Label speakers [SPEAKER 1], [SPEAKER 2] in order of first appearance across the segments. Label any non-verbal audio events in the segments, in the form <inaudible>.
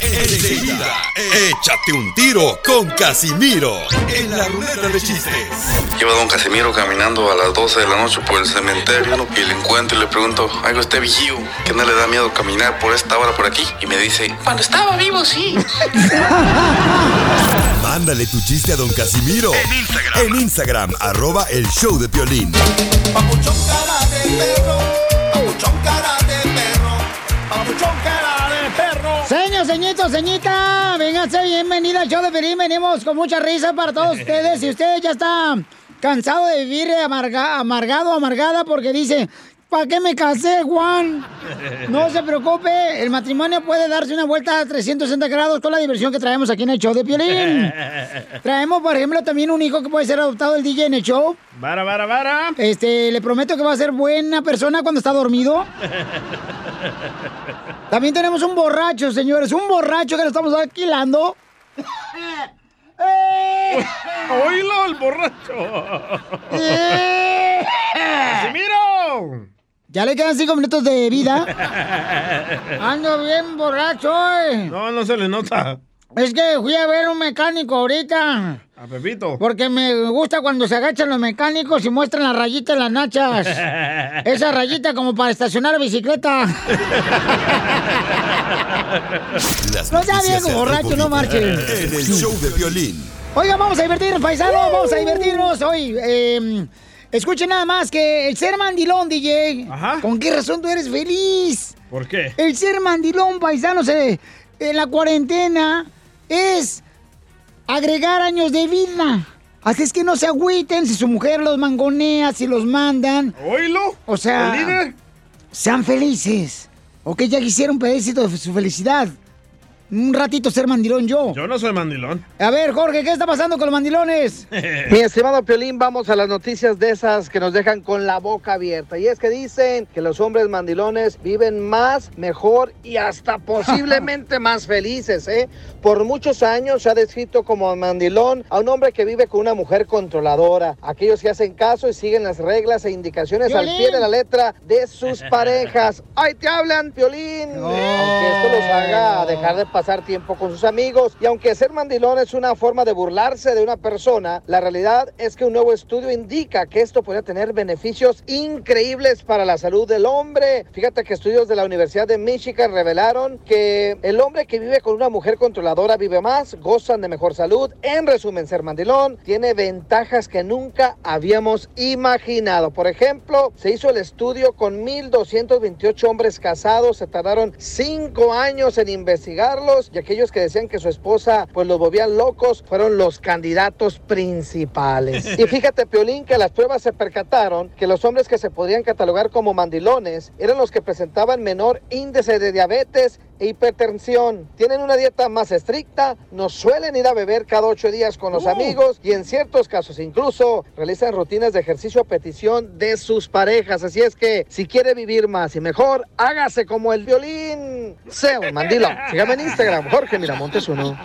[SPEAKER 1] Enseguida, échate un tiro con Casimiro en la ruleta de chistes.
[SPEAKER 2] Lleva don Casimiro caminando a las 12 de la noche por el cementerio ¿no? y le encuentro y le pregunto, algo este vigío, que no le da miedo caminar por esta hora por aquí. Y me dice,
[SPEAKER 3] Cuando estaba vivo, sí.
[SPEAKER 1] Mándale tu chiste a don Casimiro en Instagram, en Instagram arroba el show de violín.
[SPEAKER 4] Papuchón cara de perro, papuchón cara de perro, papuchón cara de perro.
[SPEAKER 5] Señor, ceñito, ceñita, vénganse, bienvenida al show de Pelín. Venimos con mucha risa para
[SPEAKER 6] <laughs>
[SPEAKER 5] todos ustedes. Si usted ya está cansado de vivir amarga, amargado, amargada, porque dice, ¿para qué me casé, Juan? No se preocupe, el matrimonio puede darse una vuelta a 360 grados con la diversión que traemos aquí en el show de
[SPEAKER 6] <laughs>
[SPEAKER 5] Piolín. Traemos, por ejemplo, también un hijo que puede ser adoptado el DJ en el show.
[SPEAKER 6] Vara, vara, vara.
[SPEAKER 5] Este, le prometo que va a ser buena persona cuando está dormido. También tenemos un borracho, señores. Un borracho que lo estamos
[SPEAKER 6] <laughs>
[SPEAKER 5] alquilando.
[SPEAKER 6] ¡Oílo, el borracho!
[SPEAKER 5] ¡Casimiro! Ya le quedan cinco minutos de vida.
[SPEAKER 6] <laughs>
[SPEAKER 5] Ando bien borracho, eh.
[SPEAKER 6] No, no se le nota.
[SPEAKER 5] Es que fui a ver un mecánico ahorita.
[SPEAKER 6] A Pepito.
[SPEAKER 5] Porque me gusta cuando se agachan los mecánicos y muestran la rayita en las nachas. Pues,
[SPEAKER 6] <laughs>
[SPEAKER 5] Esa rayita como para estacionar la bicicleta.
[SPEAKER 1] Las
[SPEAKER 5] No sea
[SPEAKER 1] noticias
[SPEAKER 5] viejo borracho, no marche.
[SPEAKER 1] En el show de violín.
[SPEAKER 5] Oiga, vamos a divertirnos, paisano, vamos a divertirnos hoy. Eh, escuchen nada más que el ser mandilón, DJ. ¿Con qué razón tú eres feliz?
[SPEAKER 6] ¿Por qué?
[SPEAKER 5] El ser mandilón, paisano, se- en la cuarentena es agregar años de vida. Así es que no se agüiten si su mujer los mangonea, si los mandan.
[SPEAKER 6] ¿Oílo?
[SPEAKER 5] O sea,
[SPEAKER 6] ¿El líder?
[SPEAKER 5] sean felices. Ok, ya quisiera un pedacito de su felicidad. Un ratito ser mandilón yo.
[SPEAKER 6] Yo no soy mandilón.
[SPEAKER 5] A ver, Jorge, ¿qué está pasando con los
[SPEAKER 6] <laughs>
[SPEAKER 5] mandilones?
[SPEAKER 7] Mi estimado Piolín, vamos a las noticias de esas que nos dejan con la boca abierta. Y es que dicen que los hombres mandilones viven más, mejor y hasta
[SPEAKER 5] <laughs>
[SPEAKER 7] posiblemente más felices. ¿eh? Por muchos años se ha descrito como mandilón a un hombre que vive con una mujer controladora. Aquellos que hacen caso y siguen las reglas e indicaciones al pie de la letra de
[SPEAKER 6] <laughs>
[SPEAKER 7] sus parejas. ¡Ahí te hablan, Piolín! Aunque esto los haga dejar de pasar tiempo con sus amigos. Y aunque ser mandilón es una forma de burlarse de una persona, la realidad es que un nuevo estudio indica que esto podría tener beneficios increíbles para la salud del hombre. Fíjate que estudios de la Universidad de Michigan revelaron que el hombre que vive con una mujer controladora vive más, gozan de mejor salud. En resumen, ser mandilón tiene ventajas que nunca habíamos imaginado. Por ejemplo, se hizo el estudio con 1.228 hombres casados. Se tardaron cinco años en investigarlos y aquellos que decían que su esposa pues los volvían locos fueron los candidatos principales. Y fíjate, Piolín, que las pruebas se percataron que los hombres que se podrían catalogar como mandilones eran los que presentaban menor índice de diabetes e hipertensión. Tienen una dieta más estricta, no suelen ir a beber cada ocho días
[SPEAKER 6] <laughs>
[SPEAKER 7] con los amigos y en ciertos casos incluso realizan rutinas de ejercicio a petición de sus parejas. Así es que si quiere vivir más y mejor, hágase como el violín. Sea un mandilón. Sígame en Instagram, Jorge Miramontes uno.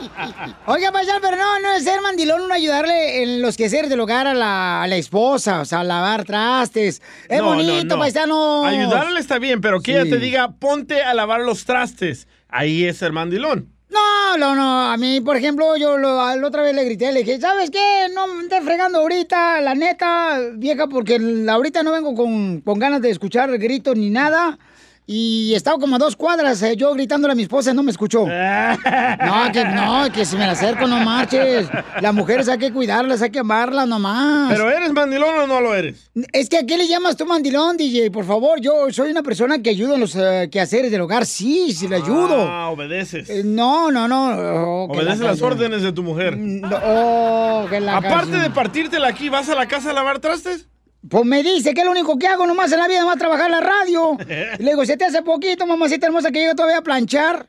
[SPEAKER 5] Oiga, paisano, pero no, no es ser mandilón, uno ayudarle en los quehaceres del hogar a la, a la esposa, o sea, lavar trastes. Es
[SPEAKER 6] No, no,
[SPEAKER 5] bonito,
[SPEAKER 6] no.
[SPEAKER 5] paisano.
[SPEAKER 6] Ayudarle está bien, pero que ella
[SPEAKER 5] Sí.
[SPEAKER 6] te diga, ponte a lavar los trastes. Ahí es el mandilón.
[SPEAKER 5] No, no, no. A mí, por ejemplo, yo lo- a- la otra vez le grité, le dije, ¿sabes qué? No me estés fregando ahorita, la neta, vieja, porque la- ahorita no vengo con, con ganas de escuchar gritos ni nada. y estaba como a dos cuadras eh, yo gritándole a mi esposa y no me
[SPEAKER 6] <laughs>
[SPEAKER 5] escuchó. No, que no, que si me la acerco no marches. Las mujeres hay que cuidarlas, hay que amarlas nomás.
[SPEAKER 6] ¿Pero eres mandilón o no lo eres?
[SPEAKER 5] Es que a qué le llamas tú mandilón, DJ, por favor. Yo soy una persona que ayuda en los eh, quehaceres del hogar. Sí, sí le ayudo.
[SPEAKER 6] Ah, obedeces.
[SPEAKER 5] Eh, No, no, no. Oh, que
[SPEAKER 6] obedeces
[SPEAKER 5] la
[SPEAKER 6] las
[SPEAKER 5] canción.
[SPEAKER 6] órdenes de tu mujer.
[SPEAKER 5] No, oh, que la
[SPEAKER 6] Aparte
[SPEAKER 5] canción.
[SPEAKER 6] de partírtela aquí, ¿vas a la casa a lavar trastes?
[SPEAKER 5] Pues me dice que es lo único que hago nomás en la vida, nomás trabajar en la
[SPEAKER 6] <laughs>
[SPEAKER 5] radio. Y le digo, se te hace poquito, mamacita hermosa, que llega todavía a
[SPEAKER 6] <laughs>
[SPEAKER 5] planchar.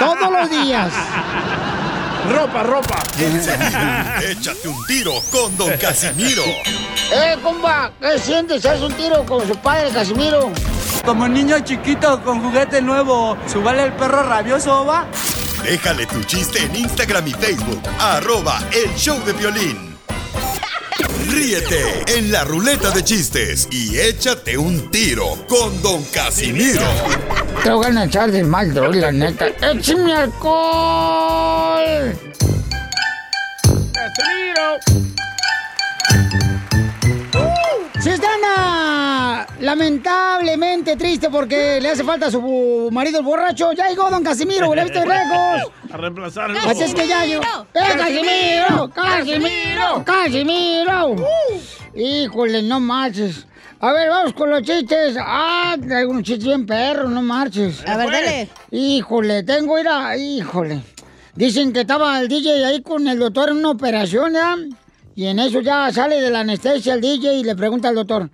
[SPEAKER 5] Todos los días.
[SPEAKER 6] Ropa, ropa.
[SPEAKER 1] Enseguida, échate un tiro con Don Casimiro.
[SPEAKER 5] ¡Eh, compa! ¿Qué sientes? ¿Haz un tiro con su padre, Casimiro?
[SPEAKER 3] Como niño chiquito con juguete nuevo, ¿subale el perro rabioso, va?
[SPEAKER 1] Déjale tu chiste en Instagram y Facebook. Arroba El Show de Violín. Ríete en la ruleta de chistes y échate un tiro con Don Casimiro.
[SPEAKER 5] Te voy a echar de mal, droga, la neta. ¡Eh, ¡Échame alcohol!
[SPEAKER 6] ¡Casimiro!
[SPEAKER 5] Si usted anda lamentablemente triste porque le hace falta a su marido el borracho, ya llegó don Casimiro, le viste de lejos.
[SPEAKER 6] A reemplazarlo.
[SPEAKER 5] Así Pues es que ya llegó. ¡Eh, Casimiro! ¡Casimiro! ¡Casimiro!
[SPEAKER 8] Uh.
[SPEAKER 5] Híjole, no marches. A ver, vamos con los chistes. Ah, traigo un chiste bien perro, no marches.
[SPEAKER 8] A ver, dale.
[SPEAKER 5] Híjole, tengo ira, híjole. Dicen que estaba el DJ ahí con el doctor en una operación, ¿ya? Y en eso ya sale de la anestesia el DJ y le pregunta al doctor,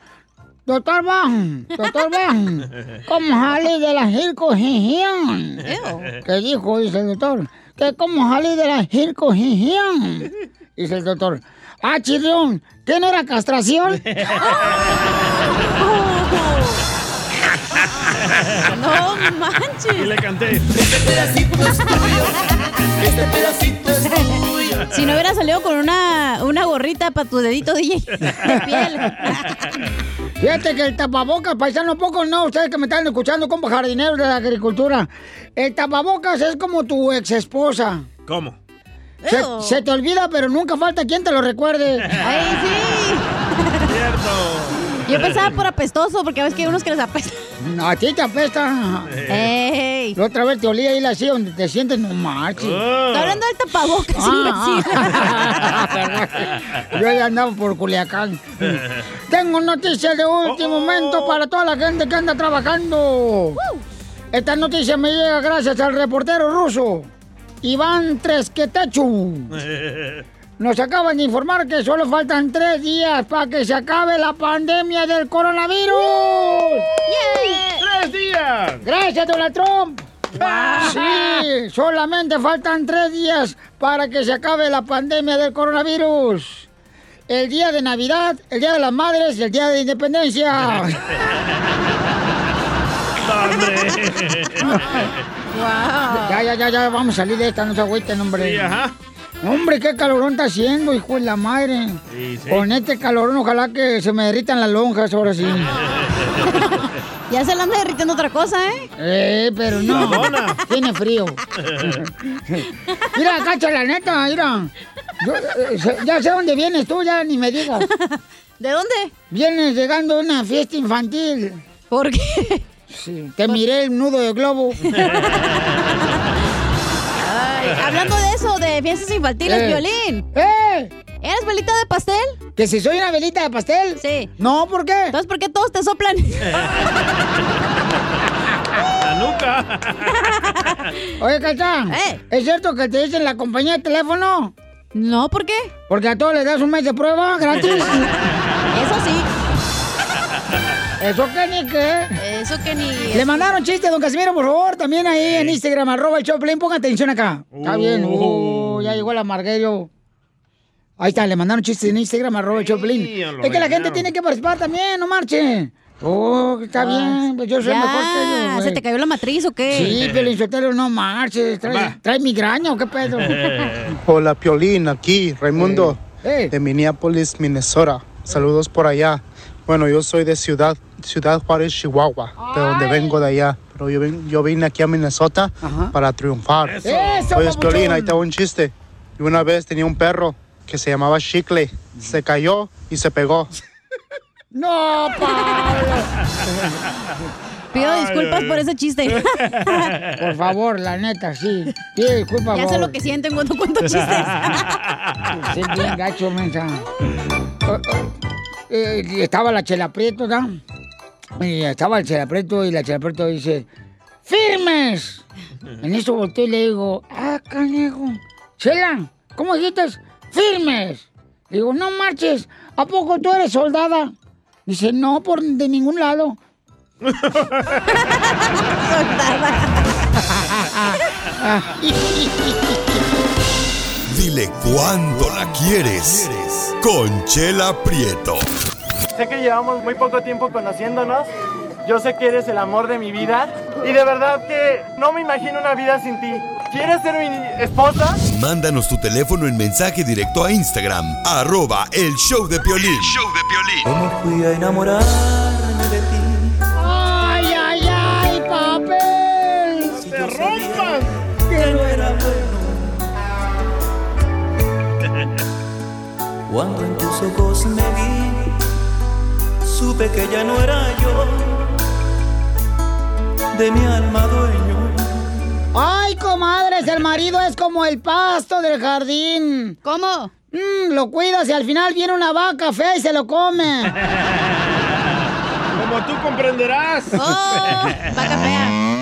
[SPEAKER 5] doctor Bajan, doctor
[SPEAKER 8] <laughs>
[SPEAKER 5] Bajan, ¿cómo sale de la circuncisión?
[SPEAKER 8] Ew.
[SPEAKER 5] ¿Qué dijo? Dice el doctor, que cómo sale de la circuncisión. Dice el doctor, ah, chirrión, ¿qué no era
[SPEAKER 8] <laughs>
[SPEAKER 5] castración?
[SPEAKER 8] <laughs> No
[SPEAKER 6] Y le
[SPEAKER 8] manches.
[SPEAKER 6] canté.
[SPEAKER 8] <laughs> Si no hubiera salido con una, una gorrita para tu dedito, DJ, de piel.
[SPEAKER 5] Fíjate que el tapabocas, paisano poco no, ustedes que me están escuchando como jardineros de la agricultura. El tapabocas es como tu ex esposa.
[SPEAKER 6] ¿Cómo?
[SPEAKER 5] Se,
[SPEAKER 8] Ew.
[SPEAKER 5] se te olvida, pero nunca falta quien te lo recuerde.
[SPEAKER 8] Ay, sí.
[SPEAKER 6] Cierto.
[SPEAKER 8] Yo pensaba por apestoso, porque ves que hay unos que les apesta.
[SPEAKER 5] A ti te apesta.
[SPEAKER 8] ¡Ey!
[SPEAKER 5] La otra vez te olía ahí la silla donde te sientes, no marches.
[SPEAKER 6] Ah.
[SPEAKER 8] Está hablando del tapabocas,
[SPEAKER 5] Ah,
[SPEAKER 8] imbécil.
[SPEAKER 5] ah. Yo ya andaba por Culiacán. Tengo noticias de último
[SPEAKER 6] Oh, oh.
[SPEAKER 5] momento para toda la gente que anda trabajando. Esta noticia me llega gracias al reportero ruso, Iván Tresquetechu.
[SPEAKER 6] <laughs>
[SPEAKER 5] Nos acaban de informar que solo faltan tres días para que se acabe la pandemia del coronavirus.
[SPEAKER 6] ¡Tres días!
[SPEAKER 5] Gracias, Donald Trump. Sí, solamente faltan tres días para que se acabe la pandemia del coronavirus. El día de Navidad, el día de las madres y el día de independencia.
[SPEAKER 6] ¡Hombre!
[SPEAKER 5] Ya, ya, ya, ya, vamos a salir de esta, no se agüiten, hombre.
[SPEAKER 6] Sí, ajá.
[SPEAKER 5] Hombre, qué calorón está haciendo, hijo de la madre.
[SPEAKER 6] Sí, sí.
[SPEAKER 5] <laughs> Con este calorón, ojalá que se me derritan las lonjas ahora sí.
[SPEAKER 8] <laughs> Ya se le anda derritiendo otra cosa, ¿eh?
[SPEAKER 5] Eh, pero no.
[SPEAKER 6] Madonna.
[SPEAKER 5] Tiene frío. mira, cacha, la neta, mira. Yo, eh, sé- ya sé dónde vienes tú, ya ni me digas.
[SPEAKER 8] <laughs> ¿De dónde?
[SPEAKER 5] Vienes llegando a una fiesta infantil.
[SPEAKER 8] ¿Por qué?
[SPEAKER 5] Sí, te miré el nudo de globo.
[SPEAKER 8] Ay, hablando de eso, de fiestas infantiles,
[SPEAKER 5] Eh.
[SPEAKER 8] violín.
[SPEAKER 5] ¡Eh!
[SPEAKER 8] ¿Eres velita de pastel?
[SPEAKER 5] ¿Que si soy una velita de pastel?
[SPEAKER 8] <laughs> Sí.
[SPEAKER 5] No, ¿por qué?
[SPEAKER 8] Entonces, ¿por qué todos te soplan?
[SPEAKER 6] ¡La nuca!
[SPEAKER 5] Oye, Cacha,
[SPEAKER 8] Eh.
[SPEAKER 5] ¿es cierto que te dicen la compañía de teléfono?
[SPEAKER 8] No, ¿por qué?
[SPEAKER 5] Porque a todos les das un mes de prueba gratis.
[SPEAKER 8] Eso <laughs> sí.
[SPEAKER 5] Eso que ni qué.
[SPEAKER 8] Eso que ni.
[SPEAKER 5] Le mandaron chiste, don Casimiro, por favor, también ahí en Instagram, arroba el Choplin, ponga atención acá. Está bien, uh, ya llegó el amarguero. Ahí está, le mandaron chistes en Instagram, arroba el
[SPEAKER 6] Sí,
[SPEAKER 5] Choplin.
[SPEAKER 6] ya lo
[SPEAKER 5] Es que la gente
[SPEAKER 6] regañaron.
[SPEAKER 5] tiene que participar también, no marche. Oh, está bien, pues yo soy
[SPEAKER 8] Ah, Ya,
[SPEAKER 5] mejor que ellos. güey.
[SPEAKER 8] ¿Se te cayó la matriz o qué?
[SPEAKER 5] Sí, Piolín Sotelo, no marches,
[SPEAKER 6] Va.
[SPEAKER 5] trae, trae migraña o qué <laughs> pedo.
[SPEAKER 9] <laughs>
[SPEAKER 10] Hola Piolín, aquí Raimundo
[SPEAKER 5] Eh.
[SPEAKER 10] de Minneapolis, Minnesota. Saludos por allá. Bueno, yo soy de Ciudad Ciudad Juárez, Chihuahua, de donde vengo de allá. Pero yo, ven- yo vine aquí a Minnesota
[SPEAKER 5] Ajá.
[SPEAKER 10] para triunfar.
[SPEAKER 6] Eso.
[SPEAKER 5] Eso,
[SPEAKER 10] Oye,
[SPEAKER 5] papuchón.
[SPEAKER 10] Piolín, ahí te hago un chiste. Yo una vez tenía un perro que se llamaba Chicle. Se
[SPEAKER 5] <laughs>
[SPEAKER 10] cayó y se pegó.
[SPEAKER 5] No, Pablo.
[SPEAKER 8] Pido
[SPEAKER 5] Ay,
[SPEAKER 8] disculpas
[SPEAKER 5] ay,
[SPEAKER 8] por
[SPEAKER 5] ay.
[SPEAKER 8] ese chiste.
[SPEAKER 5] <laughs> Por favor, la neta, sí. Pide disculpas,
[SPEAKER 8] ya
[SPEAKER 5] por
[SPEAKER 8] sé lo
[SPEAKER 5] favor.
[SPEAKER 8] que sienten cuando
[SPEAKER 5] <laughs>
[SPEAKER 8] cuento chistes.
[SPEAKER 5] Sí, bien gacho, mensa. Oh, oh. Eh, estaba la Chela Prieto, ¿no? Y estaba el Chela Prieto y la Chela Prieto dice, ¡firmes! En eso volteo y le digo, ¡ah, canejo! Chela, ¿cómo dijiste? ¡Firmes! Digo, no marches, ¿a poco tú eres soldada? Dice, no, por de ningún lado. <laughs>
[SPEAKER 1] Dile cuándo la quieres. Conchela Prieto.
[SPEAKER 11] Sé que llevamos muy poco tiempo conociéndonos. Yo sé que eres el amor de mi vida. Y de verdad que no me imagino una vida sin ti. ¿Quieres ser mi esposa?
[SPEAKER 1] Mándanos tu teléfono en mensaje directo a Instagram, arroba el show de Piolín. ¿Cómo fui a enamorar?
[SPEAKER 5] ¡Ay, ay, ay, papel! ¡Te rompas! ¡Que no era
[SPEAKER 12] Cuando en tus ojos me vi, supe que ya no era yo, de mi alma dueño.
[SPEAKER 5] Ay, comadres, el marido es como el pasto del jardín. ¿Cómo? lo cuidas y al final viene una vaca fea y se lo come.
[SPEAKER 6] <laughs> Como tú comprenderás.
[SPEAKER 5] Oh,
[SPEAKER 6] <laughs>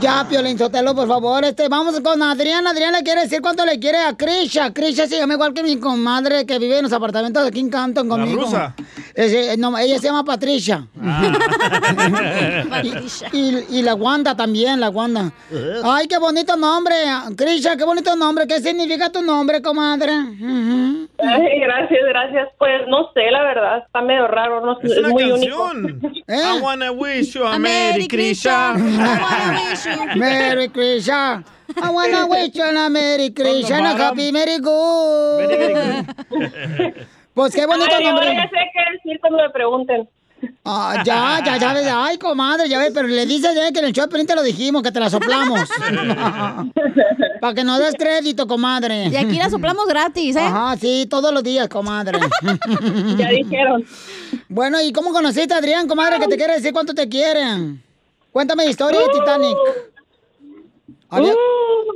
[SPEAKER 5] Ya, Piolín Sotelo, por favor, este, vamos con Adriana. Adriana le quiere decir cuánto le quiere a Krisha. Krisha se llama igual que mi comadre que vive en los apartamentos aquí en Canton conmigo.
[SPEAKER 4] rusa?
[SPEAKER 5] Ese, no, ella se llama Patricia. Y, y la Wanda también, la Wanda. Ay, qué bonito nombre. Krisha, qué bonito nombre. ¿Qué significa tu nombre, comadre? Ujú.
[SPEAKER 13] Ay, gracias, gracias. Pues no sé, la verdad, está medio raro. No, sé,
[SPEAKER 6] Es
[SPEAKER 13] es
[SPEAKER 6] una
[SPEAKER 13] muy
[SPEAKER 6] canción.
[SPEAKER 13] único.
[SPEAKER 5] Eh,
[SPEAKER 6] I wanna wish you a Merry <laughs> Christmas.
[SPEAKER 5] Merry Krisha. I wanna wish you a Merry Krisha and a happy Merry Go. Pues qué bonito
[SPEAKER 13] Ay,
[SPEAKER 5] nombre.
[SPEAKER 13] ahora ya sé qué decir cuando me pregunten.
[SPEAKER 5] Ah, ya, ya, ya ves. Ay, comadre, ya ves, pero le dices eh, que en el show de Pelín te lo dijimos, que te la soplamos.
[SPEAKER 6] <laughs>
[SPEAKER 8] <laughs>
[SPEAKER 5] Para que no des crédito, comadre.
[SPEAKER 8] Y aquí la soplamos gratis, ¿eh?
[SPEAKER 5] Ajá, sí, todos los días,
[SPEAKER 8] <laughs>
[SPEAKER 5] comadre.
[SPEAKER 13] Ya dijeron.
[SPEAKER 5] Bueno, ¿y cómo conociste a Adrián, comadre, que te quiere decir cuánto te quieren? Cuéntame la historia de
[SPEAKER 8] Uh,
[SPEAKER 5] Titanic. Había,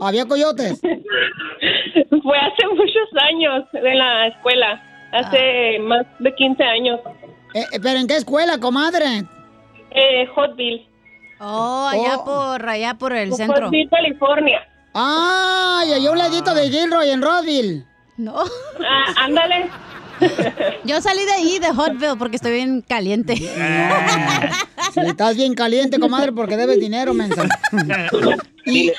[SPEAKER 5] había coyotes.
[SPEAKER 13] <laughs> Fue hace muchos años en la escuela, hace más de 15 años.
[SPEAKER 5] Ah. Eh, ¿Pero en qué escuela, comadre?
[SPEAKER 13] Eh, Hotville.
[SPEAKER 8] Oh, allá por, allá por el
[SPEAKER 13] Por
[SPEAKER 8] centro.
[SPEAKER 13] Hotville, California.
[SPEAKER 5] Ay, hay un ladito de Gilroy en Rodville.
[SPEAKER 8] No.
[SPEAKER 13] Ah, ándale.
[SPEAKER 8] Oh. <laughs> Yo salí de ahí, de Hotville, porque estoy bien caliente.
[SPEAKER 5] Sí, Eh. estás bien caliente, comadre, porque debes dinero, mensa. Y,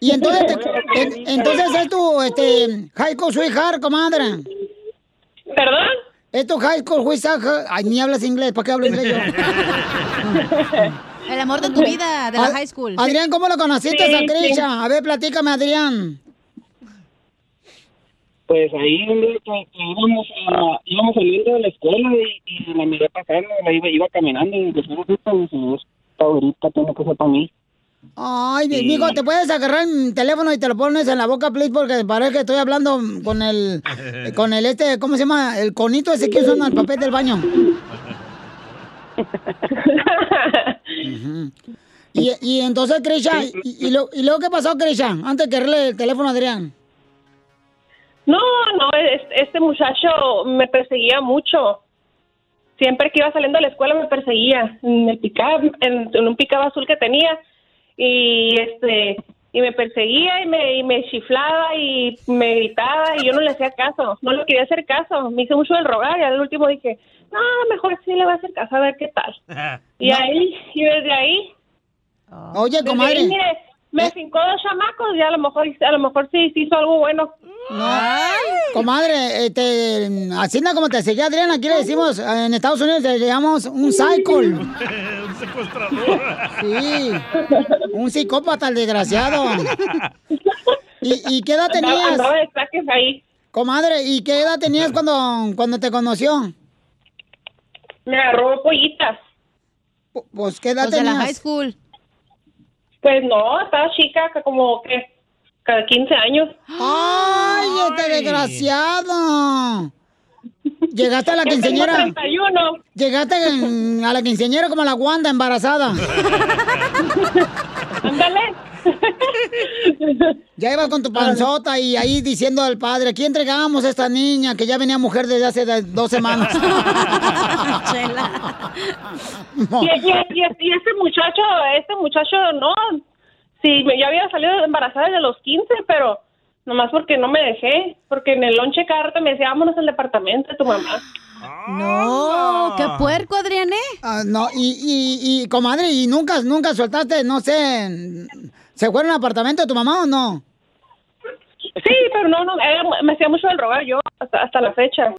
[SPEAKER 5] y entonces, te- en- entonces es tu este, high school sweetheart, comadre.
[SPEAKER 13] ¿Perdón?
[SPEAKER 5] Es tu high school sweetheart. Ay, ni hablas inglés, ¿para qué hablo inglés yo?
[SPEAKER 8] El amor de tu vida, Ah, de la
[SPEAKER 5] Ad-
[SPEAKER 8] high school.
[SPEAKER 5] Ah, Adrián, ¿cómo lo conociste
[SPEAKER 8] Sí,
[SPEAKER 5] a Krisha?
[SPEAKER 8] sí.
[SPEAKER 5] A ver, platícame, Adrián.
[SPEAKER 14] Pues ahí hombre, pues, íbamos, a, íbamos saliendo de la escuela y, y la miré pasando, la iba, iba caminando y dije, "Esta es esta ahorita tiene que ser para mí.
[SPEAKER 5] Ay,
[SPEAKER 14] Sí.
[SPEAKER 5] mijo, te puedes agarrar el teléfono y te lo pones en la boca, please, porque parece que estoy hablando con el, con el este, ¿cómo se llama? El conito ese que usan al papel del baño. Ujú. y, y entonces, Krisha, y, y lo- y luego qué pasó, Krisha? Antes de darle el teléfono a Adrián.
[SPEAKER 13] No, no, es- este muchacho me perseguía mucho. Siempre que iba saliendo de la escuela me perseguía en el pickup, en, en un pickup azul que tenía y este y me perseguía y me, y me chiflaba y me gritaba y yo no le hacía caso, no le quería hacer caso, me hice mucho el rogar y al último dije, no, mejor sí le voy a hacer caso a ver qué tal. Y
[SPEAKER 5] No.
[SPEAKER 13] ahí, y desde ahí,
[SPEAKER 5] Oye,
[SPEAKER 13] desde
[SPEAKER 5] comadre. ¿Eh?
[SPEAKER 13] ahí, mire, me fincó dos chamacos y a lo mejor, a lo mejor sí, sí hizo algo bueno.
[SPEAKER 5] Comadre, este, así no como te seguía Adrián, aquí le decimos, eh, en Estados Unidos le llamamos un cycle.
[SPEAKER 6] Un secuestrador.
[SPEAKER 5] Sí, un psicópata el desgraciado. ¿Y, y qué edad
[SPEAKER 13] Andaba-
[SPEAKER 5] tenías?
[SPEAKER 13] andaba de saques ahí.
[SPEAKER 5] Comadre, ¿y qué edad tenías cuando, cuando te conoció?
[SPEAKER 13] Me agarró pollitas.
[SPEAKER 5] Pues, ¿qué edad tenías?
[SPEAKER 8] school.
[SPEAKER 13] Pues no, estaba chica, que como que cada 15 años.
[SPEAKER 5] ¡Ay, este desgraciado! Llegaste a la
[SPEAKER 13] Ya tengo
[SPEAKER 5] quinceñera.
[SPEAKER 13] 31.
[SPEAKER 5] Llegaste en- a la quinceñera como la Wanda embarazada.
[SPEAKER 13] <laughs> Ándale. Ah.
[SPEAKER 5] Ya ibas con tu panzota y ahí diciendo al padre, aquí entregamos a esta niña que ya venía mujer desde hace de- dos
[SPEAKER 13] <laughs>
[SPEAKER 5] semanas.
[SPEAKER 13] Y, y- y- y este muchacho, este muchacho, no. Sí, me- yo había salido embarazada desde los 15, pero nomás porque no me dejé. Porque en el lonche cada rato me decía, vámonos al departamento de tu mamá.
[SPEAKER 5] No, Oh, qué puerco, Adrián, Ah, no, y, y, y, comadre, ¿y nunca, nunca soltaste, no sé, se fueron al apartamento de tu mamá o no?
[SPEAKER 13] Sí, pero no,
[SPEAKER 5] Ah.
[SPEAKER 13] no, era mu- Eh, me hacía mucho el rogar yo hasta, hasta la fecha.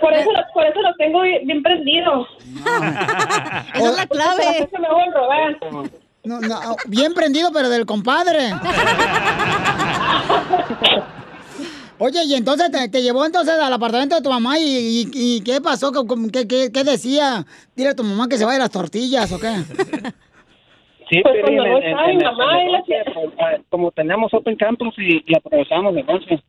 [SPEAKER 13] Por eso, lo- por eso lo tengo bien bien prendido.
[SPEAKER 5] Esa es la clave.
[SPEAKER 13] me hago el rogar.
[SPEAKER 5] No, no, bien prendido, pero del compadre. Oye, y entonces te, te llevó entonces al apartamento de tu mamá y, y- y ¿qué pasó? ¿Cómo- ¿Qué, qué, qué decía? Dile a tu mamá que se vaya las tortillas o qué.
[SPEAKER 14] Sí,
[SPEAKER 5] Pues
[SPEAKER 14] pero
[SPEAKER 5] cuando no está mi mamá,
[SPEAKER 14] el
[SPEAKER 13] ¿eh?
[SPEAKER 5] ahí la
[SPEAKER 14] negocio, pues, ah, como teníamos open campus y, y aprovechábamos el negocio.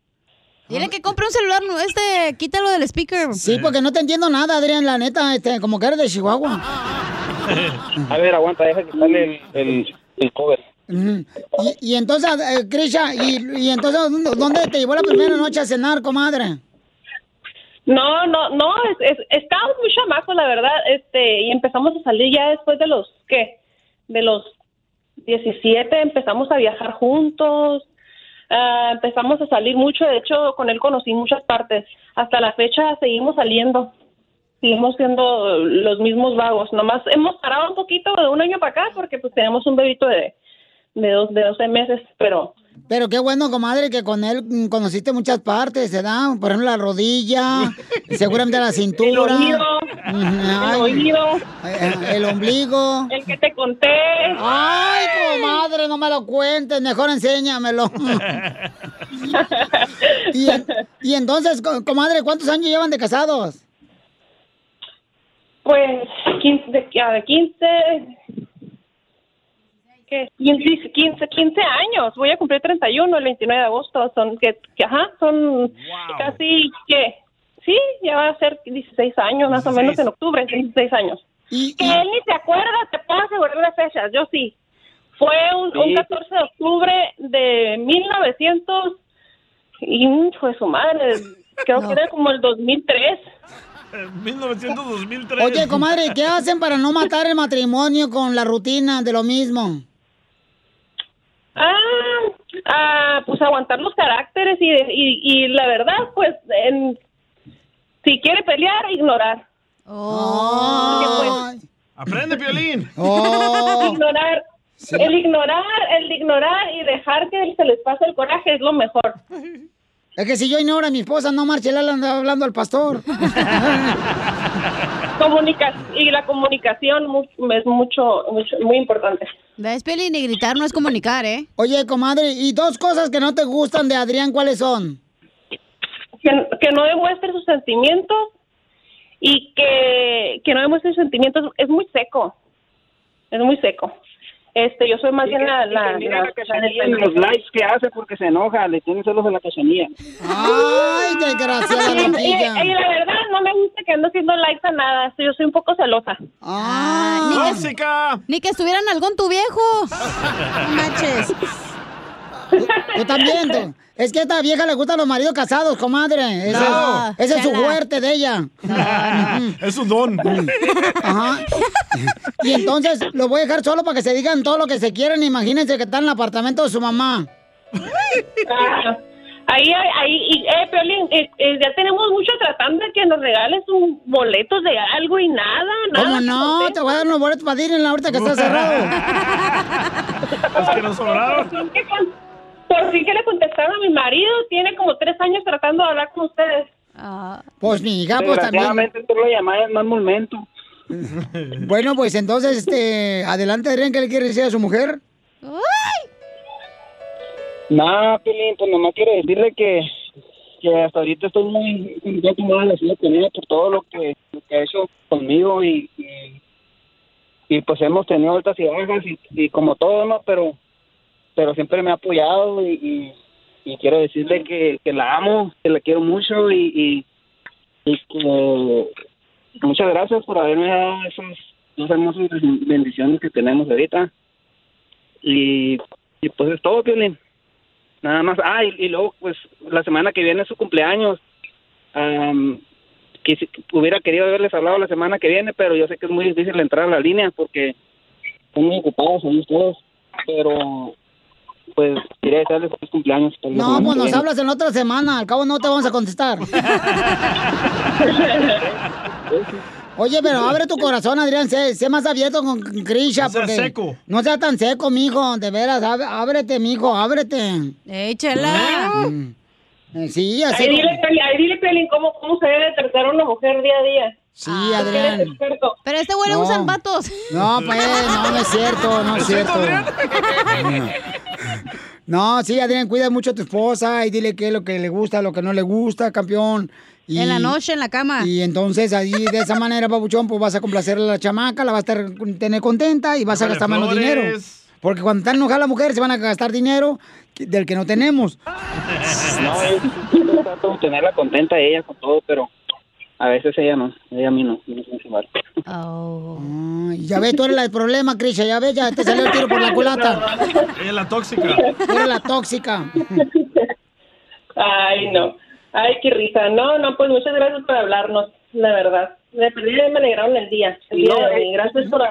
[SPEAKER 8] Dile que compre un celular, no, este, quítalo del speaker.
[SPEAKER 5] Sí, porque no te entiendo nada, Adrián, la neta, este, como que eres de Chihuahua.
[SPEAKER 14] A ver, aguanta, deja que sale el, el, el cover.
[SPEAKER 5] Ujú. Y, y entonces, eh, Krisha, y, y entonces, ¿dó- ¿dónde te llevó la primera noche a cenar, comadre?
[SPEAKER 13] No, no, no, es, es- estábamos muy chamacos, la verdad, este, y empezamos a salir ya después de los, ¿qué? De los 17 empezamos a viajar juntos, ah, empezamos a salir mucho, de hecho, con él conocí muchas partes, hasta la fecha seguimos saliendo, seguimos siendo los mismos vagos, nomás hemos parado un poquito de un año para acá porque pues tenemos un bebito de, de, dos, de 12 meses, pero...
[SPEAKER 5] Pero qué bueno, comadre, que con él mm, conociste muchas partes, ¿verdad? Por ejemplo, la
[SPEAKER 13] <laughs>
[SPEAKER 5] rodilla, seguramente la cintura.
[SPEAKER 13] oído.
[SPEAKER 5] Ujú, ay.
[SPEAKER 13] El oído.
[SPEAKER 5] El ombligo.
[SPEAKER 13] El que te conté.
[SPEAKER 5] Ay, comadre, no me lo cuentes, mejor
[SPEAKER 13] <laughs>
[SPEAKER 5] enséñamelo. y, en- y entonces, co- comadre, ¿cuántos años llevan de casados?
[SPEAKER 13] Pues 15, de, ya de 15, ¿qué? 15, 15, 15 años. Voy a cumplir 31 el 29 de agosto. Son que, que, ajá, son casi que sí, ya va a ser 16 años más o menos en octubre, 16 años. que él ni se acuerda, te puedo asegurar las fechas, yo sí. Fue un, un
[SPEAKER 14] Sí.
[SPEAKER 13] 14 de octubre de 1900 y mm, fue su madre, creo que era como el 2003.
[SPEAKER 6] 1900-2003.
[SPEAKER 5] Oye, comadre, ¿qué hacen para no matar el matrimonio con la rutina de lo mismo?
[SPEAKER 13] Ah, ah, pues aguantar los caracteres y, y, y la verdad, pues, en- si quiere pelear, ignorar. Porque, pues,
[SPEAKER 6] Aprende,
[SPEAKER 5] <laughs>
[SPEAKER 6] Piolín.
[SPEAKER 13] ignorar. El ignorar, el de ignorar y dejar que se les pase el coraje es lo mejor.
[SPEAKER 5] Es que si yo ignoro a mi esposa, no marche, le anda hablando al pastor.
[SPEAKER 13] <laughs> Comunica y la comunicación mu- es mucho, mucho- muy importante.
[SPEAKER 5] ¿Ves, Pelín? Y gritar no es comunicar, ¿eh? Oye, comadre, ¿y dos cosas que no te gustan de Adrián, cuáles son?
[SPEAKER 13] Que, que no demuestre sus sentimientos y que, que no demuestre sus sentimientos es muy seco. Es muy seco. Este, yo soy más
[SPEAKER 14] Y
[SPEAKER 13] bien
[SPEAKER 14] que-
[SPEAKER 13] la...
[SPEAKER 14] y que
[SPEAKER 13] la,
[SPEAKER 14] mira
[SPEAKER 13] la-
[SPEAKER 14] la cachanilla en los likes que hace porque se enoja, le tiene celos a la cachanilla.
[SPEAKER 5] ¡Ay, desgraciada
[SPEAKER 13] Y- y-
[SPEAKER 5] ardilla.
[SPEAKER 13] Y, la verdad, no me gusta que ando haciendo likes a nada. Yo soy un poco celosa.
[SPEAKER 8] Ah, Ni que estuvieran algún tu viejo.
[SPEAKER 5] <laughs>
[SPEAKER 8] Maches.
[SPEAKER 5] Tú también, tú. Es que a esta vieja le gustan los maridos casados, comadre. Ese,
[SPEAKER 6] No,
[SPEAKER 5] es, ese es su
[SPEAKER 6] chala.
[SPEAKER 5] fuerte de ella.
[SPEAKER 6] es un don.
[SPEAKER 5] Ajá. Y entonces lo voy a dejar solo para que se digan todo lo que se quieran. Imagínense que está en el apartamento de su mamá.
[SPEAKER 13] Ah, ahí, ahí, ahí- y, eh, Piolín, eh, eh, ya tenemos mucho tratando de que nos regales un boleto de algo y nada, nada.
[SPEAKER 5] ¿Cómo no? Te voy a dar unos boletos para ir en la ahorita que está cerrado.
[SPEAKER 6] Los que nos sobraron.
[SPEAKER 13] <laughs> Por fin que con- Por fin que le contestaron a mi marido, tiene como tres años tratando de hablar con ustedes.
[SPEAKER 5] Pues mi hija, pues también.
[SPEAKER 14] Desgraciadamente tú lo llamabas en más momento.
[SPEAKER 5] Bueno, pues entonces, este, adelante, Adrián, ¿qué le quiere decir a su mujer?
[SPEAKER 14] No, Pilín, pues nomás quiero decirle que, que hasta ahorita estoy muy muy muy agradecido con ella por todo lo que, lo que ha hecho conmigo y, y, y, pues hemos tenido altas y bajas y, y como todo, ¿no? Pero, pero siempre me ha apoyado y, y- y quiero decirle que, que la amo, que la quiero mucho y, y, Y que muchas gracias por haberme dado esas dos hermosas bendiciones que tenemos ahorita. Y, y pues es todo, Piolín. Nada más. Ah, y, y luego, pues la semana que viene es su cumpleaños. Am, quisi- hubiera querido haberles hablado la semana que viene, pero yo sé que es muy difícil entrar a la línea porque están muy ocupados ahí ustedes. Pero, pues, quería desearles feliz cumpleaños. feliz
[SPEAKER 5] No,
[SPEAKER 14] semana
[SPEAKER 5] pues
[SPEAKER 14] que
[SPEAKER 5] nos
[SPEAKER 14] viene.
[SPEAKER 5] hablas en otra semana. Al cabo no te vamos a contestar. Oye, pero abre tu corazón, Adrián. Sé, sé más abierto con Grisha.
[SPEAKER 8] No seas
[SPEAKER 5] porque
[SPEAKER 8] seco.
[SPEAKER 5] No seas tan seco, mijo. De veras, ab- ábrete, mijo, ábrete.
[SPEAKER 8] Échala.
[SPEAKER 5] Mm. Eh, Sí, así.
[SPEAKER 13] Ahí dile, Piolín- ahí dile, Piolín, cómo, cómo se debe tratar a una mujer día a día.
[SPEAKER 5] Sí,
[SPEAKER 13] Porque eres
[SPEAKER 5] Adrián.
[SPEAKER 13] experto.
[SPEAKER 8] Pero este güey le usan patos.
[SPEAKER 5] No, pues, no, no es
[SPEAKER 8] <laughs>
[SPEAKER 5] cierto, no es cierto. No, sí, Adrián, cuida mucho a tu esposa y dile qué es lo que le gusta, lo que no le gusta, campeón. Y,
[SPEAKER 8] En la noche, en la cama.
[SPEAKER 5] Y entonces ahí de esa manera, papuchón, pues vas a complacer a la chamaca, la vas a ter- tener contenta y vas a
[SPEAKER 8] Llévale
[SPEAKER 5] gastar menos
[SPEAKER 8] flores.
[SPEAKER 5] dinero. Porque cuando está enojada la mujer se van a gastar dinero que- del que no tenemos.
[SPEAKER 14] No, yo siempre trato de tenerla contenta a ella con todo, pero a veces ella no, ella a mí no. no sé si vale.
[SPEAKER 8] Oh.
[SPEAKER 5] Ay, Ya ves, tú eres la del problema, Crisha, ya ves, ya te salió el tiro por la
[SPEAKER 8] <laughs>
[SPEAKER 13] <laughs>
[SPEAKER 5] culata.
[SPEAKER 6] Es la tóxica.
[SPEAKER 5] Tú eres la tóxica.
[SPEAKER 13] Ay, no. Ay, qué risa. No, no, pues muchas gracias por hablarnos, la verdad. De perdida me alegraron el día. el día de
[SPEAKER 5] eh.
[SPEAKER 13] hoy. Gracias por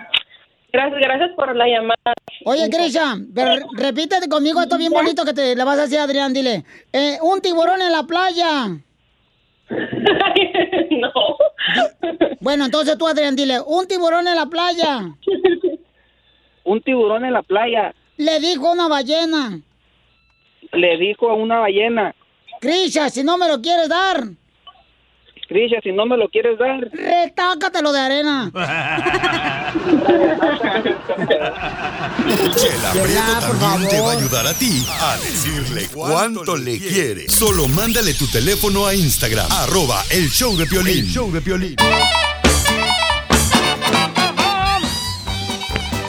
[SPEAKER 13] gracias, gracias por la llamada.
[SPEAKER 5] Oye, Grisha, pero re- repítete conmigo esto bien bonito que te le vas a decir a Adrián, dile. eh, un tiburón en la playa.
[SPEAKER 14] <laughs>
[SPEAKER 13] no.
[SPEAKER 5] Bueno, entonces tú, Adrián, dile, un tiburón en la playa.
[SPEAKER 14] <laughs> Un tiburón en la playa
[SPEAKER 5] Le dijo una ballena.
[SPEAKER 14] le dijo a una ballena,
[SPEAKER 5] Grisha, si no me lo quieres dar,
[SPEAKER 14] Grisha, si no me lo quieres dar,
[SPEAKER 5] retácatelo de arena.
[SPEAKER 1] Chela Prieto también te va a ayudar a ti a decirle cuánto le quiere. Solo mándale tu teléfono a Instagram, arroba el show de Piolín. show de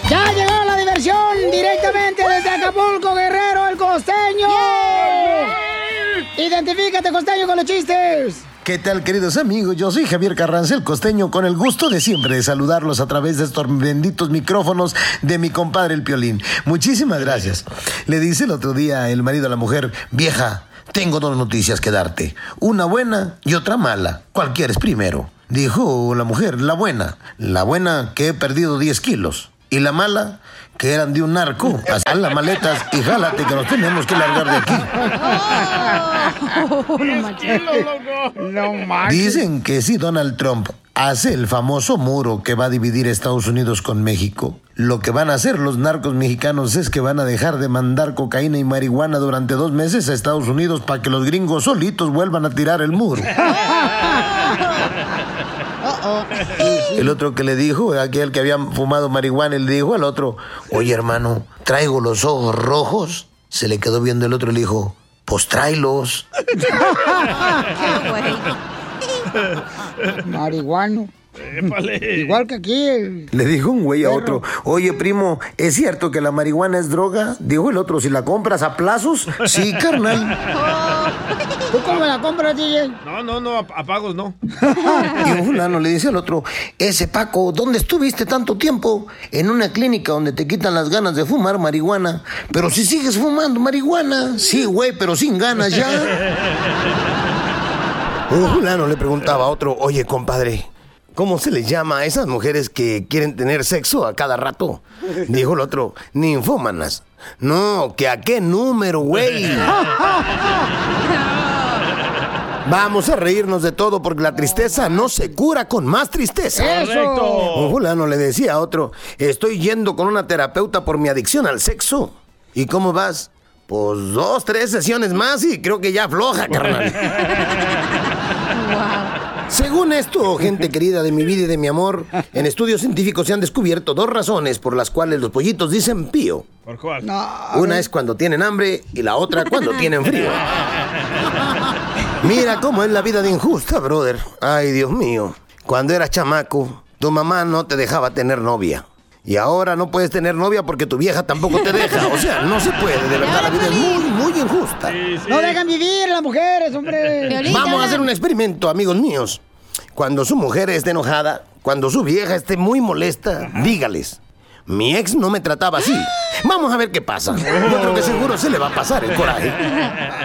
[SPEAKER 5] Ya llegó la diversión directamente desde Acapulco, Guerrero, el costeño. Identifícate, costeño, con los <laughs> chistes.
[SPEAKER 15] ¿Qué tal, queridos amigos? Yo soy Javier Carranza, el costeño, con el gusto de siempre de saludarlos a través de estos benditos micrófonos de mi compadre el Piolín. Muchísimas gracias. Le dice el otro día el marido a la mujer, vieja, tengo dos noticias que darte, una buena y otra mala. ¿Cuál quieres primero? Dijo la mujer, la buena. La buena que he perdido 10 kilos. Y la mala, que eran de un narco. Haz las maletas y jálate que nos tenemos que largar de aquí.
[SPEAKER 5] No manches.
[SPEAKER 15] Dicen que si Donald Trump hace el famoso muro que va a dividir Estados Unidos con México, lo que van a hacer los narcos mexicanos es que van a dejar de mandar cocaína y marihuana durante dos meses a Estados Unidos para que los gringos solitos vuelvan a tirar el muro. El otro que le dijo, aquel que había fumado marihuana, le dijo al otro, oye hermano, traigo los ojos rojos. Se le quedó viendo el otro y le dijo, pues tráelos.
[SPEAKER 5] Ah, Marihuano. Igual que aquí el
[SPEAKER 15] Le dijo un güey a otro, oye primo, ¿es cierto que la marihuana es droga? Dijo el otro, si la compras a plazos, <laughs> sí, carnal.
[SPEAKER 5] Oh. ¿Tú cómo la compras, DJ?
[SPEAKER 6] No, no, no, a- a pagos no.
[SPEAKER 15] Y un fulano le dice al otro, ese Paco, ¿dónde estuviste tanto tiempo? En una clínica donde te quitan las ganas de fumar marihuana. Pero si sigues fumando marihuana, sí, güey, pero sin ganas ya. <laughs> Un fulano le preguntaba a otro, oye compadre, ¿cómo se les llama a esas mujeres que quieren tener sexo a cada rato? <laughs> Dijo el otro, ninfómanas. No, que a qué número, güey. Vamos a reírnos de todo porque la tristeza no se cura con más tristeza.
[SPEAKER 4] ¡Eso! Correcto.
[SPEAKER 15] Un fulano le decía a otro, estoy yendo con una terapeuta por mi adicción al sexo. ¿Y cómo vas? Pues dos, tres sesiones más y creo que ya afloja, carnal.
[SPEAKER 4] <laughs>
[SPEAKER 15] Según esto, gente querida de mi vida y de mi amor, en estudios científicos se han descubierto dos razones por las cuales los pollitos dicen pío.
[SPEAKER 6] ¿Por cuál?
[SPEAKER 15] Una es cuando tienen hambre y la otra cuando tienen frío. Mira cómo es la vida de injusta, brother. Ay, Dios mío. Cuando eras chamaco, tu mamá no te dejaba tener novia. Y ahora no puedes tener novia porque tu vieja tampoco te deja. O sea, no se puede. De verdad, la vida es muy, muy injusta.
[SPEAKER 5] No dejan vivir las mujeres, hombre.
[SPEAKER 15] Vamos a hacer un experimento, amigos míos. Cuando su mujer esté enojada, cuando su vieja esté muy molesta, dígales. Mi ex no me trataba así. Vamos a ver qué pasa. Yo creo que seguro se le va a pasar el coraje.
[SPEAKER 4] <laughs>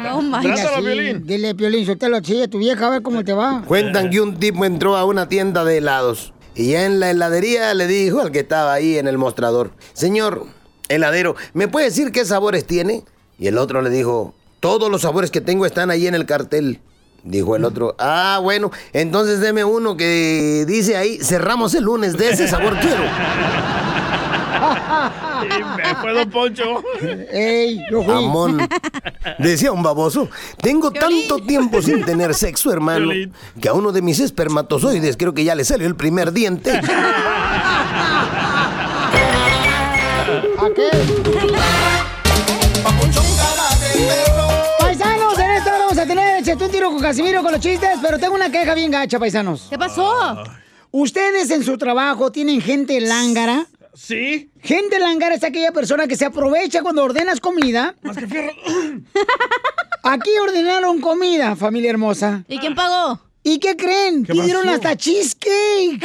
[SPEAKER 5] No manches.
[SPEAKER 15] Trátalo,
[SPEAKER 5] Piolín. Dile, Piolín, suéltalo, chille tu vieja, a ver cómo te va.
[SPEAKER 6] <laughs>
[SPEAKER 15] Cuentan que un tipo entró a una tienda de helados y ya en la heladería le dijo al que estaba ahí en el mostrador, señor heladero, ¿me puede decir qué sabores tiene? Y el otro le dijo, todos los sabores que tengo están ahí en el cartel. Dijo el otro, ah, bueno, entonces deme uno que dice ahí, cerramos el lunes, de ese sabor quiero.
[SPEAKER 6] me fue Don Poncho.
[SPEAKER 5] Ey, yo fui.
[SPEAKER 15] Amón. Decía un baboso, tengo tanto tiempo sin tener sexo, hermano, que a uno de mis espermatozoides creo que ya le salió el primer diente.
[SPEAKER 5] ¿A qué? Paisanos, en esta hora vamos a tener échate un tiro con Casimiro con los chistes, pero tengo una queja bien gacha, paisanos. ¿Qué pasó? Ustedes en su trabajo tienen gente lángara.
[SPEAKER 6] Sí.
[SPEAKER 5] Gente lángara es aquella persona que se aprovecha cuando ordenas comida. Más que fierro. Aquí ordenaron comida, familia hermosa. ¿Y quién pagó? ¿Y qué creen?
[SPEAKER 6] ¿Qué
[SPEAKER 5] Pidieron
[SPEAKER 6] pasó?
[SPEAKER 5] hasta cheesecake.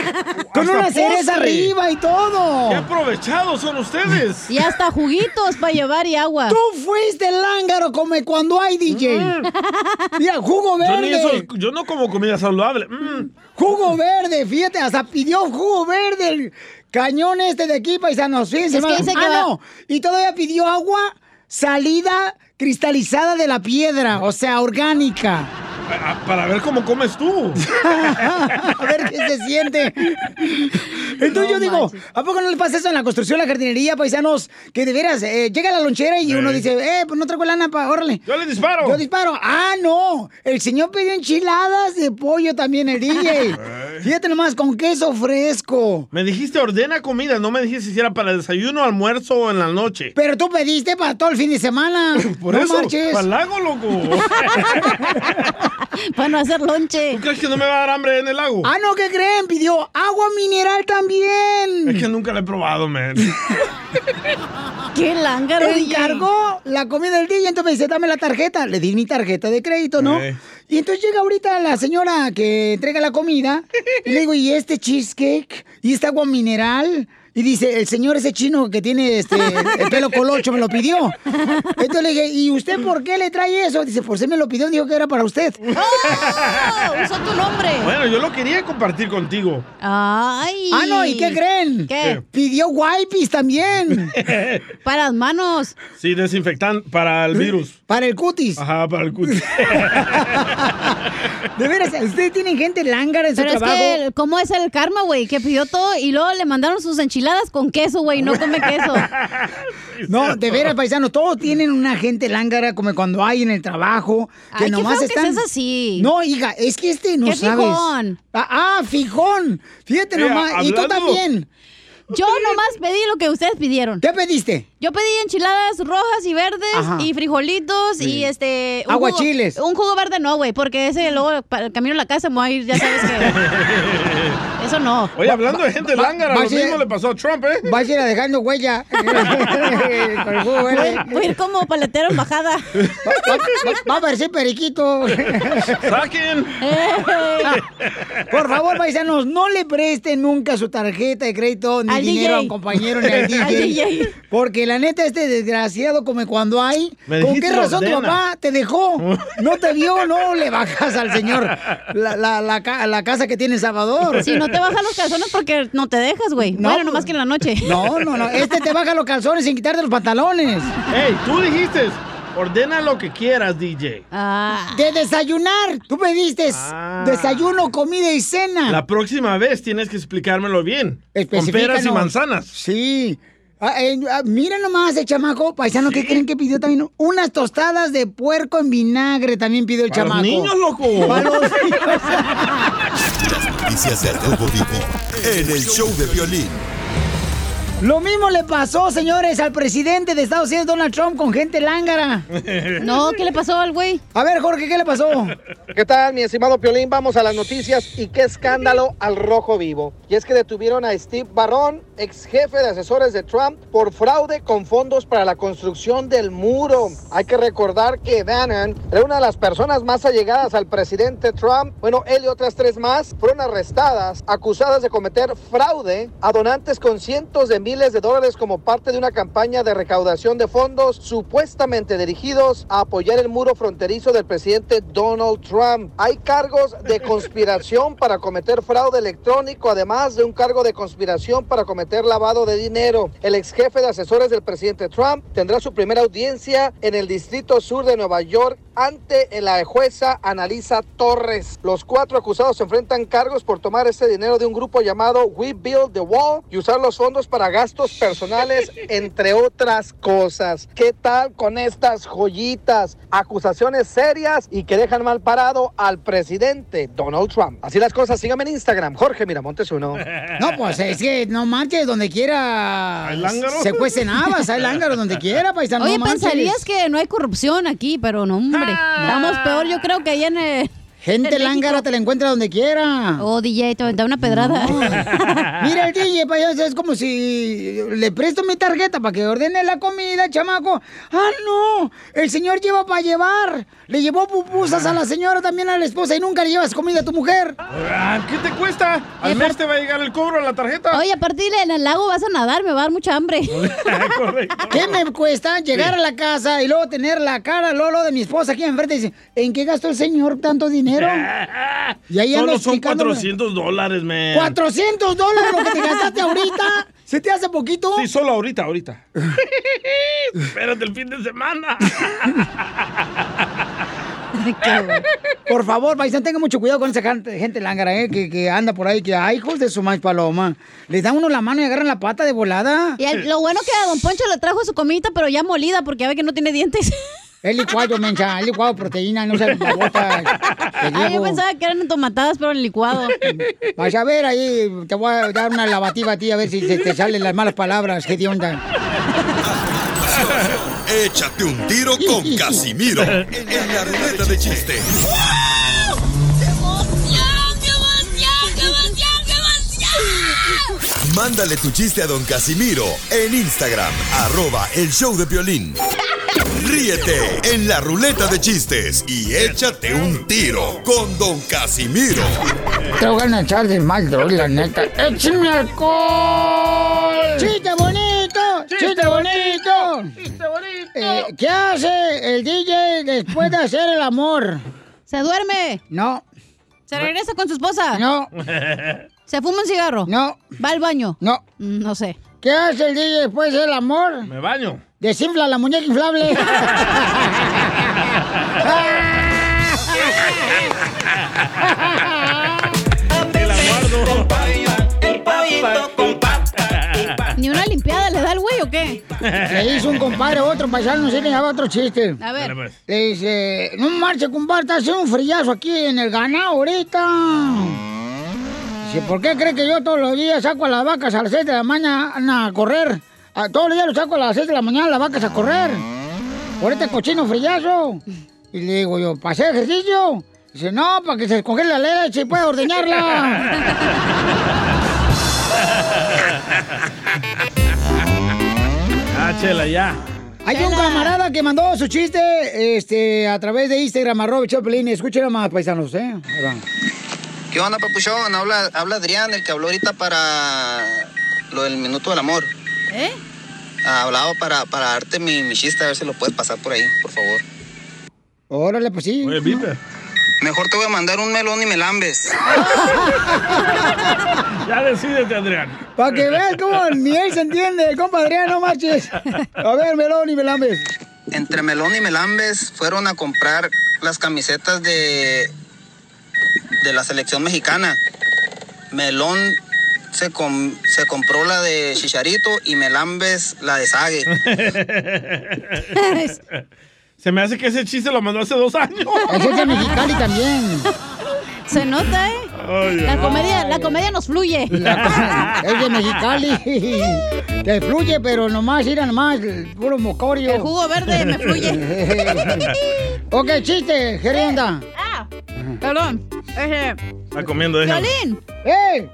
[SPEAKER 5] con
[SPEAKER 6] Hasta
[SPEAKER 5] una cereza
[SPEAKER 6] postre.
[SPEAKER 5] arriba y todo.
[SPEAKER 6] ¡Qué aprovechados son ustedes!
[SPEAKER 8] Y hasta juguitos para llevar y agua.
[SPEAKER 5] Tú fuiste el lángaro come cuando hay DJ.
[SPEAKER 6] Mm.
[SPEAKER 5] Mira, <laughs> jugo
[SPEAKER 6] Yo, ni
[SPEAKER 5] verde.
[SPEAKER 6] eso- yo no como comida saludable. Mm.
[SPEAKER 5] Jugo verde, fíjate, hasta pidió jugo verde el cañón este de aquí, paisanos. Fíjense,
[SPEAKER 8] Es que
[SPEAKER 5] hermano.
[SPEAKER 8] dice que
[SPEAKER 5] ah,
[SPEAKER 8] va-
[SPEAKER 5] no. Y todavía pidió agua salida cristalizada de la piedra, o sea, orgánica.
[SPEAKER 6] Ah, Para ver cómo comes tú.
[SPEAKER 5] <laughs> A ver qué se siente. Entonces yo digo, ¿a poco no le pasa eso en la construcción, la jardinería, paisanos? Que de veras, eh, llega la lonchera y uno dice, eh, pues no traigo lana para, órale.
[SPEAKER 6] Yo le disparo.
[SPEAKER 5] Yo disparo. Ah, no. El señor pidió enchiladas de pollo también, el DJ. Fíjate nomás, con queso fresco.
[SPEAKER 6] Me dijiste ordena comida, no me dijiste si era para el desayuno, almuerzo o en la noche.
[SPEAKER 5] Pero tú pediste para todo el fin de semana.
[SPEAKER 6] <laughs> Por
[SPEAKER 5] no
[SPEAKER 6] eso,
[SPEAKER 5] marches.
[SPEAKER 6] pa'l lago, loco.
[SPEAKER 5] <laughs> Para no hacer lonche.
[SPEAKER 6] ¿Tú crees que no me va a dar hambre en el lago?
[SPEAKER 5] Ah, no, ¿qué creen? Pidió agua mineral también.
[SPEAKER 6] Es que nunca lo he
[SPEAKER 5] <laughs>
[SPEAKER 6] probado, man.
[SPEAKER 5] ¡Qué lángaro!
[SPEAKER 8] DJ.
[SPEAKER 5] Encargó la comida del DJ, entonces me dice, dame la tarjeta. Le di mi tarjeta de crédito, ¿no?
[SPEAKER 6] Eh.
[SPEAKER 5] Y entonces llega ahorita la señora que entrega la comida y le digo, ¿y este cheesecake? ¿Y esta agua mineral? Y dice, el señor ese chino que tiene este, el pelo colocho me lo pidió. Entonces le dije, ¿y usted por qué le trae eso? Dice, por si me lo pidió, dijo que era para usted.
[SPEAKER 8] Usó tu nombre.
[SPEAKER 6] Bueno, yo lo quería compartir contigo.
[SPEAKER 8] Ay.
[SPEAKER 5] Ah, no, ¿y qué creen?
[SPEAKER 8] ¿Qué?
[SPEAKER 5] Pidió wipes también.
[SPEAKER 8] <laughs> Para las manos.
[SPEAKER 6] Sí, desinfectan para el virus.
[SPEAKER 5] Para el cutis.
[SPEAKER 6] Ajá, para el
[SPEAKER 5] <laughs>
[SPEAKER 6] cutis.
[SPEAKER 5] De veras, ustedes tienen gente lángara en su
[SPEAKER 8] Pero es
[SPEAKER 5] trabajo.
[SPEAKER 8] que, ¿cómo es el karma, güey? Que pidió todo y luego le mandaron sus enchiladas con queso, güey. No come queso.
[SPEAKER 5] No, de veras, paisano, todos tienen una gente lángara como cuando hay en el trabajo. Que
[SPEAKER 8] Ay, qué
[SPEAKER 5] nomás
[SPEAKER 8] feo que
[SPEAKER 5] están...
[SPEAKER 8] seas así.
[SPEAKER 5] No, hija, es que este no
[SPEAKER 8] Qué
[SPEAKER 5] sabes.
[SPEAKER 8] fijón.
[SPEAKER 5] Ah, ah, fijón. Fíjate
[SPEAKER 8] Eh,
[SPEAKER 5] nomás. Y tú
[SPEAKER 8] hablando-
[SPEAKER 5] también.
[SPEAKER 8] Yo nomás pedí lo que ustedes pidieron.
[SPEAKER 5] ¿Qué pediste?
[SPEAKER 8] Yo pedí enchiladas rojas y verdes
[SPEAKER 5] Ajá.
[SPEAKER 8] y frijolitos
[SPEAKER 5] Sí.
[SPEAKER 8] y este... un
[SPEAKER 5] Aguachiles.
[SPEAKER 8] jugo- un jugo verde no, güey, porque ese luego para el camino a la casa me voy a ir, ya sabes que... Eso no.
[SPEAKER 6] Oye, hablando de gente
[SPEAKER 8] Va-
[SPEAKER 6] lángara,
[SPEAKER 8] va-
[SPEAKER 6] lo
[SPEAKER 8] va-
[SPEAKER 6] mismo le pasó a Trump, ¿eh?
[SPEAKER 5] Vas a ir a dejando
[SPEAKER 6] <laughs>
[SPEAKER 5] huella. Con el jugo verde.
[SPEAKER 8] Voy- voy a ir como paletero en bajada.
[SPEAKER 5] Va, va- va a parecer periquito.
[SPEAKER 6] ¡Saquen!
[SPEAKER 8] Eh,
[SPEAKER 5] Por favor,
[SPEAKER 6] <laughs>
[SPEAKER 5] paisanos, no le presten nunca su tarjeta de crédito ni
[SPEAKER 8] Al
[SPEAKER 5] dinero
[SPEAKER 8] DJ.
[SPEAKER 5] a un compañero
[SPEAKER 8] <laughs>
[SPEAKER 5] ni al DJ,
[SPEAKER 8] Al DJ.
[SPEAKER 5] Porque la neta, este desgraciado come cuando hay.
[SPEAKER 8] Me
[SPEAKER 5] ¿Con
[SPEAKER 8] dijiste
[SPEAKER 5] qué razón tu
[SPEAKER 8] ordena.
[SPEAKER 5] papá te dejó? No te vio, no le bajas al señor la, la- la ca- la casa que tiene en Salvador.
[SPEAKER 8] Si no te bajas los calzones porque no te dejas, güey.
[SPEAKER 5] No,
[SPEAKER 8] bueno, nomás que en la noche.
[SPEAKER 5] <laughs> No, no, no. Este te baja los calzones sin quitarte los pantalones.
[SPEAKER 6] Ey, tú dijiste, ordena lo que quieras, DJ.
[SPEAKER 8] Ah.
[SPEAKER 5] De desayunar. Tú pediste
[SPEAKER 6] Ah.
[SPEAKER 1] Ah.
[SPEAKER 5] desayuno, comida y cena.
[SPEAKER 6] La próxima vez tienes que explicármelo bien. Con
[SPEAKER 5] Especifícanos.
[SPEAKER 6] peras y manzanas.
[SPEAKER 5] Sí. Ah, eh, ah, mira nomás el chamaco, paisano, ¿qué creen que pidió también? Unas tostadas de puerco en vinagre también pidió el
[SPEAKER 1] Para los
[SPEAKER 5] chamaco.
[SPEAKER 1] niños, loco.
[SPEAKER 5] Para los niños.
[SPEAKER 1] Las noticias de Robo Vivo en el show de violín.
[SPEAKER 5] <laughs> Lo mismo le pasó, señores, al presidente de Estados Unidos, Donald Trump, con gente lángara.
[SPEAKER 8] <laughs> No, ¿qué le pasó al güey?
[SPEAKER 5] A ver, Jorge, ¿qué le pasó?
[SPEAKER 7] ¿Qué tal, mi estimado Piolín? Vamos a las noticias y qué escándalo al rojo vivo. Y es que detuvieron a Steve Barron, ex jefe de asesores de Trump, por fraude con fondos para la construcción del muro. Hay que recordar que Bannon era una de las personas más allegadas al presidente Trump. Bueno, él y otras tres más fueron arrestadas, acusadas de cometer fraude a donantes con cientos de miles de dólares como parte de una campaña de recaudación de fondos supuestamente dirigidos a apoyar el muro fronterizo del presidente Donald Trump. Hay cargos de conspiración para cometer fraude electrónico, además de un cargo de conspiración para cometer lavado de dinero. El ex jefe de asesores del presidente Trump tendrá su primera audiencia en el Distrito Sur de Nueva York ante la jueza Analisa Torres. Los cuatro acusados se enfrentan cargos por tomar ese dinero de un grupo llamado We Build the Wall y usar los fondos para gastos personales, entre otras cosas. ¿Qué tal con estas joyitas? Acusaciones serias y que dejan mal parado al presidente Donald Trump. Así las cosas, síganme en Instagram, Jorge Miramontes uno.
[SPEAKER 5] No, pues es que no manches, donde quiera
[SPEAKER 7] lángaro?
[SPEAKER 5] se cuecen habas, hay lángaros donde quiera, paisano.
[SPEAKER 8] Oye,
[SPEAKER 5] no manches.
[SPEAKER 8] pensarías que no hay corrupción aquí, pero no, hombre. Estamos peor, yo creo que allá en el...
[SPEAKER 5] Gente lángara te la encuentra donde quiera.
[SPEAKER 8] Oh, DJ, te da una pedrada.
[SPEAKER 5] Mira, el DJ, payaso, es como si le presto mi tarjeta para que ordene la comida, chamaco. ¡Ah, no! El señor lleva para llevar. Le llevó pupusas a la señora, también a la esposa, y nunca le llevas comida a tu mujer.
[SPEAKER 6] Ah, ¿Qué te cuesta? Al mes te va a llegar el cobro a la tarjeta.
[SPEAKER 8] Oye, a partir en el lago vas a nadar, me va a dar
[SPEAKER 5] <laughs>
[SPEAKER 8] mucha hambre.
[SPEAKER 5] ¿Qué me cuesta llegar a la casa y luego tener la cara Lolo de mi esposa aquí enfrente y dice, ¿en qué gastó el señor tanto
[SPEAKER 6] <laughs>
[SPEAKER 5] dinero? Y ahí
[SPEAKER 6] Solo
[SPEAKER 5] ando
[SPEAKER 6] son
[SPEAKER 5] explicándome.
[SPEAKER 6] 400 dólares, man.
[SPEAKER 5] 400 dólares lo que te gastaste ahorita. ¿Se te hace poquito?
[SPEAKER 6] Sí, solo
[SPEAKER 5] <laughs>
[SPEAKER 6] ahorita, ahorita. <laughs> Espérate el fin de semana. <laughs>
[SPEAKER 5] Por favor, paisán, tenga mucho cuidado con esa gente, gente lángara, ¿eh? que, que anda por ahí, que hay hijos de su más paloma. Les da uno la mano y agarran la pata de volada.
[SPEAKER 8] Y el- lo bueno que a Don Poncho le trajo su comidita, pero ya molida, porque ya ve que no tiene dientes. <laughs>
[SPEAKER 5] El licuado, mencha, el licuado de proteína, no se
[SPEAKER 8] <laughs>
[SPEAKER 5] bota.
[SPEAKER 8] Ay, yo pensaba que eran tomatadas, pero en licuado.
[SPEAKER 5] Vaya a ver ahí, te voy a dar una lavativa a ti, a ver si se te salen las malas palabras, qué de onda.
[SPEAKER 1] Échate un tiro <laughs> con Casimiro en la ruleta de chiste. Mándale tu chiste a don Casimiro en Instagram, arroba el show de violín. Ríete en la ruleta de chistes y échate un tiro con don Casimiro.
[SPEAKER 5] Te voy a echar de mal, la neta. ¡Échame alcohol! ¡Chiste bonito! ¡Chiste, bonito!
[SPEAKER 4] ¡Chiste bonito!
[SPEAKER 5] Eh, ¿Qué hace el DJ después de hacer el amor?
[SPEAKER 8] ¿Se duerme?
[SPEAKER 5] No.
[SPEAKER 8] ¿Se regresa con su esposa?
[SPEAKER 5] No.
[SPEAKER 6] <laughs>
[SPEAKER 8] ¿Se fuma un cigarro?
[SPEAKER 5] No.
[SPEAKER 8] ¿Va al baño? Mm,
[SPEAKER 5] No.
[SPEAKER 8] No sé.
[SPEAKER 5] ¿Qué hace el DJ después del amor?
[SPEAKER 6] Me baño. <laughs>
[SPEAKER 5] Desinfla la muñeca inflable.
[SPEAKER 8] <laughs> ¿Ni una limpiada le da el güey o qué?
[SPEAKER 5] Le hizo un compadre a otro paisano, no sé le daba otro chiste.
[SPEAKER 8] A ver. Dale, pues.
[SPEAKER 5] Le dice, no marche, compadre, está haciendo un frillazo aquí en el ganado ahorita. Dice, ¿por qué cree que yo todos los días saco a las vacas a las 6 de la mañana a correr? A- todos los días los saco a las 6 de la mañana las vacas a correr. Por este cochino frillazo. Y le digo yo, ¿pasé ejercicio? Dice, no, para que se escoge la leche y pueda ordeñarla.
[SPEAKER 6] Ah, chela,
[SPEAKER 5] <laughs>
[SPEAKER 6] ya. <laughs>
[SPEAKER 5] Hay un camarada que mandó su chiste este, a través de Instagram, arroba Chaplin. Escúchenlo más, paisanos, ¿eh? Ahí va.
[SPEAKER 16] ¿Qué onda, papuchón? Habla, habla Adrián, el que habló ahorita para lo del minuto del amor.
[SPEAKER 8] ¿Eh?
[SPEAKER 16] Ha hablado para, para darte mi, mi chiste, a ver si lo puedes pasar por ahí, por favor.
[SPEAKER 5] Órale, pues sí. Oye,
[SPEAKER 16] Mejor te voy a mandar un melón y melambes.
[SPEAKER 6] <laughs> Ya decídete, Adrián.
[SPEAKER 5] Para que veas cómo ni él se entiende, compadre, no marches. A ver, melón y melambes.
[SPEAKER 16] Entre melón y melambes fueron a comprar las camisetas de, de la selección mexicana. Melón se, com- se compró la de Chicharito y melambes la de Sague.
[SPEAKER 6] Se
[SPEAKER 5] <laughs>
[SPEAKER 6] me
[SPEAKER 8] <laughs>
[SPEAKER 6] hace que ese chiste lo mandó hace dos años.
[SPEAKER 5] Ese es de Mexicali también.
[SPEAKER 8] Se nota, ¿eh? La comedia, la comedia nos fluye.
[SPEAKER 5] <laughs> Es de Mexicali. Te fluye, pero nomás, mira nomás, puro mocorio.
[SPEAKER 8] El jugo verde me
[SPEAKER 5] fluye. ok, chiste, Gerenda.
[SPEAKER 8] Ah, perdón. Ese,
[SPEAKER 6] Está comiendo, déjame.
[SPEAKER 8] Violín.
[SPEAKER 5] ¡Ey!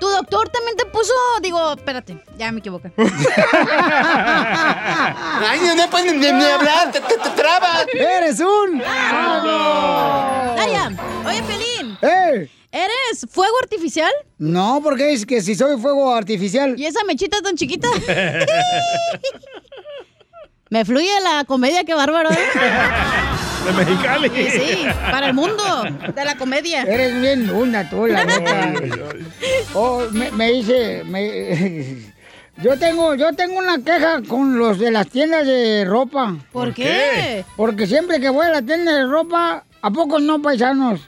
[SPEAKER 8] Tu doctor también te puso. Digo, espérate, ya me equivoco.
[SPEAKER 4] <laughs> Ay, no pueden ni, ni hablar, te, te, te trabas.
[SPEAKER 5] ¡Eres un!
[SPEAKER 8] Daria, Ah, oye, Pelín.
[SPEAKER 5] ¡Ey!
[SPEAKER 8] ¿Eres fuego artificial?
[SPEAKER 5] Eh. No, porque es que si soy fuego artificial.
[SPEAKER 8] ¿Y esa mechita tan chiquita? me fluye la comedia, qué bárbaro. ¿eh?
[SPEAKER 6] <laughs> De Mexicali.
[SPEAKER 8] Sí, sí, para el mundo de la comedia.
[SPEAKER 5] Eres bien una tú,
[SPEAKER 8] <laughs>
[SPEAKER 5] la neta. Oh, me, me dice, me- yo tengo, yo tengo una queja con los de las tiendas de ropa.
[SPEAKER 8] ¿Por qué?
[SPEAKER 5] Porque siempre que voy a la tienda de ropa, ¿a poco no, paisanos?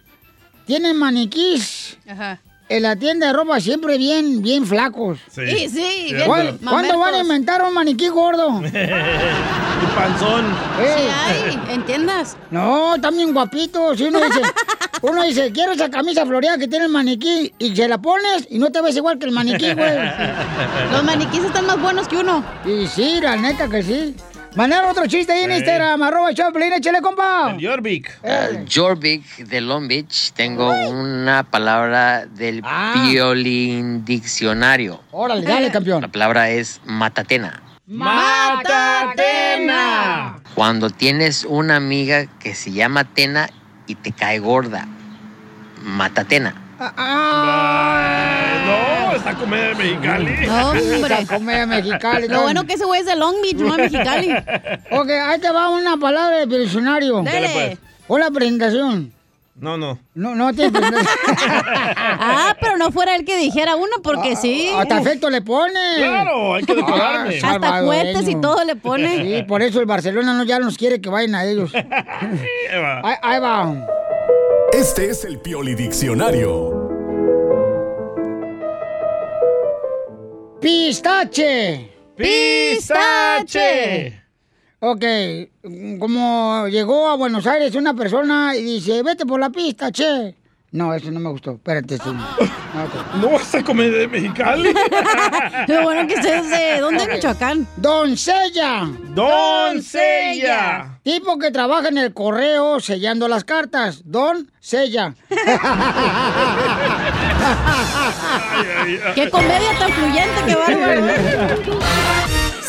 [SPEAKER 5] Tienen maniquís
[SPEAKER 8] Ajá.
[SPEAKER 5] en la tienda de ropa siempre bien, bien flacos.
[SPEAKER 6] Sí. Sí, sí, bien
[SPEAKER 5] ¿Cuál- ¿Cuándo van a
[SPEAKER 8] mamertos.
[SPEAKER 5] inventar un maniquí
[SPEAKER 8] <laughs>
[SPEAKER 5] gordo?
[SPEAKER 6] <laughs> y panzón.
[SPEAKER 5] Ey.
[SPEAKER 8] Ay, entiendas.
[SPEAKER 5] No, también guapitos. Y uno
[SPEAKER 8] <laughs>
[SPEAKER 5] dice, uno dice, quiero esa camisa floreada que tiene el maniquí. Y se la pones y no te ves igual que el maniquí, güey.
[SPEAKER 8] <laughs> Los maniquís están más buenos que uno.
[SPEAKER 5] Y sí, la neta que sí. Mandar otro chiste ahí en Instagram, arroba Choplin, échale, compa. <laughs>
[SPEAKER 6] Jorvik.
[SPEAKER 17] Jorvik Ah, de Long Beach, tengo una palabra del violín diccionario.
[SPEAKER 5] Ah. Órale, dale, campeón.
[SPEAKER 17] La palabra es matatena.
[SPEAKER 5] ¡Matatena!
[SPEAKER 17] Cuando tienes una amiga que se llama Tena y te cae gorda, matatena.
[SPEAKER 6] No, está comedia de Mexicali.
[SPEAKER 8] No, hombre.
[SPEAKER 5] Esa comedia mexicali.
[SPEAKER 8] Lo bueno que ese güey es de Long Beach, no de Mexicali.
[SPEAKER 5] Ok, ahí te va una palabra del diccionario.
[SPEAKER 8] Dale, pues.
[SPEAKER 5] Hola, presentación.
[SPEAKER 6] No, no.
[SPEAKER 5] No, no te
[SPEAKER 8] <laughs> Ah, pero no fuera el que dijera uno, porque
[SPEAKER 5] Ah,
[SPEAKER 8] sí.
[SPEAKER 5] Hasta afecto le pone. Ah,
[SPEAKER 8] Claro, hay que decorarme. Hasta cohetes y todo le pone.
[SPEAKER 5] Sí, por eso el Barcelona no ya nos quiere que vayan a
[SPEAKER 8] <laughs>
[SPEAKER 5] ellos. Ahí, ahí va.
[SPEAKER 18] Este es el Pioli Diccionario.
[SPEAKER 5] Pistache.
[SPEAKER 6] Pistache.
[SPEAKER 5] Ok, como llegó a Buenos Aires una persona y dice, vete por la pista, che. No, eso no me gustó. Espérate, sí.
[SPEAKER 6] <laughs> No vas
[SPEAKER 5] <laughs>
[SPEAKER 6] a comer de Mexicali.
[SPEAKER 8] Lo bueno que ustedes de dónde es Michoacán.
[SPEAKER 5] Doncella.
[SPEAKER 6] Doncella.
[SPEAKER 5] Tipo que trabaja en el correo sellando las cartas. Don Sella.
[SPEAKER 8] Qué
[SPEAKER 5] <laughs>
[SPEAKER 8] comedia
[SPEAKER 6] <laughs>
[SPEAKER 8] tan fluyente, <laughs> qué bárbaro.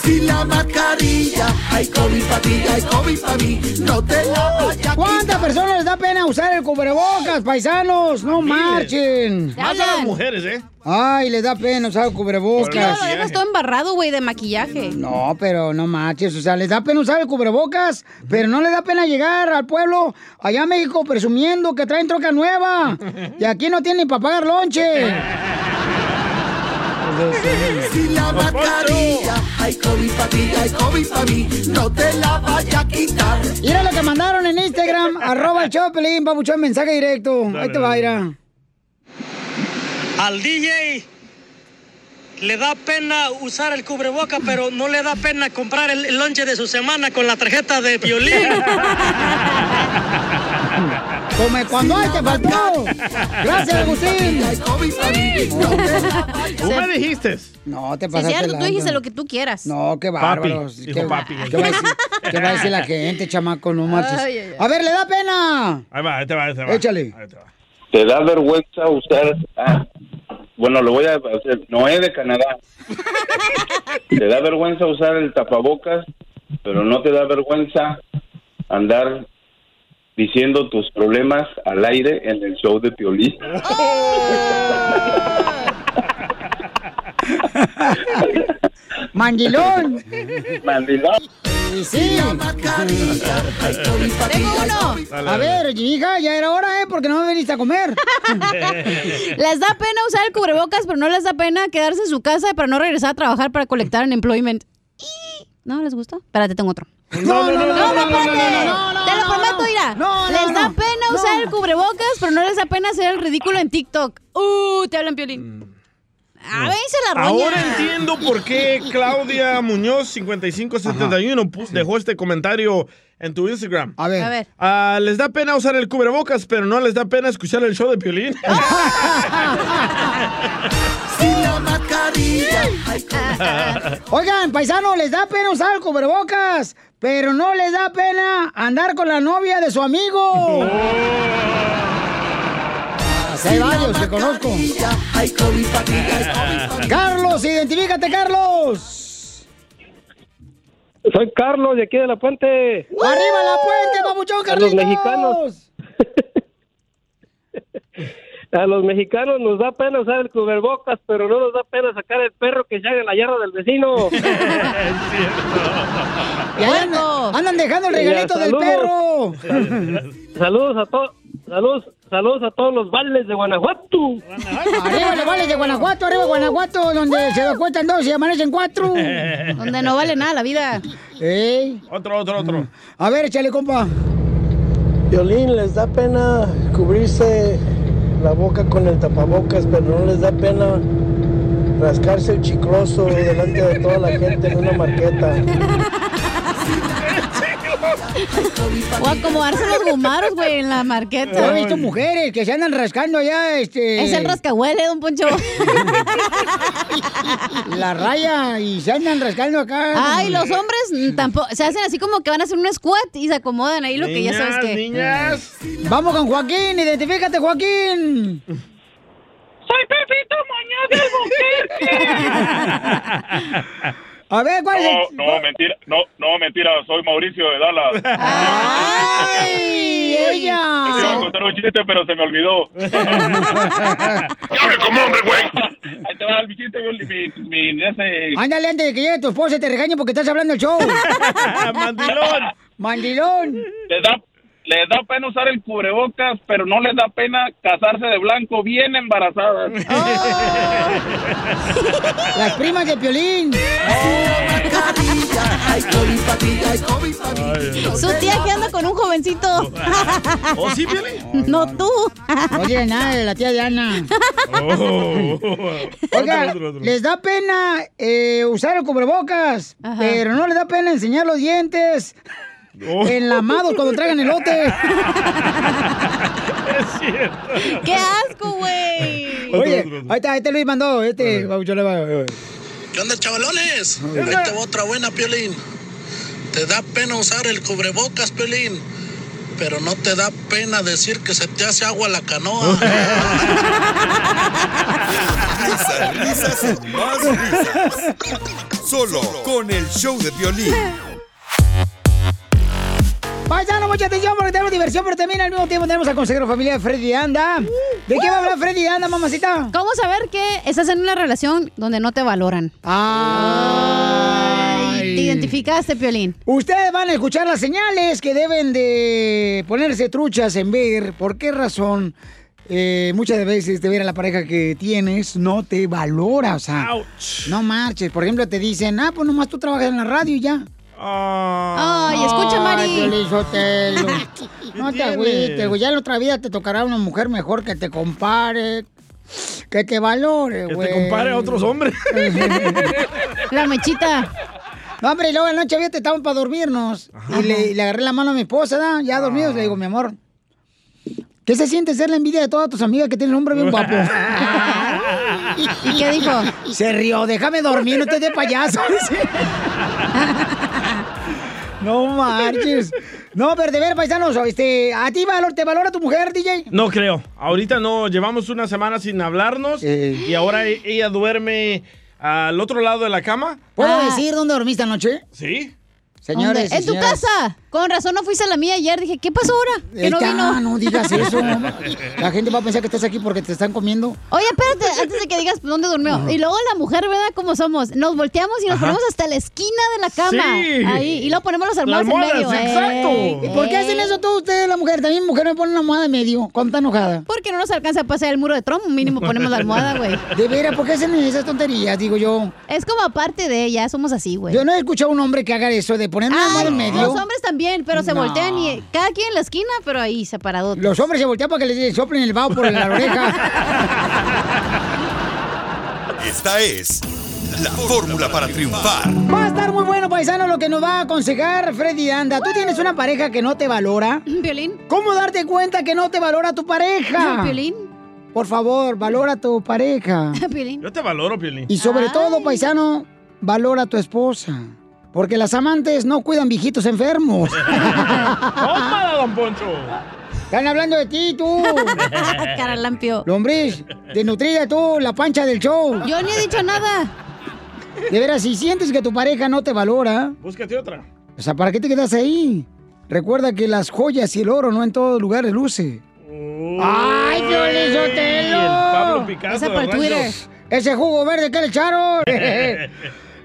[SPEAKER 4] Si la mascarilla, hay COVID para ti, hay COVID para mí, no te la vayas a
[SPEAKER 5] ¿Cuántas personas les da pena usar el cubrebocas, paisanos? No marchen.
[SPEAKER 6] Más a las mujeres, ¿eh?
[SPEAKER 5] Ay, les da pena usar el
[SPEAKER 8] Es que luego
[SPEAKER 5] cubrebocas.
[SPEAKER 8] lo dejas todo embarrado, güey, de maquillaje.
[SPEAKER 5] No, pero no marches, o sea, les da pena usar el cubrebocas, pero no les da pena llegar al pueblo allá en México presumiendo que traen troca nueva. Y aquí no tienen para pagar lonche.
[SPEAKER 4] Si la mascarilla, hay COVID para ti, hay COVID para mí, no te la vayas a quitar.
[SPEAKER 5] Mira lo que mandaron
[SPEAKER 4] <laughs>
[SPEAKER 5] en <laughs> Instagram, arroba el Choplin, papuchón, mensaje directo. Ahí te va, mira.
[SPEAKER 19] Al DJ le da pena usar el cubreboca, pero no le da pena comprar el el lonche de su semana con la tarjeta de violín.
[SPEAKER 5] Come cuando hay, te faltó. Gracias, Agustín.
[SPEAKER 8] <laughs>
[SPEAKER 6] Tú me dijiste.
[SPEAKER 5] No, te
[SPEAKER 8] Sí,
[SPEAKER 5] pasaste
[SPEAKER 8] cierto, tú
[SPEAKER 5] lanza.
[SPEAKER 8] dijiste lo que tú quieras.
[SPEAKER 5] No, qué bárbaros.
[SPEAKER 6] Papi,
[SPEAKER 5] ¿Qué,
[SPEAKER 6] dijo papi.
[SPEAKER 5] ¿qué va a decir, qué va a
[SPEAKER 8] <laughs>
[SPEAKER 5] decir la gente, chamaco? No marches.
[SPEAKER 8] Ay, ay, ay.
[SPEAKER 5] A ver, le da
[SPEAKER 8] <laughs>
[SPEAKER 5] pena.
[SPEAKER 6] <laughs> Ahí va, ahí te va, ahí te va.
[SPEAKER 5] Échale.
[SPEAKER 20] Te da vergüenza usar. ah, bueno, lo voy a hacer. Noé de Canadá. te da vergüenza usar el tapabocas, pero no te da vergüenza andar diciendo tus problemas al aire en el show de Piolín.
[SPEAKER 5] ¡Oh! Mandilón.
[SPEAKER 20] Mandilón.
[SPEAKER 5] Y sí.
[SPEAKER 8] Tengo uno.
[SPEAKER 20] Dale,
[SPEAKER 5] A
[SPEAKER 20] dale.
[SPEAKER 5] ver, hija, ya era hora, ¿eh? Porque no me viniste a
[SPEAKER 6] <laughs>
[SPEAKER 5] comer.
[SPEAKER 8] Les da pena usar el cubrebocas, pero no les da pena quedarse en su casa para no regresar a trabajar para colectar unemployment. Y- ¿No les gustó? Espérate, tengo otro.
[SPEAKER 4] No, no, no, no, no, no,
[SPEAKER 8] espérate.
[SPEAKER 4] no,
[SPEAKER 8] Te lo prometo, mira. les da pena usar el cubrebocas, pero no les da pena hacer el ridículo en TikTok. Uh, te hablan piolín. A veces la roña.
[SPEAKER 6] Mm. Ahora entiendo por qué Claudia Muñoz 5571 pu- dejó este comentario en tu Instagram. A
[SPEAKER 5] ver. A ver.
[SPEAKER 6] les da pena usar el cubrebocas, pero no les da pena escuchar el show de <laughs> Piolín.
[SPEAKER 12] Sin la mascarilla.
[SPEAKER 5] Oigan, paisano, les da pena usar el cubrebocas, pero no les da pena andar con la novia de su
[SPEAKER 21] <laughs>
[SPEAKER 5] amigo. Así hay varios que conozco. Carlos, identifícate, Carlos.
[SPEAKER 21] Soy Carlos de aquí de La Puente.
[SPEAKER 5] ¡Arriba la puente, papuchón,
[SPEAKER 21] A
[SPEAKER 5] Carlitos!
[SPEAKER 21] los mexicanos. A los mexicanos nos da pena usar el cubrebocas, pero no nos da pena sacar el perro que se haga en la yarda del
[SPEAKER 14] <laughs>
[SPEAKER 21] vecino.
[SPEAKER 5] Y ahí andan, andan dejando el regalito del perro.
[SPEAKER 21] perro. Saludos a todos. Saludos, saludos a todos los vales de Guanajuato.
[SPEAKER 5] Arriba los vales de Guanajuato, arriba Guanajuato, donde se lo cuentan dos y amanecen
[SPEAKER 21] <laughs>
[SPEAKER 5] cuatro.
[SPEAKER 8] Donde no vale nada la vida.
[SPEAKER 6] Otro, otro, otro.
[SPEAKER 5] A ver, échale, compa.
[SPEAKER 21] Violín, les da pena cubrirse la boca con el tapabocas, pero no les da pena rascarse el chicloso delante de toda la gente en una marqueta.
[SPEAKER 8] O acomodarse los gumaros, güey, en la marqueta.
[SPEAKER 5] Yo he visto mujeres que se andan rascando allá, este...
[SPEAKER 8] Es el rascahuele, don
[SPEAKER 5] <laughs>
[SPEAKER 8] Poncho.
[SPEAKER 5] La raya y se andan rascando acá.
[SPEAKER 8] Ay, los hombres mm, tampoco. Se hacen así como que van a hacer un squat y se acomodan ahí lo que ya sabes que.
[SPEAKER 5] niñas. Vamos con Joaquín, identifícate, Joaquín.
[SPEAKER 12] Soy Pepito Muñoz del
[SPEAKER 5] A ver, ¿cuál es
[SPEAKER 6] Oh,
[SPEAKER 22] No, no, mentira, no, no, mentira, soy Mauricio de Dallas.
[SPEAKER 5] ¡Ay, ella!
[SPEAKER 22] Te iba a contar un chiste, pero se me olvidó. ¡Hable como hombre, güey! Ahí te va el chiste, yo, mi, mi, ese...
[SPEAKER 5] Ándale antes de que llegue tu esposa y te regañe porque estás hablando el show.
[SPEAKER 22] ¡Mandilón!
[SPEAKER 5] ¡Mandilón!
[SPEAKER 22] Les da, les da pena usar el cubrebocas, pero no les da pena casarse de blanco bien embarazadas.
[SPEAKER 5] Las primas de Piolín.
[SPEAKER 8] Su tía que anda con un
[SPEAKER 5] <laughs>
[SPEAKER 8] jovencito.
[SPEAKER 5] ¿O ¿Oh, sí,
[SPEAKER 8] Piolín? <laughs> No, tú.
[SPEAKER 5] No tiene nada de la tía Diana.
[SPEAKER 6] oh,
[SPEAKER 5] Oiga,
[SPEAKER 6] <laughs>
[SPEAKER 5] les da pena eh, usar el cubrebocas, pero no les da pena enseñar los dientes enlamados cuando traigan elote.
[SPEAKER 8] ¡Qué asco, güey!
[SPEAKER 5] Oye, ahí está, este Luis mandó, este, yo le va-
[SPEAKER 23] ¿Qué onda, chavalones?
[SPEAKER 5] ¿Qué onda?
[SPEAKER 23] Ahí te va otra buena, Piolín. Te da pena usar el cubrebocas, Piolín, pero no te da pena decir que se te hace agua la canoa.
[SPEAKER 1] Risas, risas, más risas. Solo con el show de violín.
[SPEAKER 5] Paisano, mucha atención porque tenemos diversión, pero también al mismo tiempo tenemos al consejero familia de Freddy Anda. ¿De qué va a hablar Freddy Anda, mamacita?
[SPEAKER 8] ¿Cómo saber que estás en una relación donde no te valoran? Ay, te identificaste, Piolín.
[SPEAKER 5] Ustedes van a escuchar las señales que deben de ponerse truchas en ver por qué razón eh, muchas de veces de ver a la pareja que tienes no te valora, o sea, no marches. Por ejemplo, te dicen, ah, pues nomás tú trabajas en la radio y ya.
[SPEAKER 8] Ay, escucha, Mari.
[SPEAKER 5] Piolín
[SPEAKER 8] <laughs>
[SPEAKER 5] Sotelo. No te
[SPEAKER 8] tienes?
[SPEAKER 5] agüites, güey. Ya en otra vida te tocará una mujer mejor que te compare, que te valore,
[SPEAKER 6] Que te
[SPEAKER 5] güey.
[SPEAKER 6] compare a otros
[SPEAKER 5] <laughs>
[SPEAKER 6] hombres.
[SPEAKER 5] La mechita. No, hombre, y luego en la noche había te estaban para dormirnos. Y le, y le agarré la mano a mi esposa, ¿da? ya dormidos. Le digo, mi amor, ¿qué se siente ser la envidia de todas tus amigas que tienes un hombre bien guapo?
[SPEAKER 8] <laughs> ¿Y qué dijo?
[SPEAKER 5] Se rió, déjame dormir, no te dé payaso. <laughs> dice. no marches. No, pero de ver, paisanos, este, ¿a ti valor, te valora tu mujer, DJ?
[SPEAKER 6] <laughs> No creo. Ahorita no. Llevamos una semana sin hablarnos y ahora e- ella duerme al otro lado de la cama.
[SPEAKER 5] ¿Puedo decir dónde dormiste anoche?
[SPEAKER 6] Sí.
[SPEAKER 5] Señores.
[SPEAKER 8] ¿En Ah. tu casa? Con razón no fuiste a la mía ayer. Dije, ¿qué pasó ahora? Que no
[SPEAKER 5] Ahí está,
[SPEAKER 8] vino.
[SPEAKER 5] no digas
[SPEAKER 8] <laughs>
[SPEAKER 5] eso. La gente va a pensar que estás aquí porque te están comiendo.
[SPEAKER 8] Oye, espérate, antes de que digas dónde durmió. Y luego la mujer, ¿verdad? Como somos. Nos volteamos y nos
[SPEAKER 5] Ajá.
[SPEAKER 8] ponemos hasta la esquina de la cama.
[SPEAKER 5] Sí.
[SPEAKER 8] Ahí. Y luego ponemos los almohadas en medio. ¿eh? Ey,
[SPEAKER 5] ¿Y por qué
[SPEAKER 8] ey.
[SPEAKER 5] hacen eso todos ustedes, la mujer? También mujer me pone una almohada en medio cuando está enojada.
[SPEAKER 8] Porque no nos alcanza a pasar el muro de Trump. Mínimo ponemos la almohada, güey.
[SPEAKER 5] <laughs> De veras, ¿por qué hacen esas tonterías? Digo yo.
[SPEAKER 8] Es como aparte de ella, somos así, güey.
[SPEAKER 5] Yo no he escuchado a un hombre que haga eso de poner una almohada en medio.
[SPEAKER 8] Los hombres también, pero se
[SPEAKER 5] No.
[SPEAKER 8] voltean y cada quien en la esquina, pero ahí separado.
[SPEAKER 5] Los
[SPEAKER 8] <laughs>
[SPEAKER 5] hombres se voltean para que les soplen el vaho por la oreja.
[SPEAKER 1] Esta es la fórmula para triunfar.
[SPEAKER 5] Va a estar muy bueno, paisano, lo que nos va a aconsejar Freddy Anda. Tú tienes una pareja que no te valora.
[SPEAKER 8] <clears throat> Violín.
[SPEAKER 5] ¿Cómo darte cuenta que no te valora tu
[SPEAKER 8] <clears throat>
[SPEAKER 5] pareja?
[SPEAKER 8] Piolín.
[SPEAKER 5] Por favor, valora a tu pareja.
[SPEAKER 8] Piolín. Ah.
[SPEAKER 6] Yo te valoro, Piolín.
[SPEAKER 5] Y sobre todo, paisano, valora a tu esposa. Porque las amantes no cuidan viejitos
[SPEAKER 8] <laughs>
[SPEAKER 5] enfermos.
[SPEAKER 6] ¡Tómala, don Poncho!
[SPEAKER 5] Están hablando de ti, tú.
[SPEAKER 8] <laughs> Cara lampio.
[SPEAKER 5] Lombriz, desnutrida tú, la pancha del show.
[SPEAKER 8] Yo ni he dicho nada.
[SPEAKER 5] De veras, si sientes que tu pareja no te valora,
[SPEAKER 6] Búscate otra.
[SPEAKER 5] o sea, ¿para qué te quedas ahí? Recuerda que las joyas y el oro no en todos lugares luce. ¡Ay, Piolín Sotelo!
[SPEAKER 6] El Pablo Picasso
[SPEAKER 5] Esa
[SPEAKER 6] de
[SPEAKER 5] para el
[SPEAKER 6] rancho.
[SPEAKER 5] Twitter. Ese jugo verde que le
[SPEAKER 8] <laughs>
[SPEAKER 5] echaron.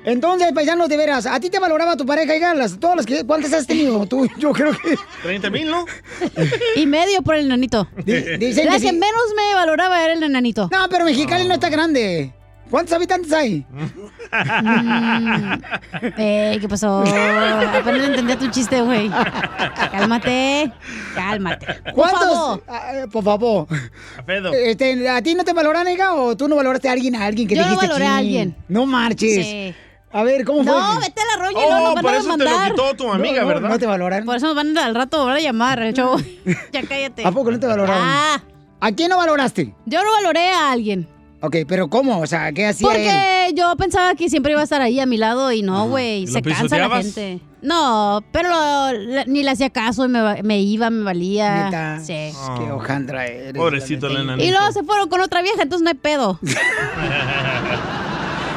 [SPEAKER 5] Entonces, paisanos, de veras, ¿a ti te valoraba tu pareja, y Las, todas las que, ¿Cuántas has tenido tú? Yo creo que...
[SPEAKER 6] 30 mil, ¿no?
[SPEAKER 8] Y medio por el nanito.
[SPEAKER 6] <laughs>
[SPEAKER 5] dicen
[SPEAKER 8] la
[SPEAKER 5] que
[SPEAKER 8] que,
[SPEAKER 5] sí.
[SPEAKER 8] menos me valoraba era el nanito.
[SPEAKER 5] No, pero
[SPEAKER 6] Oh.
[SPEAKER 5] Mexicali no está grande. ¿Cuántos habitantes hay?
[SPEAKER 8] Mm. Ey, ¿qué pasó? Apenas entendía tu chiste, güey. Cálmate, cálmate.
[SPEAKER 5] ¿Cuántos?
[SPEAKER 8] Por favor.
[SPEAKER 5] Ah, eh, Por favor.
[SPEAKER 6] A pedo.
[SPEAKER 5] Este, ¿A ti no te valoran, hija? ¿O tú no valoraste a alguien, a alguien que
[SPEAKER 8] Yo no
[SPEAKER 5] dijiste?
[SPEAKER 8] valoré a
[SPEAKER 5] "Chin"?
[SPEAKER 8] alguien.
[SPEAKER 5] No marches.
[SPEAKER 8] Sí.
[SPEAKER 5] A ver, ¿cómo fue?
[SPEAKER 8] No, vete a la roña,
[SPEAKER 5] Oh,
[SPEAKER 8] no nos van
[SPEAKER 5] por
[SPEAKER 8] a
[SPEAKER 5] eso te lo
[SPEAKER 8] demandar.
[SPEAKER 5] quitó tu amiga, No, no, ¿verdad? no te valoraron.
[SPEAKER 8] Por eso nos van a- al rato van a llamar, el show. ya
[SPEAKER 5] <laughs>
[SPEAKER 8] cállate.
[SPEAKER 5] ¿A poco no te valoraron?
[SPEAKER 8] Ah.
[SPEAKER 5] ¿A quién no valoraste?
[SPEAKER 8] Yo no valoré a alguien.
[SPEAKER 5] Ok, pero ¿cómo? O sea, ¿qué hacía él?
[SPEAKER 8] Porque yo pensaba que siempre iba a estar ahí a mi lado y no, güey,
[SPEAKER 5] ¿Lo
[SPEAKER 8] se cansa la
[SPEAKER 5] pisoteabas?
[SPEAKER 8] gente. No, pero la- ni le hacía caso y me, va- me iba, me valía.
[SPEAKER 5] ¿Neta?
[SPEAKER 8] Sí.
[SPEAKER 5] Qué hojandra eres.
[SPEAKER 6] Pobrecito, Lena.
[SPEAKER 8] Y luego se fueron con otra vieja, entonces no hay pedo.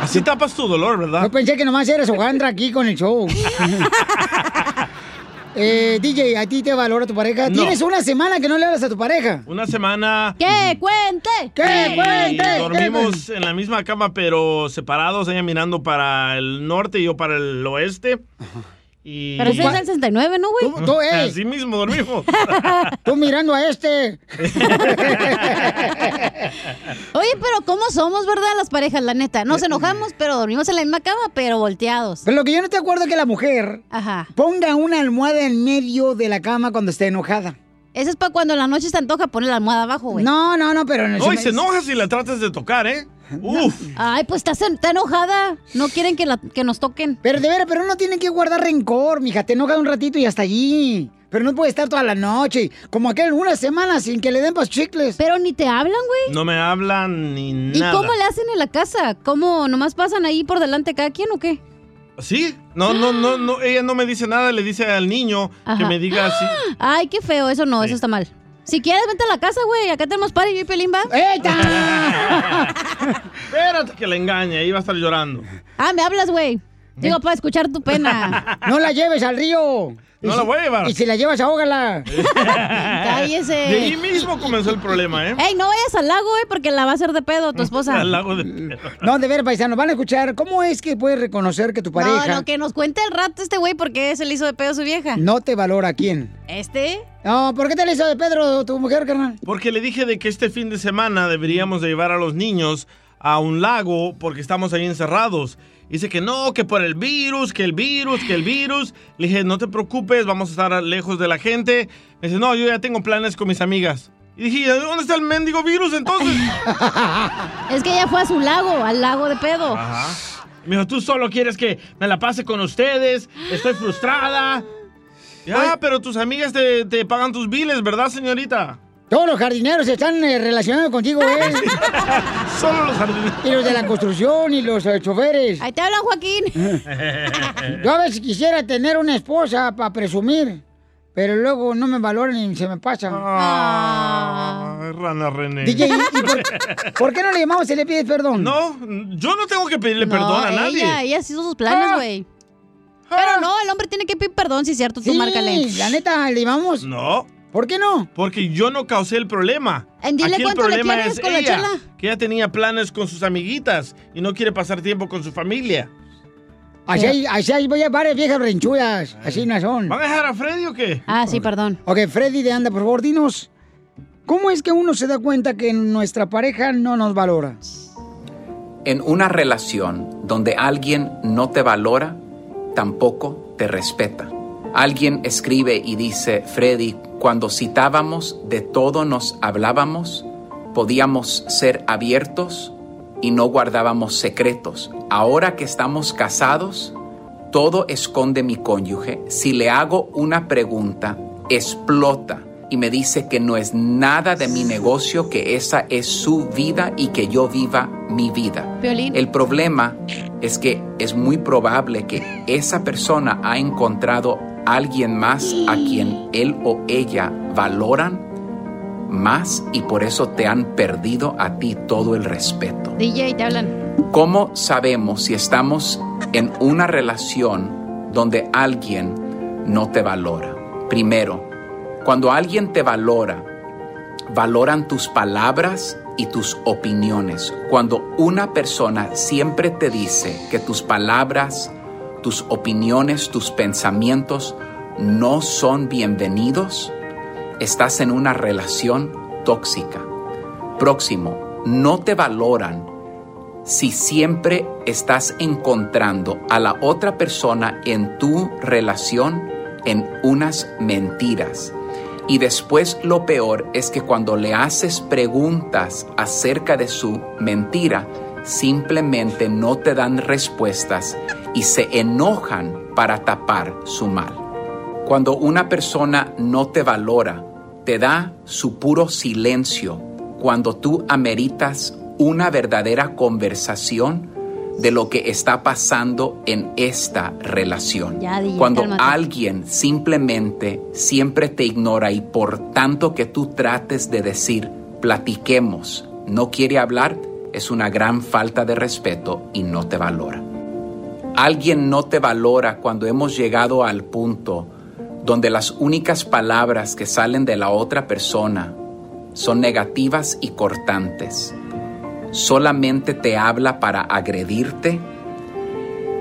[SPEAKER 6] Así tapas tu dolor, ¿verdad?
[SPEAKER 5] Yo pensé que nomás eres hojandra aquí con el
[SPEAKER 8] <laughs>
[SPEAKER 5] show. <laughs> eh, DJ, ¿a ti te valora tu pareja?
[SPEAKER 6] No.
[SPEAKER 5] Tienes una semana que no le hablas a tu pareja.
[SPEAKER 6] Una semana.
[SPEAKER 8] ¡Que cuente!
[SPEAKER 5] ¡Que
[SPEAKER 6] y
[SPEAKER 5] cuente! ¡Que
[SPEAKER 6] Dormimos en la misma cama, pero separados, ella mirando para el norte y yo para el oeste. Y...
[SPEAKER 8] Pero ese es el 69, ¿no, güey?
[SPEAKER 5] tú, eh.
[SPEAKER 6] Así mismo dormimos.
[SPEAKER 5] <laughs> Tú mirando a
[SPEAKER 6] <laughs>
[SPEAKER 5] este.
[SPEAKER 8] Oye, pero ¿cómo somos, verdad, las parejas, la neta? Nos enojamos, pero dormimos en la misma cama, pero volteados.
[SPEAKER 5] Eh, Pero lo que yo no te acuerdo es que la mujer
[SPEAKER 8] Ajá.
[SPEAKER 5] ponga una almohada en medio de la cama cuando esté enojada.
[SPEAKER 8] Eso es para cuando en la noche se antoja poner la almohada abajo, güey.
[SPEAKER 5] No, no, no, pero en el
[SPEAKER 6] No, y se enoja si la tratas de tocar, ¿eh? Uf.
[SPEAKER 8] Ay, pues estás en- está enojada. No quieren que, la- que nos toquen.
[SPEAKER 5] Pero de veras, pero uno tiene que guardar rencor, mija. Te enoja un ratito y hasta allí. Pero no puede estar toda la noche. Como aquel una semana sin que le den pas chicles.
[SPEAKER 8] Pero ni te hablan, güey.
[SPEAKER 6] No me hablan ni
[SPEAKER 8] ¿Y
[SPEAKER 6] nada.
[SPEAKER 8] cómo le hacen en la casa? ¿Cómo nomás pasan ahí por delante cada quien o qué?
[SPEAKER 6] ¿Sí? No, no, no, no, ella no me dice nada, le dice al niño que
[SPEAKER 8] Ajá. ¡Ah!
[SPEAKER 6] me diga así.
[SPEAKER 8] Ay, qué feo, eso no, eso está mal. Si quieres, vente a la casa, güey. Acá tenemos par y yo y Pelín va.
[SPEAKER 6] Espérate que le engañe, ahí va a estar llorando.
[SPEAKER 8] <laughs> Ah, me hablas, güey. Digo, para escuchar tu pena.
[SPEAKER 5] <laughs> No la lleves al río.
[SPEAKER 6] No la voy a llevar.
[SPEAKER 5] Y si la llevas, ahógala.
[SPEAKER 8] <laughs> Cállese.
[SPEAKER 6] De ahí mismo comenzó el problema, ¿eh?
[SPEAKER 8] Ey, no vayas al lago, güey, porque la va a hacer de pedo tu esposa.
[SPEAKER 6] <laughs> Al lago de perro.
[SPEAKER 5] Mm, No, de ver, paisano, van a escuchar. ¿Cómo es que puedes reconocer que tu pareja
[SPEAKER 8] No,
[SPEAKER 5] no,
[SPEAKER 8] no, que nos cuente el rato este güey porque se le hizo de pedo a su vieja.
[SPEAKER 5] te valora a quién?
[SPEAKER 8] ¿Este?
[SPEAKER 5] No, ¿por qué te le hizo de Pedro tu mujer, carnal?
[SPEAKER 6] Porque le dije de que este fin de semana deberíamos de llevar a los niños a un lago porque estamos ahí encerrados. Dice que no, que por el virus, que el virus, que el virus. Le dije, no te preocupes, vamos a estar lejos de la gente. Me dice, no, yo ya tengo planes con mis amigas. Y dije, ¿y ¿dónde está el mendigo virus <laughs> entonces?
[SPEAKER 8] Es que ella fue a su lago, al lago de pedo.
[SPEAKER 5] Ah,
[SPEAKER 6] Ajá. Me dijo, tú solo quieres que me la pase con ustedes, estoy frustrada. Ya, pero tus amigas te, te pagan tus biles, ¿verdad, señorita?
[SPEAKER 5] Todos los jardineros están eh, relacionados contigo,
[SPEAKER 6] <laughs>
[SPEAKER 5] ¿eh?
[SPEAKER 6] Solo los jardineros.
[SPEAKER 5] Y los de la construcción y los eh, choferes. Mm.
[SPEAKER 8] Ahí te hablan, Joaquín.
[SPEAKER 4] <laughs>
[SPEAKER 5] Yo a veces quisiera tener una esposa para presumir, pero luego no me valoran y se me pasa.
[SPEAKER 6] Ah. Ay, rana René.
[SPEAKER 5] DJ, ¿y por, Ah. por qué no le llamamos y le pides perdón?
[SPEAKER 6] No, Mm, yo no tengo que pedirle
[SPEAKER 5] eh,
[SPEAKER 6] perdón a nadie.
[SPEAKER 8] Ella, ella hizo sus planes,
[SPEAKER 5] Ah.
[SPEAKER 8] güey. Pero no, el hombre tiene que pedir perdón, si es cierto, tú
[SPEAKER 5] Sí,
[SPEAKER 8] márcale.
[SPEAKER 5] la neta, le llamamos.
[SPEAKER 6] No.
[SPEAKER 5] ¿Por qué no?
[SPEAKER 6] Porque yo no causé el problema.
[SPEAKER 8] Eh, dile
[SPEAKER 6] Aquí el
[SPEAKER 8] cuánto le
[SPEAKER 6] problema
[SPEAKER 8] quieres
[SPEAKER 6] es
[SPEAKER 8] con la
[SPEAKER 6] ella,
[SPEAKER 8] chela.
[SPEAKER 6] que ella tenía planes con sus amiguitas y no quiere pasar tiempo con su familia.
[SPEAKER 5] Así hay, así hay voy a varias viejas renchudas, así no son.
[SPEAKER 6] ¿Van a dejar a Freddy o qué?
[SPEAKER 8] Ah, sí, perdón.
[SPEAKER 5] Ok, Freddy de Anda, por favor, dinos, ¿cómo es que uno se da cuenta que nuestra pareja no nos valora?
[SPEAKER 2] En una relación donde alguien no te valora, tampoco te respeta. Alguien escribe y dice, Freddy, cuando citábamos de todo nos hablábamos, podíamos ser abiertos y no guardábamos secretos. Ahora que estamos casados, todo esconde mi cónyuge. Si le hago una pregunta, explota y me dice que no es nada de mi negocio, que esa es su vida y que yo viva mi vida.
[SPEAKER 24] Eh,
[SPEAKER 8] Piolín.
[SPEAKER 2] El problema es que es muy probable que esa persona ha encontrado alguien más a quien él o ella valoran más y por eso te han perdido a ti todo el respeto.
[SPEAKER 8] DJ, te hablan.
[SPEAKER 2] ¿Cómo sabemos si estamos en una relación donde alguien no te valora? Primero, cuando alguien te valora, valoran tus palabras y tus opiniones. Cuando una persona siempre te dice que tus palabras, tus opiniones, tus pensamientos no son bienvenidos, estás en una relación tóxica. Próximo, no te valoran si siempre estás encontrando a la otra persona en tu relación en unas mentiras. Y después lo peor es que cuando le haces preguntas acerca de su mentira, simplemente no te dan respuestas y se enojan para tapar su mal. Cuando una persona no te valora, te da su puro silencio cuando tú ameritas una verdadera conversación de lo que está pasando en esta relación.
[SPEAKER 8] Ya, DJ,
[SPEAKER 2] Cuando
[SPEAKER 8] cálmate.
[SPEAKER 2] alguien simplemente siempre te ignora y por tanto que tú trates de decir platiquemos, no quiere hablar, es una gran falta de respeto y no te valora. Alguien no te valora cuando hemos llegado al punto donde las únicas palabras que salen de la otra persona son negativas y cortantes. Solamente te habla para agredirte,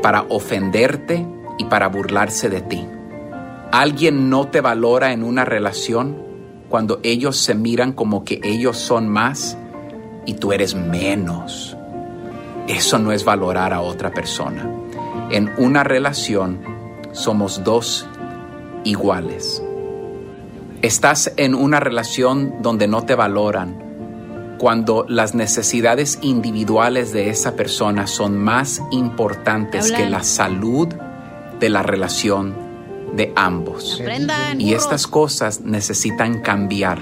[SPEAKER 2] para ofenderte y para burlarse de ti. Alguien no te valora en una relación cuando ellos se miran como que ellos son más y tú eres menos. Eso no es valorar a otra persona. En una relación somos dos iguales. Estás en una relación donde no te valoran cuando las necesidades individuales de esa persona son más importantes
[SPEAKER 8] Hablan.
[SPEAKER 2] que la salud de la relación de ambos.
[SPEAKER 8] Aprendan,
[SPEAKER 2] Y estas cosas necesitan cambiar,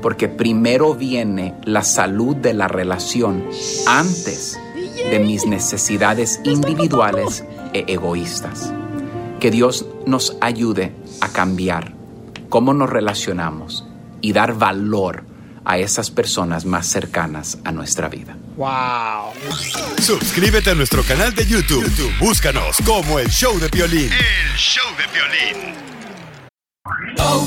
[SPEAKER 2] porque primero viene la salud de la relación antes de mis necesidades individuales e egoístas. Que Dios nos ayude a cambiar cómo nos relacionamos y dar valor a esas personas más cercanas a nuestra vida.
[SPEAKER 1] ¡Wow! Suscríbete a nuestro canal de YouTube. YouTube, Búscanos como el show de violín.
[SPEAKER 4] El show de violín. Oh,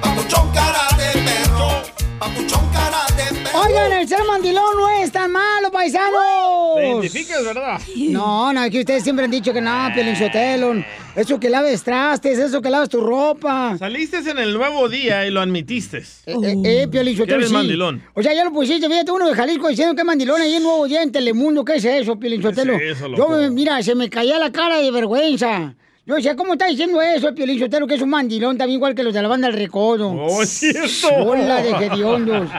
[SPEAKER 4] Papuchón cara de perro. Papuchón cara de perro.
[SPEAKER 5] Oigan, el ser mandilón no es tan malo, paisanos.
[SPEAKER 6] Te identificas, ¿verdad?
[SPEAKER 5] No, no, es que ustedes siempre han dicho que no, Piolín Sotelo, Eso que laves trastes, eso que lavas tu ropa.
[SPEAKER 6] Saliste en el nuevo día y lo admitiste.
[SPEAKER 5] Eh, eh, eh, Piolín Sotelo,
[SPEAKER 6] Que eres
[SPEAKER 5] sí.
[SPEAKER 6] mandilón.
[SPEAKER 5] O sea, ya lo pusiste, fíjate, uno de Jalisco diciendo que es mandilón ahí en Nuevo Día, en Telemundo. ¿Qué es eso, Piolín Sotelo?
[SPEAKER 6] es
[SPEAKER 5] Yo,
[SPEAKER 6] eso, loco?
[SPEAKER 5] me- mira, se me caía la cara de vergüenza. Yo decía, ¿cómo está diciendo eso, Piolín Sotelo, que es un mandilón también igual que los de la banda El Recodo?
[SPEAKER 4] Oh, es cierto.
[SPEAKER 5] Hola de hediondos.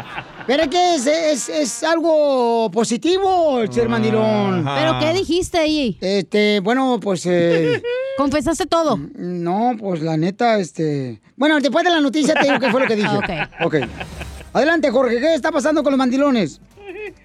[SPEAKER 5] Pero es que es, es- es algo positivo el ser mandilón.
[SPEAKER 8] ¿Pero qué dijiste ahí?
[SPEAKER 5] Este, bueno, pues eh,
[SPEAKER 8] <laughs> ¿Confesaste todo?
[SPEAKER 5] No, pues la neta, este. Bueno, después de la noticia te digo qué fue lo que
[SPEAKER 8] <laughs>
[SPEAKER 5] dije.
[SPEAKER 8] Ah,
[SPEAKER 5] ok. Adelante, Jorge, ¿qué está pasando con los mandilones?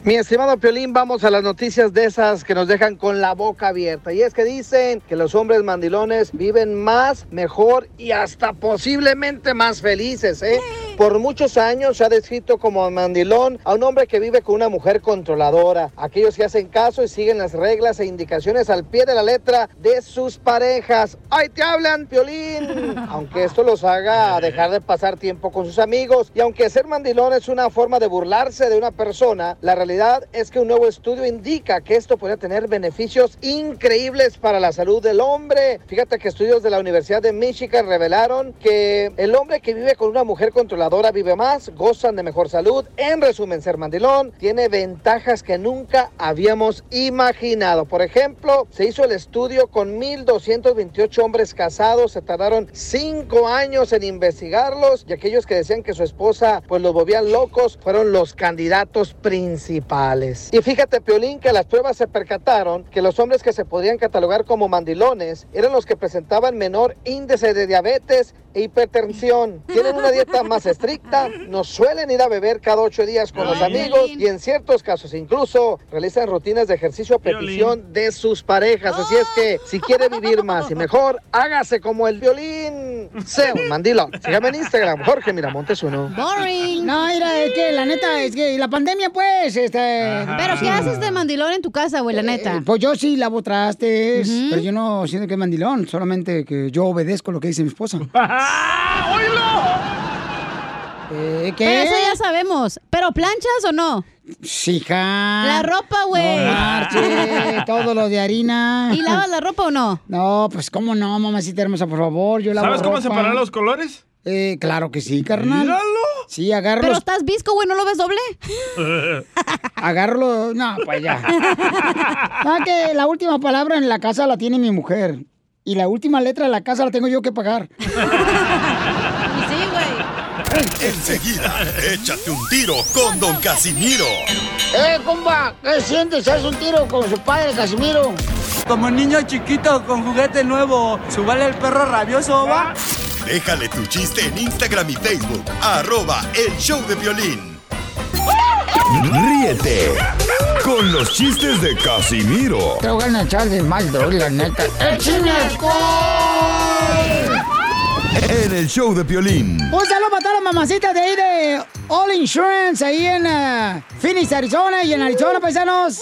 [SPEAKER 7] Mi estimado Piolín, vamos a las noticias de esas que nos dejan con la boca abierta. Y es que dicen que los hombres mandilones viven más, mejor y hasta posiblemente más felices, ¿eh? Por muchos años se ha descrito como mandilón a un hombre que vive con una mujer controladora. Aquellos que hacen caso y siguen las reglas e indicaciones al pie de la letra de sus parejas. ¡Ay, te hablan, Piolín! Aunque esto los haga dejar de pasar tiempo con sus amigos y aunque ser mandilón es una forma de burlarse de una persona, la realidad es que un nuevo estudio indica que esto podría tener beneficios increíbles para la salud del hombre. Fíjate que estudios de la Universidad de Michigan revelaron que el hombre que vive con una mujer controladora vive más, gozan de mejor salud. En resumen, ser mandilón tiene ventajas que nunca habíamos imaginado. Por ejemplo, se hizo el estudio con 1.228 hombres casados. Se tardaron 5 años en investigarlos y aquellos que decían que su esposa pues los volvían locos fueron los candidatos principales. Y fíjate, Piolín, que las pruebas se percataron que los hombres que se podían catalogar como mandilones eran los que presentaban menor índice de diabetes e hipertensión. Tienen una dieta más estricta, no suelen ir a beber cada ocho días con los amigos y en ciertos casos incluso realizan rutinas de ejercicio a petición de sus parejas. Así es que si quiere vivir más y mejor, hágase como el violín. Sea un mandilón. Sígame en Instagram, Jorge Miramontes uno.
[SPEAKER 8] Boring.
[SPEAKER 5] No, mira, es que la neta, es que la pandemia, pues, este.
[SPEAKER 8] Pero ¿qué haces de mandilón en tu casa, güey, la neta?
[SPEAKER 5] Pues yo sí lavo trastes, pero yo no siento que es mandilón, solamente que yo obedezco lo que dice mi
[SPEAKER 8] <laughs>
[SPEAKER 5] esposa. Eh, ¿Qué?
[SPEAKER 8] Pero eso ya sabemos. ¿Pero planchas o no?
[SPEAKER 5] Sí, hija.
[SPEAKER 8] La ropa, güey.
[SPEAKER 5] No
[SPEAKER 8] <laughs>
[SPEAKER 5] marches, todo lo de harina.
[SPEAKER 8] ¿Y lavas la ropa o no?
[SPEAKER 5] No, pues cómo no, mamacita hermosa, por favor, yo lavo
[SPEAKER 6] ¿Sabes cómo
[SPEAKER 5] ropa.
[SPEAKER 6] separar los colores?
[SPEAKER 5] Eh, claro que sí, carnal.
[SPEAKER 6] Míralo.
[SPEAKER 5] Sí, agarro
[SPEAKER 8] Pero
[SPEAKER 5] los
[SPEAKER 8] estás visco, güey, ¿no lo ves doble?
[SPEAKER 5] <laughs> Agarro. No, pues
[SPEAKER 6] <laughs>
[SPEAKER 5] ya. No, que la última palabra en la casa la tiene mi mujer. Y la última letra de la casa la tengo yo que pagar.
[SPEAKER 1] Enseguida, échate un tiro con Don Casimiro.
[SPEAKER 5] ¡Eh, compa! ¿Qué sientes? ¿Haz un tiro con su padre, Casimiro?
[SPEAKER 11] Como niño chiquito con juguete nuevo, subale el perro rabioso, va.
[SPEAKER 1] Déjale tu chiste en Instagram y Facebook. Arroba El Show de Violín.
[SPEAKER 18] Ríete con los chistes de Casimiro
[SPEAKER 5] Te voy a echar de mal, la ¡Eh, neta. ¡Échame alcohol!
[SPEAKER 1] En El Show de Violín.
[SPEAKER 5] Un saludo para todas las mamacitas de ahí de All Insurance, ahí en eh, Phoenix, Arizona y en Arizona, paisanos.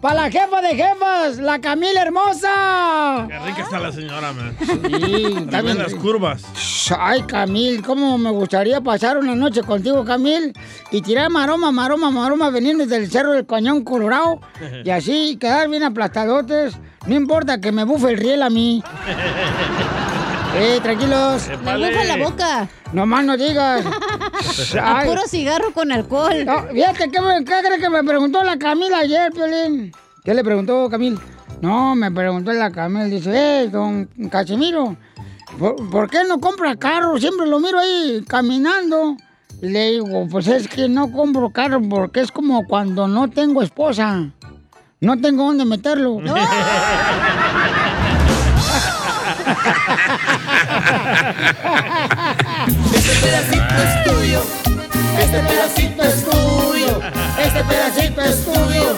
[SPEAKER 5] Para la jefa de jefas, la Camila hermosa.
[SPEAKER 6] Qué rica está la señora, man.
[SPEAKER 5] está bien.
[SPEAKER 6] También las curvas.
[SPEAKER 5] Sh, Ay, Camil, cómo me gustaría pasar una noche contigo, Camil, y tirar maroma, maroma, maroma, venir desde el Cerro del Cañón Colorado, y así quedar bien aplastadotes. No importa que me bufe el riel a mí. Eh, tranquilos.
[SPEAKER 8] Me bufa la boca.
[SPEAKER 5] Nomás no digas.
[SPEAKER 8] <laughs> A puro cigarro con alcohol.
[SPEAKER 5] No, fíjate, ¿qué, me- qué crees que me preguntó la Camila ayer, Piolín? ¿Qué le preguntó Camil? No, me preguntó la Camila. Dice, eh, don Casimiro, ¿por, por qué no compra carro? Siempre lo miro ahí caminando. Le digo, pues es que no compro carro porque es como cuando no tengo esposa. No tengo dónde meterlo.
[SPEAKER 8] <laughs>
[SPEAKER 4] Este pedacito es tuyo.
[SPEAKER 5] Este pedacito es tuyo.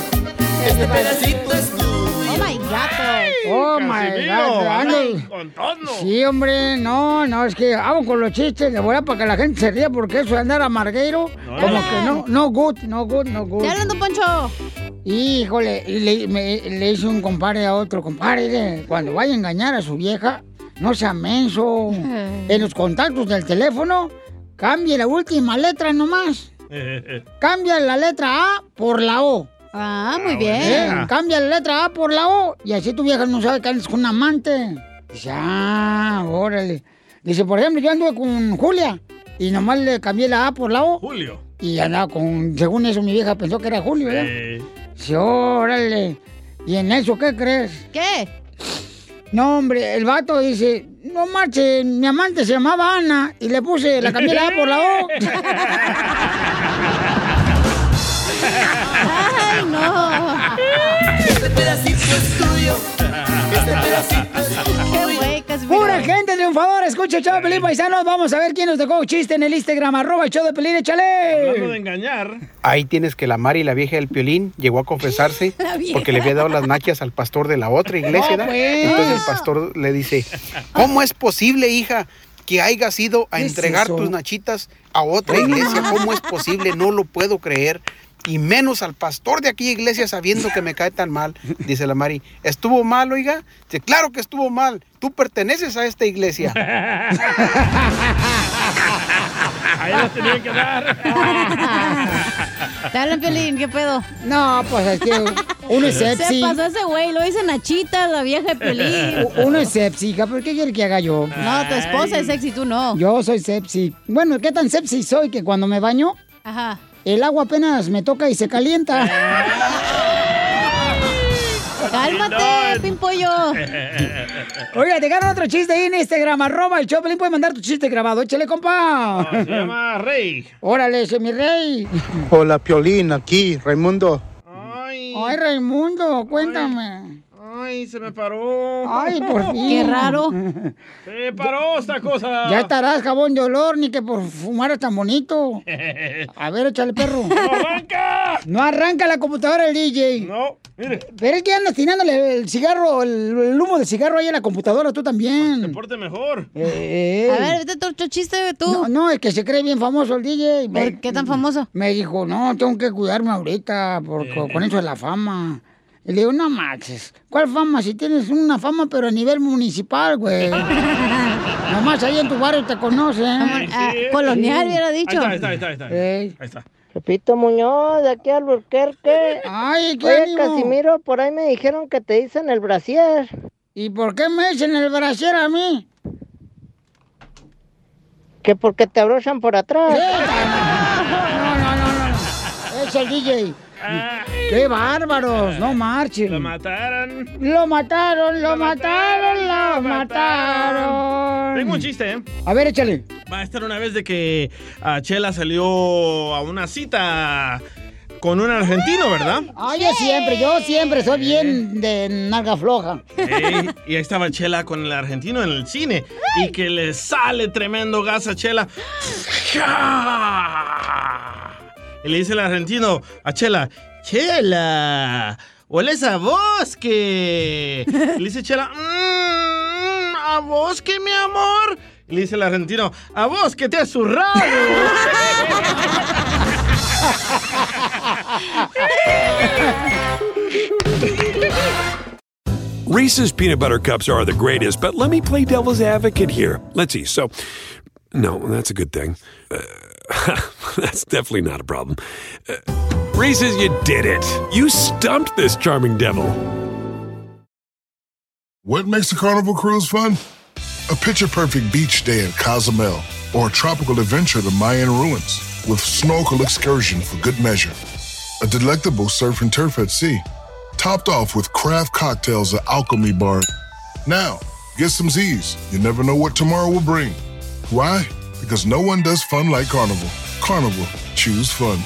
[SPEAKER 5] Este pedacito es
[SPEAKER 8] Oh my gato.
[SPEAKER 5] Oh my
[SPEAKER 4] Casimiro,
[SPEAKER 5] God,
[SPEAKER 4] anda
[SPEAKER 5] ande. Sí, hombre, no, no, es que hago con los chistes de bola para que la gente se ría porque eso de andar amarguero, como
[SPEAKER 8] no.
[SPEAKER 5] que no, no good, no good, no good.
[SPEAKER 8] ¿Qué hablando, Poncho?
[SPEAKER 5] Híjole, y le, me- le hice un compadre a otro compadre, de, cuando vaya a engañar a su vieja, no sea menso, en los contactos del teléfono, cambie la última letra nomás, cambia la letra A por la O.
[SPEAKER 8] Ah, muy bien.
[SPEAKER 5] Cambia la letra A por la O y así tu vieja no sabe que andas con un amante. Dice, ah, órale. Dice, por ejemplo, yo anduve con Julia y nomás le cambié la A por la O.
[SPEAKER 6] Julio.
[SPEAKER 5] Y andaba con, según eso, mi vieja pensó que era Julio, ¿verdad?
[SPEAKER 6] Eh,
[SPEAKER 5] Dice, órale. ¿Y en eso qué crees?
[SPEAKER 8] ¿Qué?
[SPEAKER 5] No, hombre, el vato dice, no marche, mi amante se llamaba Ana y le puse, la cambié la A por la
[SPEAKER 8] <laughs>
[SPEAKER 5] O.
[SPEAKER 8] Ay, no.
[SPEAKER 4] Este pedacito es tuyo. Este pedacito es tuyo.
[SPEAKER 8] Casi
[SPEAKER 5] ¡Pura
[SPEAKER 8] mira.
[SPEAKER 5] gente triunfadora! Escucha el show de Pelín, paisanos. Vamos a ver quién nos dejó un chiste en el Instagram. Arroba el show de Pelín,
[SPEAKER 6] Hablando de
[SPEAKER 5] échale.
[SPEAKER 6] engañar.
[SPEAKER 13] Ahí tienes que la Mari, la vieja del piolín, llegó a confesarse
[SPEAKER 5] <laughs> La vieja.
[SPEAKER 13] porque le había dado las nachas al pastor de la otra iglesia.
[SPEAKER 5] No,
[SPEAKER 13] ¿da?
[SPEAKER 5] pues.
[SPEAKER 13] Entonces el pastor le dice, ¿cómo es posible, hija, que hayas ido a
[SPEAKER 14] ¿Qué es
[SPEAKER 13] entregar
[SPEAKER 14] eso?
[SPEAKER 13] tus nachitas a otra
[SPEAKER 14] Oh.
[SPEAKER 13] iglesia? ¿Cómo es posible? No lo puedo creer. Y menos al pastor de aquella iglesia sabiendo que me cae tan mal, dice la Mari. ¿Estuvo mal, oiga? Dice, claro que estuvo mal. Tú perteneces a esta iglesia.
[SPEAKER 6] Ahí los tenían que dar.
[SPEAKER 8] Dale, Piolín, ¿qué pedo?
[SPEAKER 5] No, pues es
[SPEAKER 8] <laughs>
[SPEAKER 5] que uno es
[SPEAKER 8] Se
[SPEAKER 5] sepsi.
[SPEAKER 8] pasó ese güey, lo dice Nachita, la vieja
[SPEAKER 5] <laughs>
[SPEAKER 8] de Piolín.
[SPEAKER 5] U- Uno es sepsi, ¿por qué quiere que haga yo?
[SPEAKER 8] No, tu esposa es sexy, tú no.
[SPEAKER 5] Yo soy sepsi. Bueno, ¿qué tan sepsi soy que cuando me baño,
[SPEAKER 8] Ajá.
[SPEAKER 5] el agua apenas me toca y se calienta?
[SPEAKER 8] <laughs> Cálmate,
[SPEAKER 6] <laughs>
[SPEAKER 8] pimpollo.
[SPEAKER 5] Oiga, te gano otro chiste ahí en Instagram, arroba el Choplin, puedes mandar tu chiste grabado, échale, compa.
[SPEAKER 6] Se llama Rey.
[SPEAKER 5] Órale, soy mi rey.
[SPEAKER 15] Hola, Piolín, aquí, Raimundo.
[SPEAKER 5] Ay, Raimundo, cuéntame.
[SPEAKER 6] Ay, se me paró.
[SPEAKER 5] Ay,
[SPEAKER 6] <laughs>
[SPEAKER 5] por fin.
[SPEAKER 6] Se paró esta cosa.
[SPEAKER 5] Ya estarás jabón de olor, ni que por fumar es tan bonito. A ver, échale perro. <laughs> ¡No arranca! No arranca la computadora el DJ. No, mire. Pero es que andas tirándole el cigarro, el, el humo del cigarro ahí a la computadora, tú también.
[SPEAKER 6] <laughs> Porte mejor.
[SPEAKER 5] Eh, A ver,
[SPEAKER 8] vete tu chiste tú.
[SPEAKER 5] No, no, es que se cree bien famoso el DJ.
[SPEAKER 8] ¿Por qué tan famoso?
[SPEAKER 5] Me dijo, no, tengo que cuidarme ahorita porque con eso de la fama. Y le digo, no manches, ¿cuál fama? Si tienes una fama, pero a nivel municipal,
[SPEAKER 8] <laughs>
[SPEAKER 5] güey. Nomás ahí en tu barrio te conocen.
[SPEAKER 8] ah, colonial, hubiera dicho.
[SPEAKER 5] Ahí
[SPEAKER 6] Ahí está, ahí está, ahí está.
[SPEAKER 5] Ey.
[SPEAKER 6] Ahí está.
[SPEAKER 24] Pepito Muñoz, de aquí a Alburquerque.
[SPEAKER 5] Ay, qué
[SPEAKER 24] Oye,
[SPEAKER 5] ánimo.
[SPEAKER 24] Casimiro, por ahí me dijeron que te dicen el brasier.
[SPEAKER 5] ¿Y por qué me dicen el brasier a mí?
[SPEAKER 24] Que porque te abrochan por atrás.
[SPEAKER 5] No, no, no, no. Es el DJ. ¡Qué bárbaros! No marchen. Lo
[SPEAKER 6] mataron.
[SPEAKER 5] Lo mataron, lo mataron, lo mataron.
[SPEAKER 6] Tengo un chiste, ¿eh?
[SPEAKER 5] A ver, échale.
[SPEAKER 6] Va a estar una vez de que ah, Chela salió a una cita con un argentino, ¿verdad?
[SPEAKER 5] Ay, yo siempre, yo siempre soy bien de nalga floja.
[SPEAKER 6] Ey, y ahí estaba Chela con el argentino en el cine. Y que le sale tremendo gas a Chela. Y le dice el argentino a Chela, Chela, hueles a bosque. Y le dice Chela, "Mm, a bosque, mi amor. Y le dice el argentino, a bosque te has zurrado.
[SPEAKER 25] Reese's peanut butter cups are the greatest, but let me play devil's advocate here. Let's see. So, no, that's a good thing. Uh, <laughs> that's definitely not a problem. Uh, Reese's, you did it. You stumped this charming devil.
[SPEAKER 26] What makes the Carnival Cruise fun? A picture perfect beach day at Cozumel or a tropical adventure to Mayan ruins with snorkel excursion for good measure. A delectable surf and turf at sea, topped off with craft cocktails at Alchemy Bar. Now, get some Z's. You never know what tomorrow will bring. Why? Because no one does fun like Carnival. Carnival, choose fun.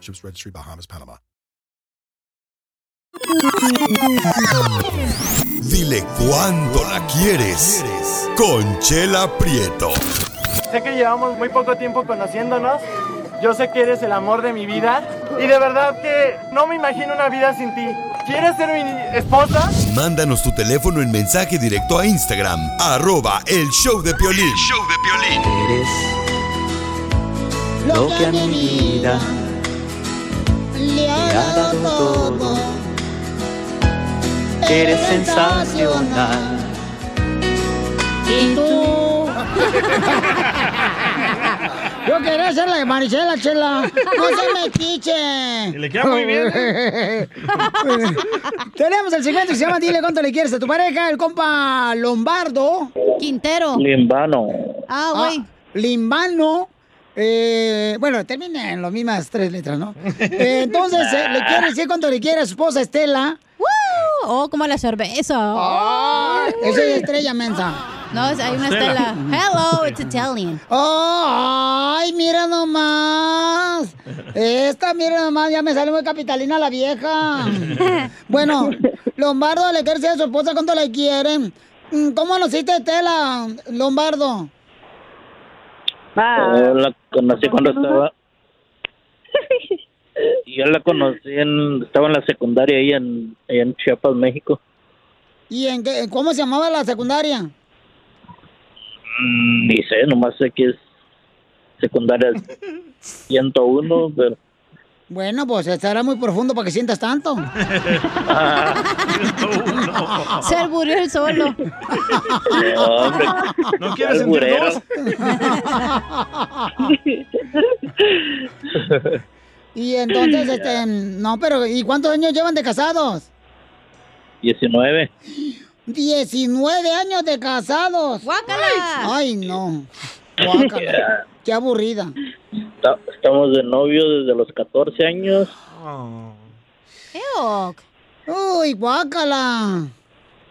[SPEAKER 26] Ships Registry, Bahamas, Panama.
[SPEAKER 1] Dile cuándo la quieres. Con Chela Prieto.
[SPEAKER 27] Sé que llevamos muy poco tiempo conociéndonos. Yo sé que eres el amor de mi vida. Y de verdad que no me imagino una vida sin ti. ¿Quieres ser mi esposa?
[SPEAKER 1] Mándanos tu teléfono en mensaje directo a Instagram. Arroba el show de Piolín.
[SPEAKER 12] Eres lo que a mi vida
[SPEAKER 5] Le
[SPEAKER 12] me ha dado todo. Eres sensacional.
[SPEAKER 5] ¿Y tú? <laughs> Yo quería ser la de Maricela, chela. <laughs> No se me quiche.
[SPEAKER 6] le queda muy bien, ¿eh?
[SPEAKER 5] <laughs> Tenemos el segmento que se llama Dile cuánto le quieres a tu pareja, el compa Lombardo. Quintero.
[SPEAKER 28] Limbano.
[SPEAKER 5] Ah, güey. Limbano. eh, bueno, termina en las mismas tres letras, <laughs> ¿no? Eh, entonces, eh, le quiere decir cuánto le quiere a su esposa Estela.
[SPEAKER 8] Oh, como la cerveza.
[SPEAKER 5] Esa es estrella mensa.
[SPEAKER 8] <gasps> No, es- hay una estela. Hello, it's Italian.
[SPEAKER 5] Oh, ¡Ay, mira nomás! Esta, mira nomás, ya me sale muy capitalina la vieja. Bueno, Lombardo le quiere decir a su esposa cuánto le quieren. Mm, ¿Cómo naciste, Tela Lombardo? Ah.
[SPEAKER 21] Yo la conocí cuando estaba. Yo la conocí en. Estaba en la secundaria ahí en, ahí en Chiapas, México.
[SPEAKER 5] ¿Y en qué, cómo se llamaba la secundaria?
[SPEAKER 21] Mm, Ni sé, nomás sé que es secundaria 101, pero.
[SPEAKER 5] Bueno, pues estará muy profundo para que sientas tanto.
[SPEAKER 21] ah,
[SPEAKER 8] Se alburió el
[SPEAKER 5] <laughs>
[SPEAKER 8] solo.
[SPEAKER 21] No, hombre.
[SPEAKER 5] ¿No
[SPEAKER 21] quieres sentir Alburero. dos?
[SPEAKER 5] y entonces, este, no, pero ¿y cuántos años llevan de casados?
[SPEAKER 21] 19.
[SPEAKER 5] 19 años de casados. ¡Guácala! Ay, no. Guácala.
[SPEAKER 21] Yeah.
[SPEAKER 5] Qué aburrida.
[SPEAKER 21] Esta- Estamos de novio desde los 14 años.
[SPEAKER 8] Eok.
[SPEAKER 5] Uy, guácala.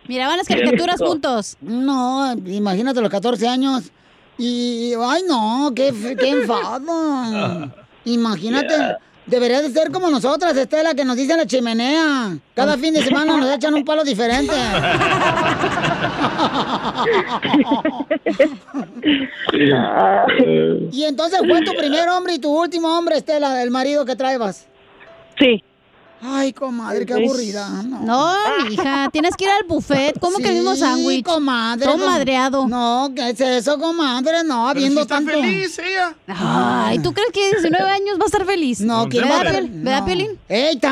[SPEAKER 8] Miraban las caricaturas
[SPEAKER 21] Cierto.
[SPEAKER 8] juntos.
[SPEAKER 5] No, imagínate los 14 años. Y, ay, no, qué, f-
[SPEAKER 8] <laughs>
[SPEAKER 5] qué enfado. Imagínate.
[SPEAKER 21] Ya.
[SPEAKER 5] Debería de ser como nosotras, Estela, que nos dicen la chimenea. Cada fin de semana nos echan un palo diferente. y entonces fue tu primer hombre y tu último hombre, Estela, el marido que traebas.
[SPEAKER 14] Sí. Pues,
[SPEAKER 5] Ay, comadre, qué
[SPEAKER 8] Sí.
[SPEAKER 5] aburrida. No,
[SPEAKER 8] No, mija,
[SPEAKER 5] <laughs>
[SPEAKER 8] tienes que ir al buffet. ¿Cómo que el mismo
[SPEAKER 5] Sí,
[SPEAKER 8] sándwich?
[SPEAKER 5] comadre.
[SPEAKER 8] Todo
[SPEAKER 5] com-
[SPEAKER 8] madreado.
[SPEAKER 5] No, ¿qué es eso, comadre? No, viendo tanto.
[SPEAKER 8] ella. Ay, ¿tú crees que
[SPEAKER 14] <laughs>
[SPEAKER 8] 19 años va a estar feliz? No,
[SPEAKER 5] ¿quién va a
[SPEAKER 8] ¿Verdad,
[SPEAKER 5] ser?
[SPEAKER 8] Piel? ¿Verdad,
[SPEAKER 5] No.
[SPEAKER 8] Piolín? <laughs>
[SPEAKER 5] ¡Eita!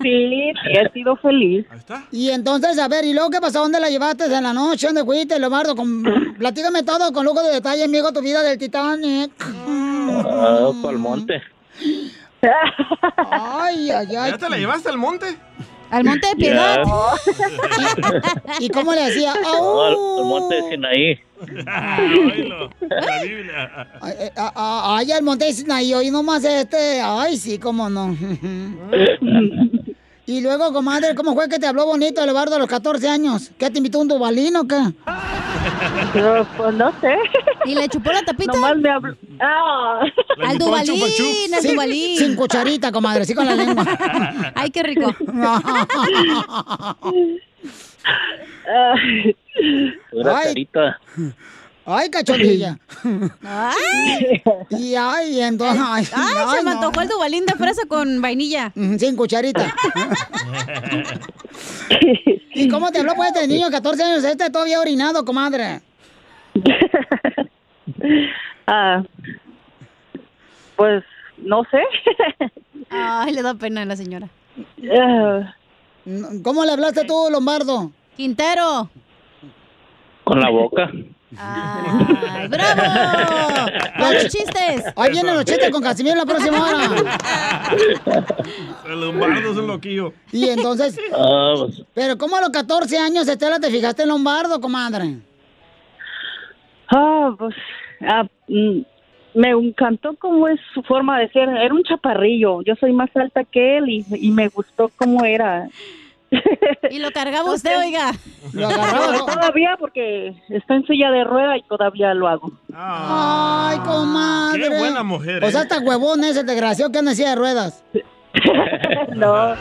[SPEAKER 14] Sí, he sido feliz.
[SPEAKER 5] Y entonces, a ver, ¿y luego qué pasó? ¿Dónde la llevaste en la noche? ¿Dónde fuiste, Leobardo? Con... Platícame todo con lujo de detalle, amigo, tu vida del Titanic.
[SPEAKER 21] Ah, pa'l monte.
[SPEAKER 5] Ay, ay, ay.
[SPEAKER 6] ¿Ya te la llevaste al monte?
[SPEAKER 5] Al monte de
[SPEAKER 21] <laughs> Piedad. Ya.
[SPEAKER 5] ¿Y cómo le
[SPEAKER 21] <laughs>
[SPEAKER 5] hacía?
[SPEAKER 21] No, al,
[SPEAKER 5] ¡Au!
[SPEAKER 21] al monte de Sinaí.
[SPEAKER 5] Ay, eh, ah, ah, Ay, al monte de Sinaí, hoy nomás este. Ay, sí, cómo
[SPEAKER 14] <laughs>
[SPEAKER 5] no. Y luego, comadre, ¿cómo fue que te habló bonito Leobardo a los 14 años? ¿Qué te invitó un dubalín o qué?
[SPEAKER 14] Pero, pues no sé.
[SPEAKER 8] ¿Y le chupó la tapita?
[SPEAKER 14] Nomás me habló. Ah.
[SPEAKER 8] Al Dubalín, al
[SPEAKER 5] Sin-
[SPEAKER 8] Dubalín.
[SPEAKER 5] Sin cucharita, comadre, sí con la lengua.
[SPEAKER 8] <laughs> Ay,
[SPEAKER 5] <laughs>
[SPEAKER 8] qué rico.
[SPEAKER 21] Pura
[SPEAKER 5] Ay.
[SPEAKER 21] carita.
[SPEAKER 5] Ay,
[SPEAKER 8] <laughs>
[SPEAKER 5] cachondilla. Ay. Y ay, entonces. Ay,
[SPEAKER 8] Ay, se me antojó el Dubalín de fresa con vainilla.
[SPEAKER 5] Sin
[SPEAKER 14] <laughs>
[SPEAKER 5] cucharita. ¿Y cómo te habló pues este niño de 14 años? Este todavía orinado, comadre.
[SPEAKER 14] Ah, pues no sé.
[SPEAKER 8] Ay, le da pena a la señora.
[SPEAKER 14] Ah.
[SPEAKER 5] ¿Cómo le hablaste tú, Lombardo?
[SPEAKER 8] Quintero.
[SPEAKER 21] Con la boca.
[SPEAKER 8] Ay, bravo.
[SPEAKER 21] <laughs>
[SPEAKER 8] Con Ah, los chistes.
[SPEAKER 5] Ahí vienen los chistes con Casimiro la próxima hora.
[SPEAKER 6] <laughs> El Lombardo es un loquillo.
[SPEAKER 5] Y entonces,
[SPEAKER 21] Ah, pues,
[SPEAKER 5] pero ¿cómo a los 14 años, Estela, te fijaste en Lombardo, comadre?
[SPEAKER 14] Ah, pues ah, mm, me encantó cómo es su forma de ser. Era un chaparrillo. Yo soy más alta que él y, y me gustó cómo era.
[SPEAKER 8] Y lo cargaba usted, oiga.
[SPEAKER 5] Lo agarraba.
[SPEAKER 14] Todavía porque Eh, está en silla de rueda y todavía lo hago.
[SPEAKER 5] Ay, comadre.
[SPEAKER 14] Qué buena mujer,
[SPEAKER 5] O sea,
[SPEAKER 14] ¿eh?
[SPEAKER 5] hasta huevón ese desgraciado que anda en silla de ruedas.
[SPEAKER 14] no,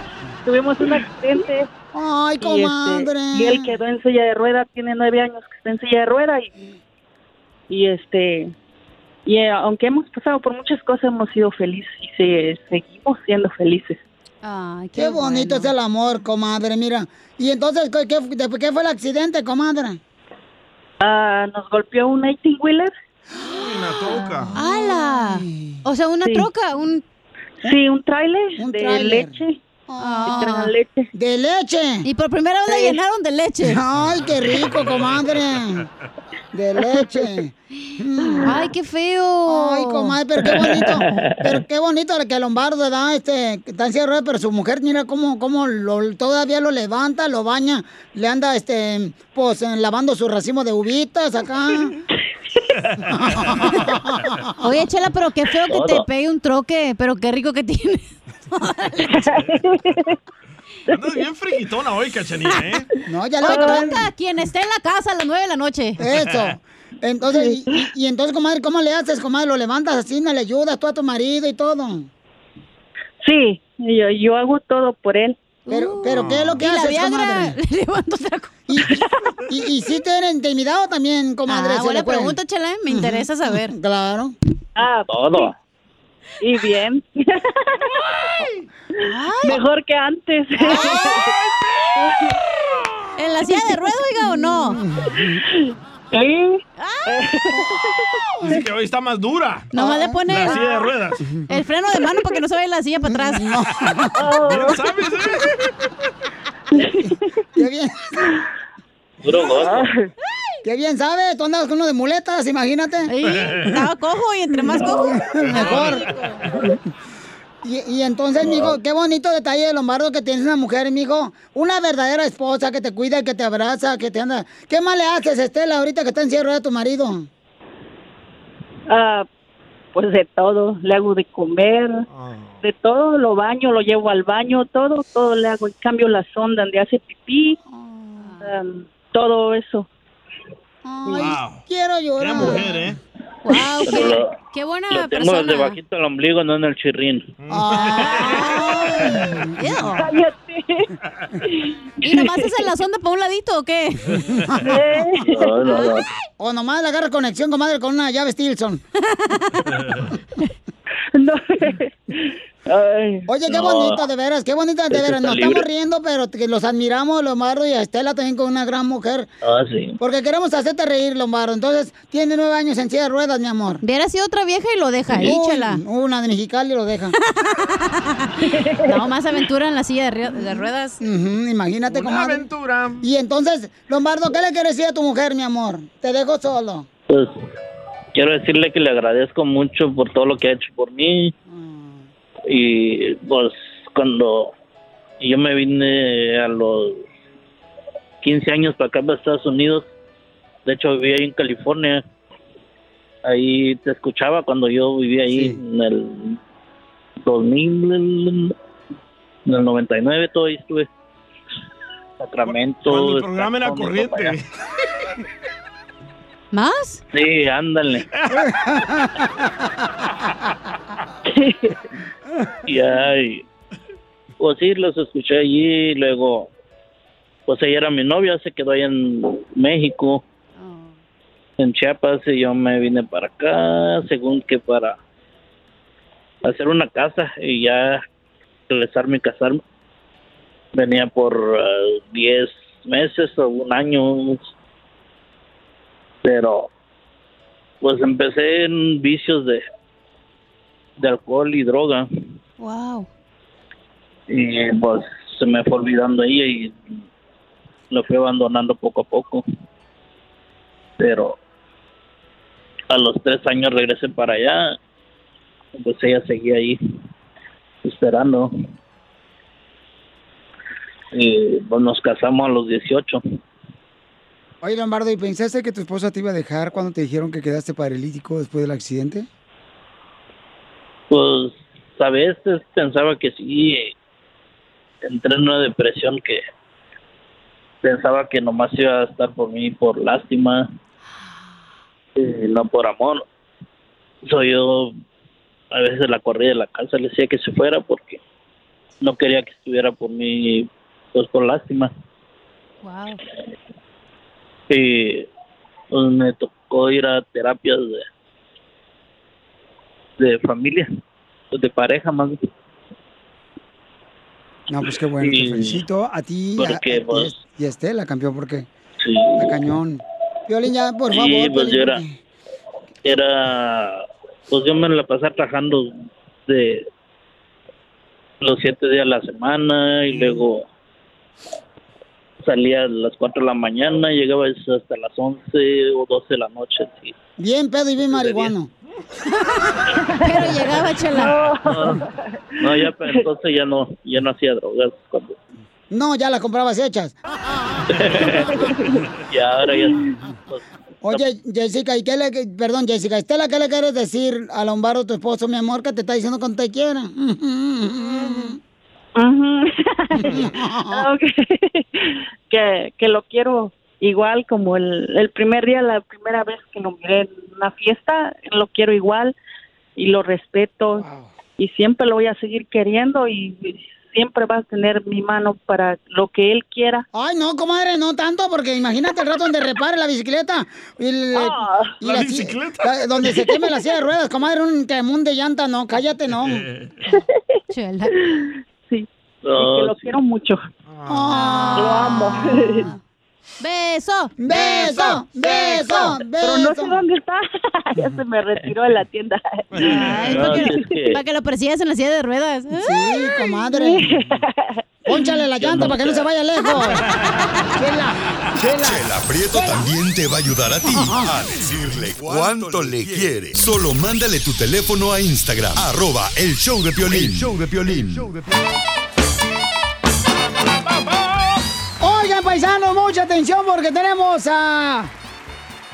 [SPEAKER 14] tuvimos un accidente.
[SPEAKER 5] Ay,
[SPEAKER 14] Y,
[SPEAKER 5] comadre.
[SPEAKER 14] este, y él quedó en silla de rueda, tiene nueve años que está en silla de rueda y, y este, y eh, aunque hemos pasado por muchas cosas, hemos sido felices y se- seguimos siendo felices.
[SPEAKER 8] Ay,
[SPEAKER 5] qué, bonito es el amor, comadre, mira. Y entonces, ¿qué, qué, de- qué fue el accidente, comadre?
[SPEAKER 14] Ah, nos golpeó un 18 wheeler.
[SPEAKER 8] ¡Hala! O sea, una
[SPEAKER 14] Sí.
[SPEAKER 8] troca, un...
[SPEAKER 14] Sí, un tráiler de
[SPEAKER 8] tráiler.
[SPEAKER 14] leche.
[SPEAKER 8] Ah.
[SPEAKER 14] Que traen leche.
[SPEAKER 5] De leche.
[SPEAKER 8] Y por primera vez la
[SPEAKER 14] Sí.
[SPEAKER 8] llenaron de leche.
[SPEAKER 5] Ay, qué rico, comadre. De leche.
[SPEAKER 8] <laughs> Ay, qué feo.
[SPEAKER 5] Ay, comadre, pero qué bonito.
[SPEAKER 8] <laughs>
[SPEAKER 5] Pero qué bonito que Lombardo da este, que está en silla de ruedas, pero su mujer, mira cómo, cómo lo- todavía lo levanta, lo baña, le anda este, pues eh, lavando su racimo de uvitas acá.
[SPEAKER 8] <laughs> Oye, Chela, pero qué feo que te
[SPEAKER 5] Todo.
[SPEAKER 8] pegue un troque, pero qué rico que tiene.
[SPEAKER 6] Andas bien frigitona hoy, Cachanilla, ¿eh?
[SPEAKER 5] <laughs> No, ya le
[SPEAKER 8] Hoy
[SPEAKER 5] va a caer.
[SPEAKER 8] toca a quien esté en la casa a las 9 de la noche.
[SPEAKER 5] Eso. Entonces, y, y- y entonces, comadre, ¿cómo le haces, comadre? ¿Lo levantas así, no le ayudas tú a tu marido y todo?
[SPEAKER 14] Sí, yo, yo hago todo por él.
[SPEAKER 5] Pero, pero ¿qué es lo que
[SPEAKER 8] Y la
[SPEAKER 5] haces,
[SPEAKER 8] Uh. Viagra,
[SPEAKER 5] comadre?
[SPEAKER 8] <laughs> Le levanto otra cosa.
[SPEAKER 5] ¿Y, y, y si te han intimidado también, comadre?
[SPEAKER 8] Ah,
[SPEAKER 5] ¿Se
[SPEAKER 8] buena
[SPEAKER 5] le pueden?
[SPEAKER 8] pregunta, Chela. Me interesa
[SPEAKER 5] Ujú.
[SPEAKER 8] saber.
[SPEAKER 5] <laughs> Claro.
[SPEAKER 14] Ah,
[SPEAKER 21] Todo.
[SPEAKER 14] y bien. Mejor que antes.
[SPEAKER 8] ¿En la silla de ruedas, oiga, o no?
[SPEAKER 6] Dice que hoy está más dura.
[SPEAKER 8] Nomás le pone-
[SPEAKER 6] La silla
[SPEAKER 5] <laughs>
[SPEAKER 6] de ruedas.
[SPEAKER 8] El freno de mano para que no se vaya la silla para atrás.
[SPEAKER 6] ¿No sabes,
[SPEAKER 5] Qué bien.
[SPEAKER 21] Puro gozo.
[SPEAKER 5] Qué bien, ¿sabes? Tú andabas con uno de muletas, imagínate.
[SPEAKER 21] estaba
[SPEAKER 5] cojo y entre más cojo, mejor. Y, y entonces, mijo, qué bonito detalle de Lombardo que tienes una mujer, mijo. Una verdadera esposa que te cuida, que te abraza, que te anda. ¿Qué mal le haces, Estela, ahorita que está en silla de ruedas tu marido?
[SPEAKER 14] Ah, pues de todo, le hago de comer,
[SPEAKER 5] Ah.
[SPEAKER 14] de todo, lo baño, lo llevo al baño, todo, todo le hago. En cambio la sonda donde hace pipí, ah, todo eso.
[SPEAKER 5] Ay, quiero llorar.
[SPEAKER 8] Wow,
[SPEAKER 21] Pero lo-
[SPEAKER 8] qué buena
[SPEAKER 21] Lo tengo
[SPEAKER 8] persona.
[SPEAKER 21] debajito del ombligo, no en el chirrín.
[SPEAKER 8] ¿Y nomás es en la sonda para un ladito o qué?
[SPEAKER 21] No, no, no.
[SPEAKER 5] <laughs> O nomás le agarra conexión, comadre, con una llave Stilson. Oye, qué
[SPEAKER 21] no.
[SPEAKER 5] bonito, de veras, qué bonito, de
[SPEAKER 21] Ese
[SPEAKER 5] veras.
[SPEAKER 21] está
[SPEAKER 5] Nos estamos
[SPEAKER 21] libre.
[SPEAKER 5] riendo, pero que los admiramos, Lombardo y a Estela también con una gran mujer.
[SPEAKER 21] <laughs> Ah, sí.
[SPEAKER 5] Porque queremos hacerte reír, Lombardo. Entonces, tiene nueve años en silla de ruedas, mi amor.
[SPEAKER 8] Hubiera sido otra vieja y lo deja ahí, chela.
[SPEAKER 5] Una de Mexicali lo deja.
[SPEAKER 8] <laughs> No, más aventura en la silla de, rie- de ruedas.
[SPEAKER 5] Ujú, imagínate
[SPEAKER 8] Una
[SPEAKER 5] cómo.
[SPEAKER 6] aventura.
[SPEAKER 5] Y entonces, Lombardo, ¿qué le quieres decir a tu mujer, mi amor? Te dejo solo.
[SPEAKER 21] Pues quiero decirle que le agradezco mucho por todo lo que ha hecho por mí. Y pues cuando yo me vine a los 15 años para acá, para Estados Unidos, de hecho vivía ahí en California, ahí te escuchaba cuando yo vivía ahí en el 2000, en el 99 todo ahí estuve. Sacramento.
[SPEAKER 6] Cuando el programa era
[SPEAKER 21] Stockton, para allá.
[SPEAKER 6] corriente.
[SPEAKER 8] ¿Más?
[SPEAKER 21] Sí, ándale. y ahí, pues sí, los escuché allí, y luego, pues ella era mi novia, se quedó allá en México, en Chiapas, y yo me vine para acá, según que para hacer una casa y ya regresarme y casarme. Venía por eh, 10 meses o un año, pero pues empecé en vicios de, de alcohol y droga
[SPEAKER 8] Wow.
[SPEAKER 21] y pues se me fue olvidando ella y lo fui abandonando poco a poco. Pero a los tres años regresé para allá, pues ella seguía ahí esperando. Y pues nos casamos a los 18.
[SPEAKER 22] Oye, Lombardo, ¿y pensaste que tu esposa te iba a dejar cuando te dijeron que quedaste paralítico después del accidente?
[SPEAKER 21] Pues a veces pensaba que sí, eh, entré en una depresión que pensaba que nomás iba a estar por mí por lástima, eh, no por amor. Soy yo a veces la corría de la casa, le decía que se fuera porque no quería que estuviera por mí, pues por lástima.
[SPEAKER 8] Wow.
[SPEAKER 21] Y pues, me tocó ir a terapias de, de familia, de pareja más bien.
[SPEAKER 22] No, pues qué bueno,
[SPEAKER 21] Sí.
[SPEAKER 22] te felicito a ti a-
[SPEAKER 21] Porque,
[SPEAKER 22] a- y a-
[SPEAKER 21] pues-
[SPEAKER 22] y a Estela, campeón, porque
[SPEAKER 21] Sí.
[SPEAKER 22] la cañón.
[SPEAKER 5] Violín, ya, por
[SPEAKER 21] sí,
[SPEAKER 5] favor. Piolín,
[SPEAKER 21] pues yo era, era, pues yo me la pasaba trabajando de los siete días a la semana y luego salía a las cuatro de la mañana, llegaba hasta las once o doce de la noche. sí.
[SPEAKER 5] Bien pedo y bien marihuano.
[SPEAKER 8] Pero llegaba, chela.
[SPEAKER 21] No, no, ya para entonces ya no, ya no hacía drogas cuando, <laughs>
[SPEAKER 5] No, ya las comprabas hechas.
[SPEAKER 21] y ahora ya, pues,
[SPEAKER 5] Oye, Jessica, ¿y qué le, que- perdón, Jessica, Estela, ¿qué le quieres decir a Lombardo, tu esposo, mi amor, que te está diciendo cuando te quiera?
[SPEAKER 14] Ah, ok. que, que lo quiero igual como el, el primer día, la primera vez que lo miré en una fiesta, lo quiero igual y lo respeto y siempre lo voy a seguir queriendo y, y
[SPEAKER 29] siempre vas a tener mi mano para lo que él quiera.
[SPEAKER 5] Ay, no, comadre, no tanto, porque imagínate el rato donde repare la bicicleta. Y le- y
[SPEAKER 30] Ah, la
[SPEAKER 5] si-
[SPEAKER 30] bicicleta.
[SPEAKER 5] la- donde se queme la silla de ruedas, comadre, un temún de llanta, no, cállate, no.
[SPEAKER 29] Sí, y que lo quiero mucho. Lo amo.
[SPEAKER 8] Ah. Beso,
[SPEAKER 5] beso,
[SPEAKER 8] beso,
[SPEAKER 29] Pero no sé dónde está. <laughs> ya se me retiró de la tienda.
[SPEAKER 8] para, que, para que lo persigas en la silla de ruedas. Sí,
[SPEAKER 5] comadre. Pónchale la
[SPEAKER 8] Yo
[SPEAKER 5] llanta
[SPEAKER 8] no
[SPEAKER 5] para que no se vaya lejos. Chela, chela.
[SPEAKER 1] Chela Prieto también te va a ayudar a ti a decirle cuánto le quiere. Solo mándale tu teléfono a Instagram, arroba el show de Piolín. show de Piolín.
[SPEAKER 5] Oigan, paisanos, mucha atención porque tenemos a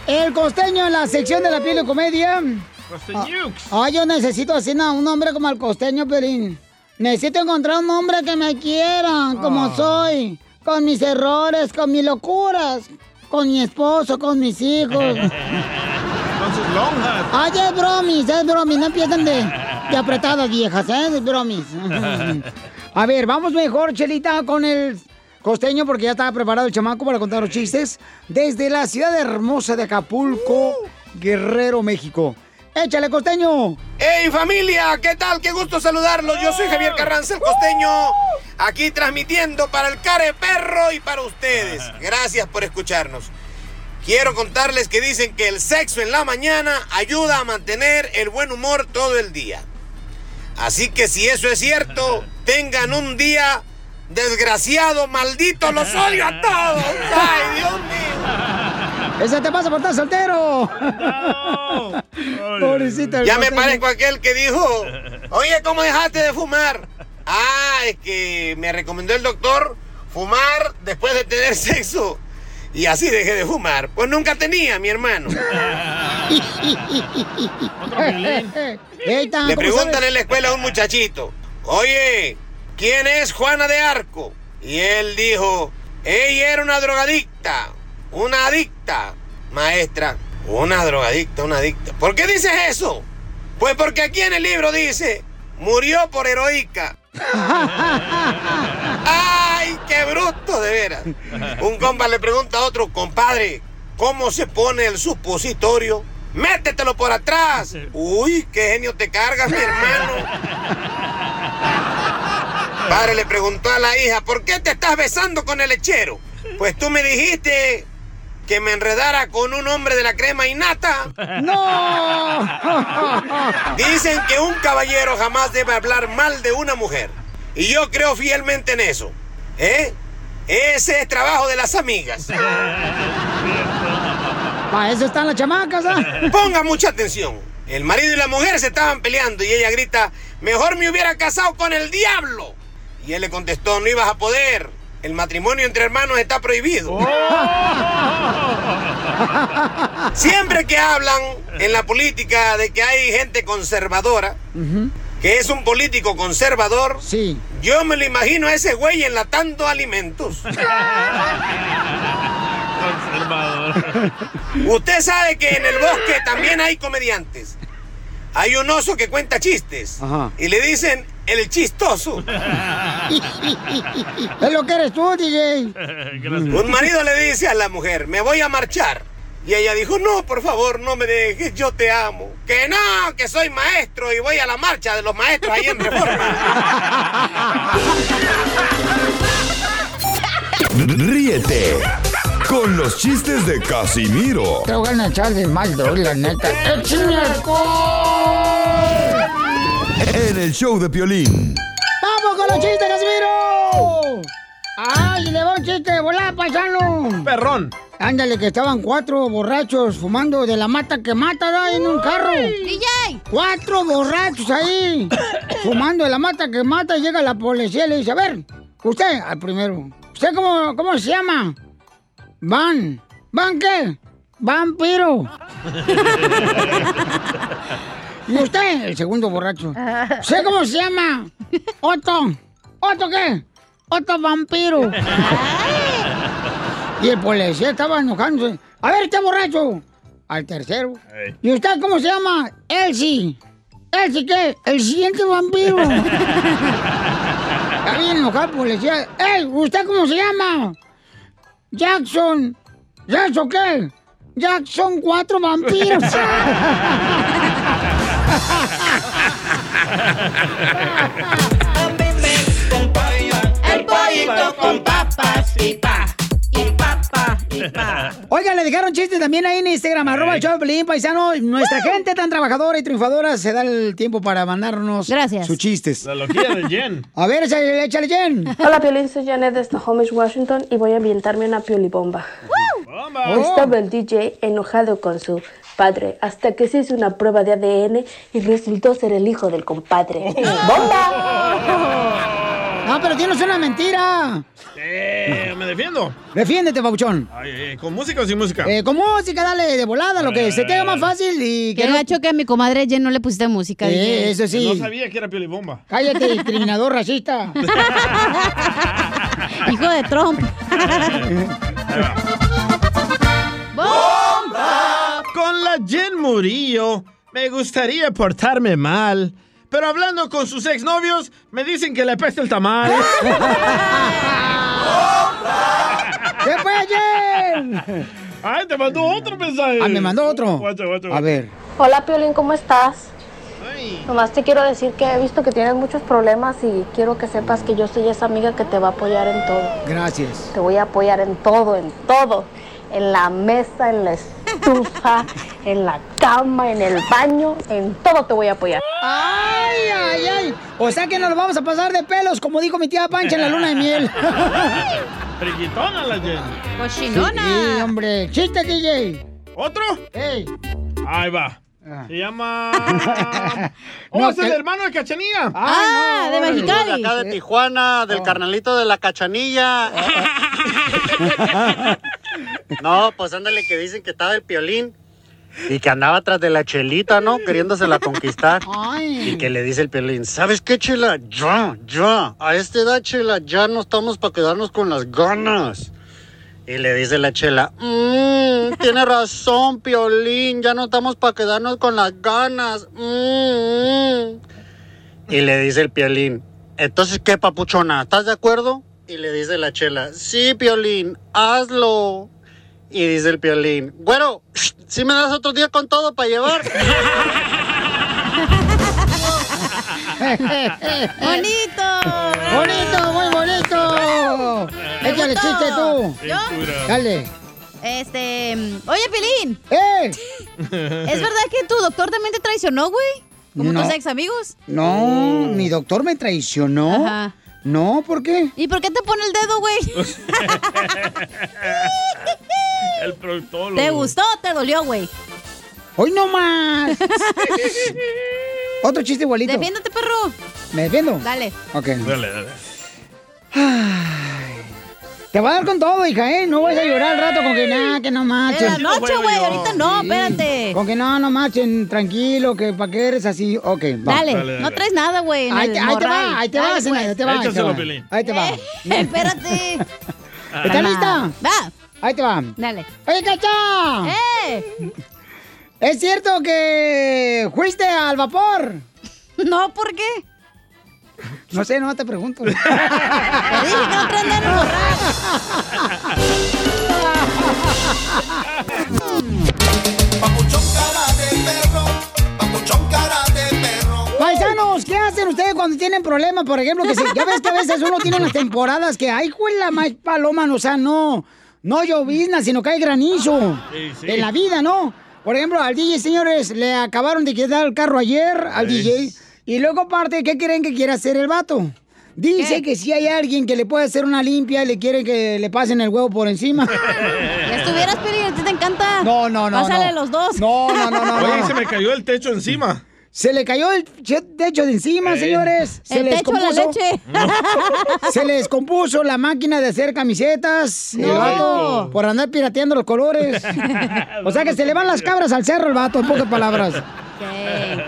[SPEAKER 5] el costeño en la sección de la piel de comedia.
[SPEAKER 4] Costeñux.
[SPEAKER 5] Ah, yo necesito así ¿no? un hombre como el costeño, Pelín. Necesito encontrar un hombre que me quiera, como soy, con mis errores, con mis locuras, con mi esposo, con mis hijos.
[SPEAKER 4] Entonces, lonjas.
[SPEAKER 5] Ay, es bromis, es bromis, no empiezan de, de apretadas viejas, ¿eh? Es bromis. A ver, vamos mejor, Chelita, con el costeño, porque ya estaba preparado el chamaco para contar los chistes. Desde la ciudad hermosa de
[SPEAKER 31] Uh.
[SPEAKER 5] Acapulco, Guerrero, México. ¡Échale, costeño!
[SPEAKER 31] ¡Hey familia! ¿Qué tal? ¡Qué gusto saludarlos! Yo soy Javier Carranza, el costeño, aquí transmitiendo para el Care Perro y para ustedes. Gracias por escucharnos. Quiero contarles que dicen que el sexo en la mañana ayuda a mantener el buen humor todo el día. Así que si eso es cierto, tengan un día desgraciado, maldito, los odio a todos. ¡Ay, Dios
[SPEAKER 5] ¡Ese te pasa por estar soltero! Pobrecito. <laughs> el
[SPEAKER 31] Ya me
[SPEAKER 5] costeño.
[SPEAKER 31] parezco a aquel que dijo, oye, ¿cómo dejaste de fumar? Ah, es que me recomendó el doctor fumar después de tener <laughs> sexo. Y así dejé de fumar. Pues nunca tenía, mi hermano.
[SPEAKER 5] Eitan,
[SPEAKER 31] Le
[SPEAKER 5] Ah, ¿cómo
[SPEAKER 31] preguntan
[SPEAKER 5] sabes?
[SPEAKER 31] en la escuela a un muchachito, oye, ¿quién es Juana de Arco? Y él dijo, ella era una drogadicta, una adicta, maestra, una drogadicta, una adicta. ¿Por qué dices eso? Pues porque aquí en el libro dice, murió por heroica. ¡Ay, qué bruto, de veras! Un compa le pregunta a otro, compadre, ¿cómo se pone el supositorio? Métetelo por atrás. Uy, qué genio te cargas, mi hermano. Padre le preguntó a la hija, ¿por qué te estás besando con el lechero? Pues tú me dijiste que me enredara con un hombre de la crema innata.
[SPEAKER 5] ¡No!
[SPEAKER 31] <laughs> Dicen que un caballero jamás debe hablar mal de una mujer. Y yo creo fielmente en eso. ¿Eh? Ese es trabajo de las amigas.
[SPEAKER 5] Para eso están las chamacas, ¿ah?
[SPEAKER 31] Ponga mucha atención. El marido y la mujer se estaban peleando y ella grita, mejor me hubiera casado con el diablo. Y él le contestó, no ibas a poder. El matrimonio entre hermanos está prohibido. Siempre que hablan en la política de que hay gente conservadora, que es un político conservador, yo me lo imagino a ese güey enlatando alimentos. Usted sabe que en el bosque también hay comediantes. Hay un oso que cuenta chistes
[SPEAKER 30] Ajá.
[SPEAKER 31] y le dicen el chistoso.
[SPEAKER 5] <laughs> Es lo que eres tú, DJ.
[SPEAKER 31] Un marido le dice a
[SPEAKER 1] <laughs>
[SPEAKER 31] la mujer, me voy a marchar. Y ella dijo, no, por favor, no me dejes, yo te amo. Que no, que soy maestro y voy a la marcha de los maestros ahí
[SPEAKER 5] <laughs>
[SPEAKER 31] en Reforma.
[SPEAKER 32] Ríete con los chistes de Casimiro
[SPEAKER 5] Te voy a echar de mal, la neta. ¡Échame
[SPEAKER 1] En el show de Piolín.
[SPEAKER 5] ¡Vamos con los chistes, Casimiro! ¡Ay, le va un chiste de volada, paisano!
[SPEAKER 4] ¡Perrón!
[SPEAKER 5] Ándale, que estaban cuatro borrachos fumando de la mata que mata ¿da? en un carro.
[SPEAKER 8] ¡DJ!
[SPEAKER 5] Cuatro borrachos ahí fumando de la mata que mata. y Llega la policía y le dice, a ver, usted, al primero, ¿usted cómo, cómo se llama? Van. ¿Van qué? Vampiro. ¿Y usted? El segundo borracho. ¿Sé cómo se llama? Otto. ¿Otto qué? Otto vampiro. Y el policía estaba enojándose. A ver, este borracho. Al tercero. ¿Y usted cómo se llama? Elsie. ¿Elsie qué? El siguiente vampiro. Está bien enojar policía. ¡Ey! ¿Usted cómo se llama? Jackson. ¿Jackson qué? Jackson cuatro vampiros.
[SPEAKER 4] El pollito con papas y pa, y papa, y pa.
[SPEAKER 5] Oigan, le dejaron chistes también ahí en Instagram, arroba el show de Piolín, paisano. Nuestra gente tan trabajadora y triunfadora se da el tiempo para mandarnos sus chistes.
[SPEAKER 6] La loquilla de
[SPEAKER 4] <laughs>
[SPEAKER 6] Jen.
[SPEAKER 5] A ver, échale, échale, Jen.
[SPEAKER 3] <laughs> Hola, Piolín, soy Janet de Snohomish, Washington y voy a ambientarme una piolibomba. Estaba el DJ enojado con su padre hasta que se hizo una prueba de ADN y resultó ser el hijo del compadre.
[SPEAKER 5] <laughs>
[SPEAKER 3] ¡Bomba!
[SPEAKER 5] No, pero tienes una mentira.
[SPEAKER 6] Eh, me defiendo.
[SPEAKER 5] Defiéndete, Pauchón.
[SPEAKER 6] Ay, ay, ¿Con música o sin música?
[SPEAKER 5] Eh, con música, dale de volada, lo que se te haga más fácil y
[SPEAKER 8] Qué
[SPEAKER 5] que no-
[SPEAKER 8] gacho que a mi comadre Jen no le pusiste música.
[SPEAKER 5] Eh,
[SPEAKER 8] dije.
[SPEAKER 5] eso sí.
[SPEAKER 6] No sabía que era piolibomba.
[SPEAKER 5] Cállate,
[SPEAKER 6] <laughs>
[SPEAKER 5] discriminador racista.
[SPEAKER 8] <laughs> Hijo de Trump.
[SPEAKER 6] Con la Jen Murillo me gustaría portarme mal, pero hablando con sus exnovios me dicen que le peste el tamal.
[SPEAKER 5] <laughs> ¡Qué fue Jen!
[SPEAKER 6] Ay, te mandó otro mensaje.
[SPEAKER 5] Ah, me mandó otro.
[SPEAKER 6] Guacha, guacha,
[SPEAKER 5] A
[SPEAKER 6] guacha.
[SPEAKER 5] ver.
[SPEAKER 3] Hola, Piolín, ¿cómo estás? Nomás te quiero decir que he visto que tienes muchos problemas y quiero que sepas que yo soy esa amiga que te va a apoyar en todo.
[SPEAKER 5] Gracias.
[SPEAKER 3] Te voy a apoyar en todo, en todo. En la mesa, en la estufa, en la cama, en el baño, en todo te voy a apoyar.
[SPEAKER 5] ¡Ay, ay, ay! O sea que nos lo vamos a pasar de pelos, como dijo mi tía Pancha en la luna de
[SPEAKER 6] <laughs>
[SPEAKER 3] <laughs>
[SPEAKER 5] miel.
[SPEAKER 6] Friquitona la Jen.
[SPEAKER 5] Sí, hombre. ¡Chiste, DJ!
[SPEAKER 6] ¿Otro? <laughs>
[SPEAKER 5] ¡Ey!
[SPEAKER 6] Ahí va. Se llama. ¡Oh,
[SPEAKER 9] No,
[SPEAKER 6] es el
[SPEAKER 9] que-
[SPEAKER 6] hermano de Cachanilla!
[SPEAKER 9] Ah, de Mexicali. Acá de Tijuana,
[SPEAKER 12] Oh.
[SPEAKER 9] del carnalito de la cachanilla. <laughs> no, pues ándale que dicen que estaba el piolín y que andaba atrás de la chelita, ¿no? Queriéndosela conquistar. Y que le dice el piolín, ¿sabes qué, chela? Ya, ya. A esta edad, chela, ya no estamos para quedarnos con las ganas. Y le dice la chela, Mmm, tiene razón, Piolín. Ya no estamos para quedarnos con las ganas. Mm, mm". Y le dice el Piolín, entonces, ¿qué, papuchona? ¿Estás de acuerdo? Y le dice la chela, sí, Piolín, hazlo. Y dice el Piolín, <sniffs> bueno, si me das otro día con todo para llevar.
[SPEAKER 5] ¡Bonito! ¡Bonito, muy bonito!
[SPEAKER 8] Me
[SPEAKER 5] Échale
[SPEAKER 8] gustó.
[SPEAKER 5] chiste tú.
[SPEAKER 8] ¿Yo?
[SPEAKER 5] Dale.
[SPEAKER 8] Este. mm, Oye, Pelín.
[SPEAKER 5] ¡Eh!
[SPEAKER 8] ¿Es verdad que tu doctor también te traicionó, güey? Como
[SPEAKER 5] No.
[SPEAKER 8] tus ex amigos.
[SPEAKER 5] No, mi doctor me traicionó.
[SPEAKER 8] Ajá.
[SPEAKER 5] No, ¿por qué?
[SPEAKER 8] ¿Y por qué te pone el dedo, <laughs> güey?
[SPEAKER 6] El proctólogo.
[SPEAKER 8] ¿Te gustó o te dolió,
[SPEAKER 5] <laughs>
[SPEAKER 8] güey?
[SPEAKER 5] ¡Hoy no
[SPEAKER 8] <laughs>
[SPEAKER 5] más! Otro chiste igualito.
[SPEAKER 8] Defiéndete, perro.
[SPEAKER 5] ¿Me defiendo?
[SPEAKER 8] Dale.
[SPEAKER 5] Ok.
[SPEAKER 6] Dale, dale.
[SPEAKER 5] Ay. Te va a dar con todo, hija, ¿eh? No vas a llorar al rato con que nada, que no marches.
[SPEAKER 8] En la noche, güey, ahorita no,
[SPEAKER 5] Sí.
[SPEAKER 8] espérate.
[SPEAKER 5] Con que no, no marchen, tranquilo, que para qué eres así. Ok, va.
[SPEAKER 8] Dale, no traes nada, güey. en
[SPEAKER 5] Ahí
[SPEAKER 8] el
[SPEAKER 5] te, ahí te
[SPEAKER 8] morral.
[SPEAKER 5] va, ahí te va,
[SPEAKER 8] Dale,
[SPEAKER 5] Zenaida, ahí te va. ahí te
[SPEAKER 8] pues. Eh,
[SPEAKER 5] va. Ahí te va.
[SPEAKER 8] <laughs> Espérate.
[SPEAKER 5] <laughs> ¿Estás lista?
[SPEAKER 8] Va.
[SPEAKER 5] Ahí te va.
[SPEAKER 8] Dale. Eh.
[SPEAKER 5] ¡Oye, Cacha! ¿Es cierto que fuiste al vapor?
[SPEAKER 8] <laughs> No, ¿por qué?
[SPEAKER 5] No sé, no te pregunto.
[SPEAKER 6] <laughs>
[SPEAKER 5] Paisanos, ¿qué hacen ustedes cuando tienen problemas? Por ejemplo, que se- ya ves que a veces uno tiene las temporadas que, ay, güey, la más paloma, no, o sea, no, no llovizna, sino cae granizo
[SPEAKER 4] sí, sí.
[SPEAKER 5] en la vida, ¿no? Por ejemplo, al DJ, señores, le acabaron de quedar el carro ayer al
[SPEAKER 4] Sí.
[SPEAKER 5] DJ. Y luego, aparte, ¿qué creen que quiere hacer el vato? Dice que si hay alguien que le puede hacer una limpia, le quiere que le pasen el huevo por encima.
[SPEAKER 8] Ya estuvieras, Peli, a ti te encanta.
[SPEAKER 5] No, no, no.
[SPEAKER 8] Pásale
[SPEAKER 5] no.
[SPEAKER 8] los dos.
[SPEAKER 5] No, no, no, no.
[SPEAKER 6] Oye,
[SPEAKER 5] no.
[SPEAKER 6] se me cayó el techo encima.
[SPEAKER 5] Se le cayó el che- techo de encima,
[SPEAKER 6] Ey.
[SPEAKER 5] señores. Se
[SPEAKER 8] El
[SPEAKER 5] le
[SPEAKER 8] techo, la
[SPEAKER 5] descompuso-
[SPEAKER 8] leche.
[SPEAKER 5] <laughs> Se le descompuso la máquina de hacer camisetas. El
[SPEAKER 8] No.
[SPEAKER 5] vato, por andar pirateando los
[SPEAKER 8] <laughs>
[SPEAKER 5] colores. O sea que se le van las cabras al cerro el vato, en pocas palabras.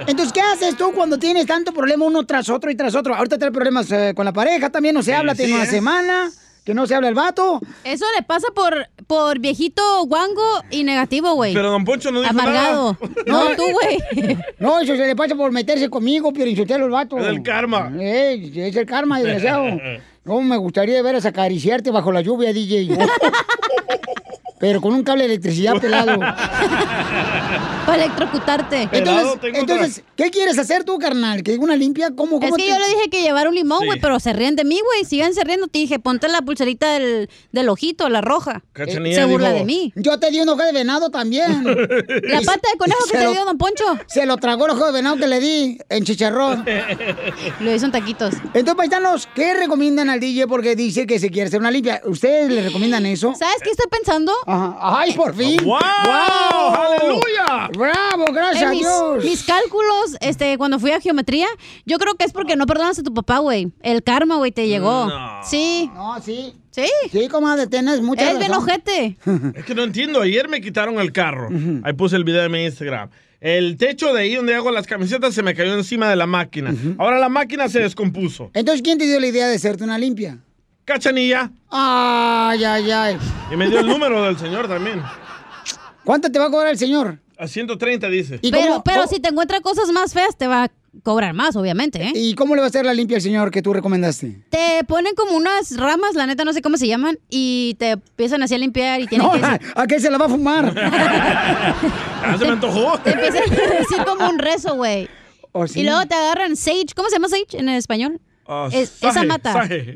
[SPEAKER 5] Entonces, ¿qué haces tú cuando tienes tanto problema uno tras otro y tras otro? Ahorita trae problemas eh, con la pareja también, no se habla,
[SPEAKER 8] Sí,
[SPEAKER 5] tiene
[SPEAKER 8] sí,
[SPEAKER 5] una
[SPEAKER 8] ¿eh?
[SPEAKER 5] semana que no se habla el vato.
[SPEAKER 8] Eso le pasa por por viejito guango y negativo, güey.
[SPEAKER 6] Pero Don Poncho no dijo
[SPEAKER 8] Amargado.
[SPEAKER 6] nada.
[SPEAKER 8] No, tú, güey.
[SPEAKER 5] No, eso se le pasa por meterse conmigo, Piorinsotelo, el vato.
[SPEAKER 6] Es el karma.
[SPEAKER 5] Eh, es el karma, desgraciado. No, me gustaría de veras acariciarte bajo la lluvia, DJ.
[SPEAKER 6] <laughs>
[SPEAKER 5] Pero con un cable de electricidad
[SPEAKER 6] <laughs>
[SPEAKER 5] pelado.
[SPEAKER 8] Para electrocutarte.
[SPEAKER 5] Entonces, entonces, ¿qué quieres hacer tú, carnal? ¿Que una limpia? ¿Cómo,
[SPEAKER 8] Es
[SPEAKER 5] cómo
[SPEAKER 8] que
[SPEAKER 5] te-
[SPEAKER 8] yo le dije que llevar un limón,
[SPEAKER 5] Sí.
[SPEAKER 8] güey, pero se ríen de mí, güey. Sigan se riendo. Te dije, ponte la pulserita del, del ojito, la roja.
[SPEAKER 5] Cachanilla
[SPEAKER 8] se burla
[SPEAKER 5] dijo-
[SPEAKER 8] de mí.
[SPEAKER 5] Yo te di un ojo de venado también.
[SPEAKER 8] <laughs> La pata de conejo que te dio, don Poncho.
[SPEAKER 5] Se lo tragó el ojo de venado que le di en chicharrón.
[SPEAKER 8] Lo hizo en taquitos.
[SPEAKER 5] Entonces, paisanos, ¿qué recomiendan al DJ? Porque dice que se quiere hacer una limpia. ¿Ustedes le recomiendan eso?
[SPEAKER 8] ¿Sabes qué estoy pensando?
[SPEAKER 5] ¡Ay, por
[SPEAKER 6] Ah,
[SPEAKER 5] fin!
[SPEAKER 8] ¡Wow!
[SPEAKER 6] ¡Oh,
[SPEAKER 8] ¡Aleluya!
[SPEAKER 5] ¡Bravo, gracias
[SPEAKER 8] Eh,
[SPEAKER 5] a
[SPEAKER 8] mis,
[SPEAKER 5] Dios!
[SPEAKER 8] Mis cálculos, este, cuando fui a geometría, yo creo que es porque no perdonaste a tu papá, güey. El karma, güey, te llegó.
[SPEAKER 6] No.
[SPEAKER 8] Sí.
[SPEAKER 5] No, sí.
[SPEAKER 8] Sí.
[SPEAKER 5] Sí, comadre, tienes mucha
[SPEAKER 8] Es bien
[SPEAKER 5] razón.
[SPEAKER 8] ojete.
[SPEAKER 6] Es que no entiendo. Ayer me quitaron el carro. Ahí puse el video de mi Instagram. El techo de ahí donde hago las camisetas se me cayó encima de la máquina. Ahora la máquina se descompuso.
[SPEAKER 5] Entonces, ¿quién te dio la idea de hacerte una limpia?
[SPEAKER 6] Cachanilla.
[SPEAKER 5] Ay, ay, ay.
[SPEAKER 6] Y me dio el número del señor también.
[SPEAKER 5] ¿Cuánto te va a cobrar el señor? Oh.
[SPEAKER 6] A 130 dice.
[SPEAKER 8] Pero, pero si te encuentra cosas más feas, te va a cobrar más, obviamente, ¿eh?
[SPEAKER 5] ¿Y cómo le va a hacer la limpia al señor que tú recomendaste?
[SPEAKER 8] Te ponen como unas ramas, la neta no sé cómo se llaman, y te empiezan así a limpiar y tienen
[SPEAKER 5] No,
[SPEAKER 8] que...
[SPEAKER 5] <laughs> ¿a qué se la va a
[SPEAKER 8] <laughs>
[SPEAKER 5] fumar?
[SPEAKER 6] Ah, se me antojó.
[SPEAKER 8] Te empiezan a decir como un rezo, güey.
[SPEAKER 5] <laughs> ¿O sí?
[SPEAKER 8] Y luego te agarran sage. ¿Cómo se llama sage en español?
[SPEAKER 6] Pues Ah,
[SPEAKER 8] Es-
[SPEAKER 6] saje,
[SPEAKER 8] esa mata.
[SPEAKER 6] saje.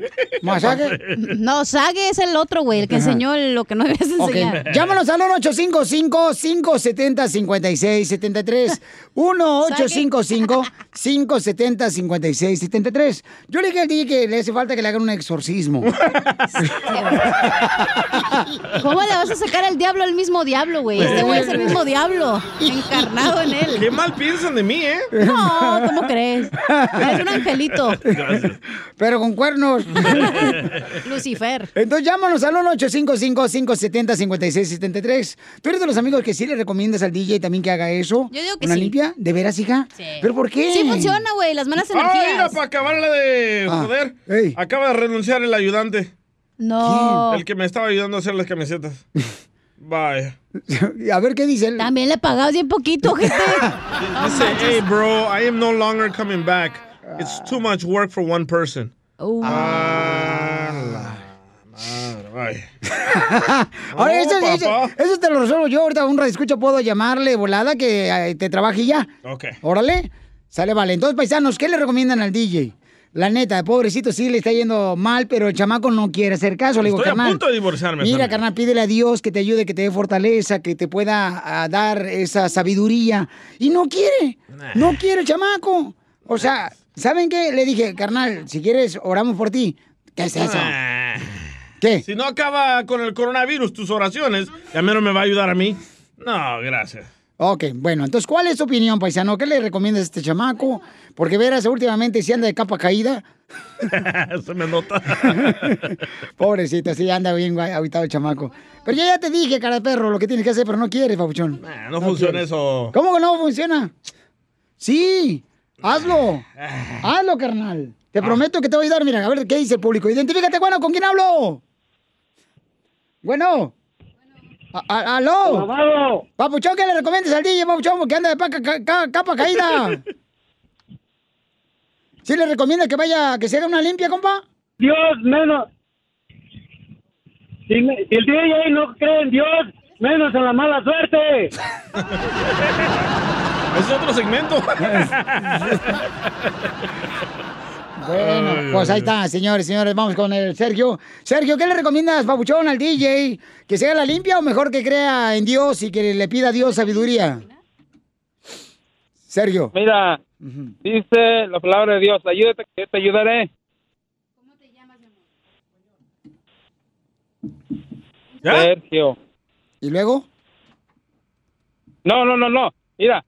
[SPEAKER 8] No, sage es el otro, güey, el que enseñó lo que no debes
[SPEAKER 5] Ok.
[SPEAKER 8] enseñar.
[SPEAKER 5] Llámanos al
[SPEAKER 8] <laughs>
[SPEAKER 5] 1-855-570-5673. 1-855-570-5673. Yo le dije al DJ que le hace falta que le hagan un
[SPEAKER 8] <laughs>
[SPEAKER 5] exorcismo. <laughs>
[SPEAKER 8] ¿Cómo le vas a sacar al diablo al mismo diablo, güey? Este güey es el mismo diablo, encarnado en él.
[SPEAKER 6] Qué mal piensan de mí, ¿eh?
[SPEAKER 8] No, ¿cómo crees? <laughs> Eres un angelito.
[SPEAKER 5] Pero con cuernos.
[SPEAKER 8] <laughs> Lucifer.
[SPEAKER 5] Entonces llámanos al 1-855-570-5673. ¿Tú eres de los amigos que sí le recomiendas al DJ también que haga eso?
[SPEAKER 8] Yo digo que
[SPEAKER 5] ¿Una
[SPEAKER 8] sí.
[SPEAKER 5] limpia? ¿De veras, hija? ¿Pero por qué?
[SPEAKER 8] Sí funciona, güey, las malas
[SPEAKER 6] Ah, mira,
[SPEAKER 8] energías.
[SPEAKER 6] para acabarla de
[SPEAKER 5] Ah,
[SPEAKER 6] Eh, joder. Acaba de renunciar el ayudante.
[SPEAKER 8] No.
[SPEAKER 6] El que me estaba ayudando a hacer las
[SPEAKER 5] <laughs>
[SPEAKER 6] camisetas. Vaya.
[SPEAKER 5] A ver qué dice él.
[SPEAKER 8] También le pagabas bien
[SPEAKER 5] <laughs>
[SPEAKER 8] poquito, gente.
[SPEAKER 6] Dice,
[SPEAKER 5] Oh,
[SPEAKER 6] hey, bro, I am no longer coming back. It's too much work for one person.
[SPEAKER 8] Oh.
[SPEAKER 6] Ah, la madre, vaya.
[SPEAKER 5] Ahora,
[SPEAKER 6] No,
[SPEAKER 5] eso, eso-
[SPEAKER 6] papá.
[SPEAKER 5] eso te lo resuelvo yo. Ahorita un radioescucha puedo llamarle volada que eh, te trabaje y ya.
[SPEAKER 4] <laughs>
[SPEAKER 6] Ok.
[SPEAKER 5] Órale. Sale, vale. Entonces, paisanos, ¿qué le recomiendan al DJ? La neta, pobrecito, sí le está yendo mal, pero el chamaco no quiere hacer caso. Le digo,
[SPEAKER 6] Estoy a
[SPEAKER 5] carnal.
[SPEAKER 6] punto de divorciarme.
[SPEAKER 5] Mira,
[SPEAKER 6] Sammy.
[SPEAKER 5] carnal, pídele a Dios que te ayude, que te dé fortaleza, que te pueda a, dar esa sabiduría. Y no quiere, no quiere, el chamaco. O sea, ¿saben qué? Le dije, carnal, si quieres, oramos por ti. ¿Qué es eso?
[SPEAKER 6] Ah.
[SPEAKER 5] ¿Qué?
[SPEAKER 6] Si no acaba con el coronavirus tus oraciones, ya menos me va a ayudar a mí. No, gracias. <laughs>
[SPEAKER 5] Ok, bueno, entonces, ¿cuál es tu opinión, paisano? ¿Qué le recomiendas a este chamaco? Porque verás, últimamente si anda de capa caída.
[SPEAKER 6] Se me nota.
[SPEAKER 5] Pobrecito, sí, anda bien guay- aguitado el chamaco. Pero yo ya te dije, cara de perro, lo que tienes que hacer, pero no quieres, papuchón.
[SPEAKER 6] Ah, No, funciona
[SPEAKER 5] quieres. <laughs>
[SPEAKER 6] eso.
[SPEAKER 5] ¿Cómo que no funciona? Sí, hazlo.
[SPEAKER 6] Ah.
[SPEAKER 5] Hazlo, carnal. Te prometo que te voy a ayudar. Mira, a ver qué dice el público. Identifícate, bueno, ¿con quién hablo? Bueno. A- a- ¿Aló? Papuchón, ¿qué le recomiendas al DJ, Papuchón? Porque anda de paca- ca- ca- capa
[SPEAKER 7] <laughs>
[SPEAKER 5] caída. ¿Sí le recomienda que vaya, que se haga una limpia, compa?
[SPEAKER 7] Dios, menos. Si, me- si el DJ no cree en Dios, menos en la mala suerte.
[SPEAKER 6] Es otro segmento.
[SPEAKER 4] Ah.
[SPEAKER 5] Bueno,
[SPEAKER 6] Ay,
[SPEAKER 5] pues
[SPEAKER 6] ay,
[SPEAKER 5] ahí está, señores, señores. Vamos con el Sergio. Sergio, ¿qué le recomiendas, Papuchón, al DJ? ¿Que se haga la limpia o mejor que crea en Dios y que le pida a Dios sabiduría? Sergio.
[SPEAKER 10] Mira, dice la palabra de Dios, ayúdate que yo te ayudaré. ¿Cómo te llamas, Sergio.
[SPEAKER 5] ¿Y luego?
[SPEAKER 10] No, no, no, no. Mira,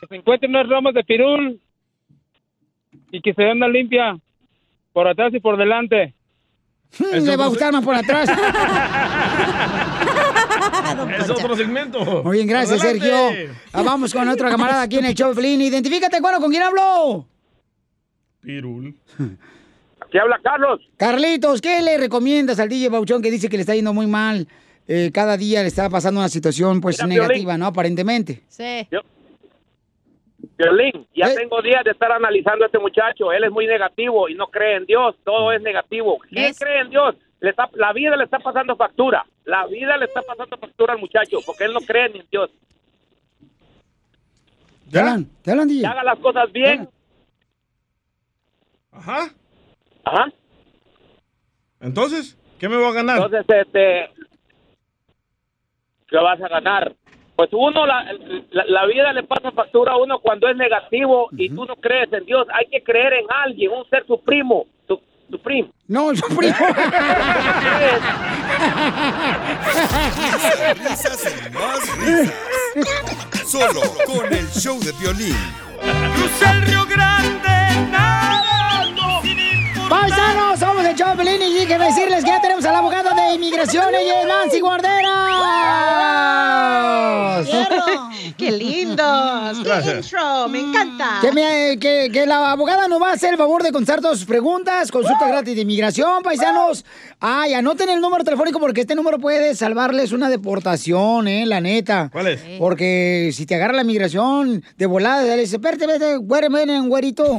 [SPEAKER 10] que se encuentren unas ramas de pirul y que se den una limpia por atrás y por
[SPEAKER 5] <laughs>
[SPEAKER 10] delante.
[SPEAKER 5] Le va a gustar más por
[SPEAKER 13] <laughs>
[SPEAKER 5] atrás.
[SPEAKER 6] Es otro segmento.
[SPEAKER 5] Muy bien, gracias,
[SPEAKER 6] Adelante.
[SPEAKER 5] Sergio. Ah, vamos con otro camarada aquí en el show, Pelín. Identifícate, bueno, ¿con quién hablo?
[SPEAKER 6] Pirul.
[SPEAKER 11] ¿Qué habla Carlos?
[SPEAKER 5] Carlitos, ¿qué le recomiendas al DJ Bauchón que dice que le está yendo muy mal? Eh, cada día le está pasando una situación pues
[SPEAKER 11] Mira,
[SPEAKER 5] negativa,
[SPEAKER 11] Piolín.
[SPEAKER 5] ¿no? Aparentemente.
[SPEAKER 8] Sí.
[SPEAKER 11] Violín, ya tengo días de estar analizando a este muchacho. Él es muy negativo y no cree en Dios. Todo es negativo. ¿Quién cree en Dios? Le está- la vida le está pasando factura. La vida le está pasando factura al muchacho porque él no cree ni en Dios.
[SPEAKER 5] ¿Te hablan? ¿Te hablan,
[SPEAKER 11] Que
[SPEAKER 5] DJ?
[SPEAKER 11] haga las cosas bien. Ajá. Ajá.
[SPEAKER 6] Entonces, ¿qué me voy a ganar?
[SPEAKER 11] Entonces, este, ¿qué vas a ganar? Pues uno, la, la- la vida le pasa factura a uno cuando es negativo y tú no crees en Dios. Hay que creer en alguien, un ser supremo, su, supremo.
[SPEAKER 5] No, <laughs> yo primo.
[SPEAKER 1] Risas y más risas. Solo con el show de violín.
[SPEAKER 4] el Río Grande
[SPEAKER 5] Paisanos, somos el Choplin y que decirles que ya tenemos a la abogada de inmigración, ella es Nancy Guarderas. <laughs>
[SPEAKER 13] ¡Qué lindos! ¡Qué
[SPEAKER 5] Gracias.
[SPEAKER 13] intro! ¡Me encanta!
[SPEAKER 5] Que, me- eh, que- que la abogada nos va a hacer el favor de contestar todas sus preguntas, consulta gratis de inmigración, paisanos. Ay, anoten el número telefónico porque este número puede salvarles una deportación, eh, la neta.
[SPEAKER 6] ¿Cuál es?
[SPEAKER 5] Porque si te agarra la inmigración de volada, le dice, espérate, vete, güere, miren, güerito.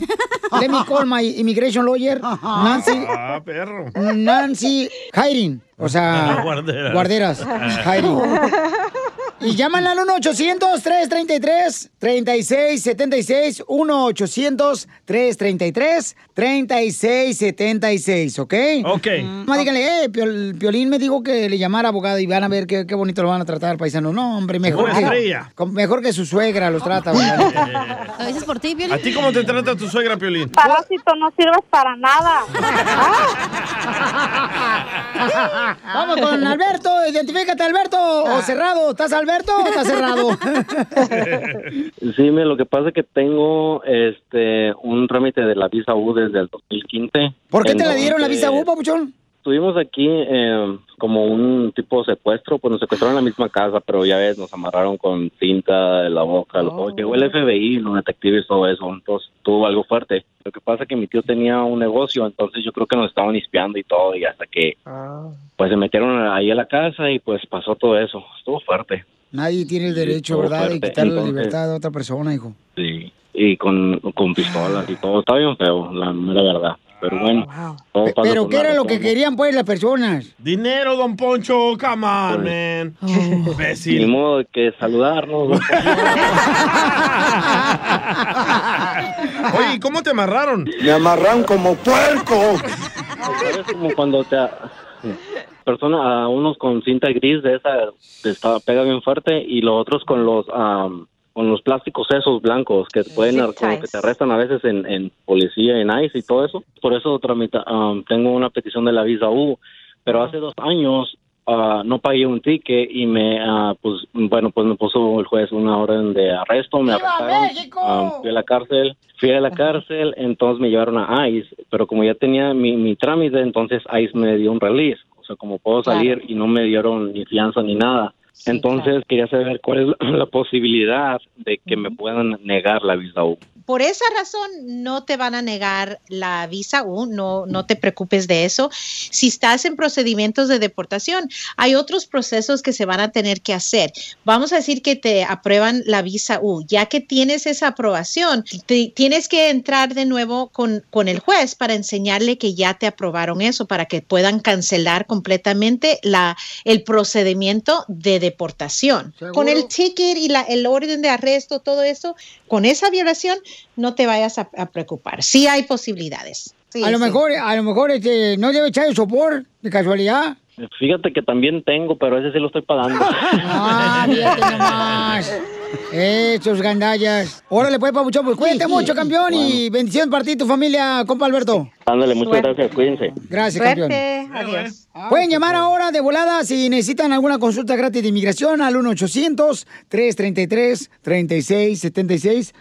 [SPEAKER 5] Let me call my immigration lawyer, Nancy.
[SPEAKER 6] Ah, perro.
[SPEAKER 5] <laughs> Nancy Jairin. O
[SPEAKER 6] <laughs>
[SPEAKER 5] sea,
[SPEAKER 6] Ah, Guarderas. Ah.
[SPEAKER 5] guarderas. Jairin. Y llámanla al 1-800-333-3676. 1-800-333-3676, ¿ok? <laughs>
[SPEAKER 6] Ok.
[SPEAKER 5] Más díganle, eh, Piol- Piolín me dijo que le llamara abogado y van a ver qué, qué bonito lo van a tratar, paisano. No, hombre, mejor
[SPEAKER 6] Una
[SPEAKER 5] que,
[SPEAKER 6] estrella.
[SPEAKER 5] con- mejor que su suegra los trata, abogado.
[SPEAKER 6] <laughs>
[SPEAKER 8] A veces por ti, Piolín.
[SPEAKER 6] ¿A ti cómo te trata tu suegra, Piolín?
[SPEAKER 14] Parásito, no sirves para nada.
[SPEAKER 5] <laughs> Vamos con Alberto, identifícate, Alberto.
[SPEAKER 16] Ah.
[SPEAKER 5] O cerrado, ¿estás Alberto o estás cerrado?
[SPEAKER 16] <laughs> Sí, mira, lo que pasa es que tengo este un trámite de la visa U desde el 2015.
[SPEAKER 5] ¿Por qué te la
[SPEAKER 16] Entonces,
[SPEAKER 5] dieron la visa U, papuchón?
[SPEAKER 16] Estuvimos aquí eh, como un tipo de secuestro, pues nos secuestraron en la misma casa, pero ya ves, nos amarraron con cinta de la boca.
[SPEAKER 5] Oh.
[SPEAKER 16] Luego Llegó el FBI, los detectives, todo eso, entonces tuvo algo fuerte. Lo que pasa es que mi tío tenía un negocio, entonces yo creo que nos estaban espiando y todo, y hasta que pues se metieron ahí a la casa y pues pasó todo eso. Estuvo fuerte.
[SPEAKER 5] Nadie tiene el derecho,
[SPEAKER 16] estuvo
[SPEAKER 5] ¿verdad?, de
[SPEAKER 16] fuerte,
[SPEAKER 5] quitar la
[SPEAKER 16] entonces.
[SPEAKER 5] libertad de otra persona, hijo.
[SPEAKER 16] Sí, y con, con pistolas y todo. Está bien feo, la mera verdad. Pero bueno, todo pasa
[SPEAKER 5] Pero
[SPEAKER 16] por
[SPEAKER 5] ¿qué
[SPEAKER 16] una
[SPEAKER 5] era lo que
[SPEAKER 16] razón.
[SPEAKER 5] querían, pues, las personas?
[SPEAKER 6] Dinero, don Poncho, come on, man.
[SPEAKER 16] Pues.
[SPEAKER 5] Oh.
[SPEAKER 16] Ni
[SPEAKER 6] Imbécil.
[SPEAKER 16] modo que saludarnos. ¿no?
[SPEAKER 6] Oye, ¿y cómo te amarraron?
[SPEAKER 16] Me amarran como puerco. Es como cuando te a- persona a unos con cinta gris de esa te está- pega bien fuerte y los otros con los am, con los plásticos esos blancos que pueden ar- como que te arrestan a veces en, en policía en ICE y todo eso. Por eso tramita- am, tengo una petición de la visa U, pero hace dos años ah, no pagué un ticket y me ah, pues bueno pues me puso el juez una orden de arresto, me arrestaron. Ah, fui a la cárcel, fui a la cárcel, entonces me llevaron a ICE, pero como ya tenía mi, mi trámite, entonces ICE me dio un release, o sea, como puedo salir y no me dieron ni fianza ni nada. entonces quería saber cuál es la, <clears throat> la posibilidad de que me puedan negar la visa U.
[SPEAKER 13] Por esa razón no te van a negar la visa U, no, no te preocupes de eso. Si estás en procedimientos de deportación, hay otros procesos que se van a tener que hacer. Vamos a decir que te aprueban la visa U, ya que tienes esa aprobación, te- tienes que entrar de nuevo con, con el juez para enseñarle que ya te aprobaron eso, para que puedan cancelar completamente la, el procedimiento de deportación. Con el ticket y la, el orden de arresto, todo eso, con esa violación no te vayas a, a preocupar. Sí hay posibilidades. Sí,
[SPEAKER 5] a lo
[SPEAKER 13] sí.
[SPEAKER 5] mejor, a lo mejor, este, no debe echar el sopor, de casualidad.
[SPEAKER 16] Fíjate que también tengo, pero ese sí lo estoy pagando.
[SPEAKER 5] Ah, fíjate nomás. Hechos gandallas. Órale, pues, papuchón, pues cuídate mucho, campeón, y bendición para ti y tu familia, compa Alberto.
[SPEAKER 16] Ándale, muchas gracias, cuídense.
[SPEAKER 5] Gracias, campeón.
[SPEAKER 13] Eh, Adiós.
[SPEAKER 5] Ah, Pueden pues llamar ahora de volada si necesitan alguna consulta gratis de inmigración al 1-800-333-3676.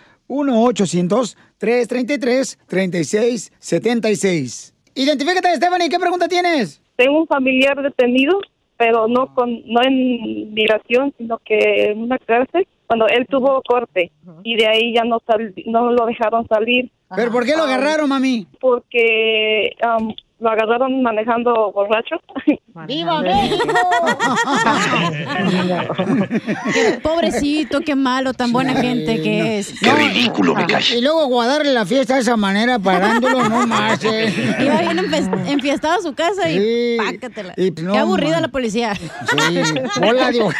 [SPEAKER 5] 1-800-333-3676. Identifícate, Stephanie, ¿qué pregunta tienes?
[SPEAKER 14] Tengo un familiar detenido, pero no con no en migración, sino que en una cárcel.
[SPEAKER 13] cuando él tuvo corte y de ahí ya no, sal- no lo dejaron salir.
[SPEAKER 5] ¿Pero por qué lo
[SPEAKER 13] Ah,
[SPEAKER 5] agarraron, mami?
[SPEAKER 13] Porque am, lo agarraron manejando borracho.
[SPEAKER 5] <laughs>
[SPEAKER 8] ¡Viva México!
[SPEAKER 13] <laughs>
[SPEAKER 8] qué pobrecito, qué malo, tan buena gente que es.
[SPEAKER 5] No, Y luego guardarle la fiesta de esa manera, parándolo, no más. eh.
[SPEAKER 8] Iba bien enfes- enfiestado a su casa y
[SPEAKER 5] Sí.
[SPEAKER 8] pácatela.
[SPEAKER 5] Y, no,
[SPEAKER 8] qué aburrida
[SPEAKER 5] man.
[SPEAKER 8] la policía.
[SPEAKER 5] Hola, Dios.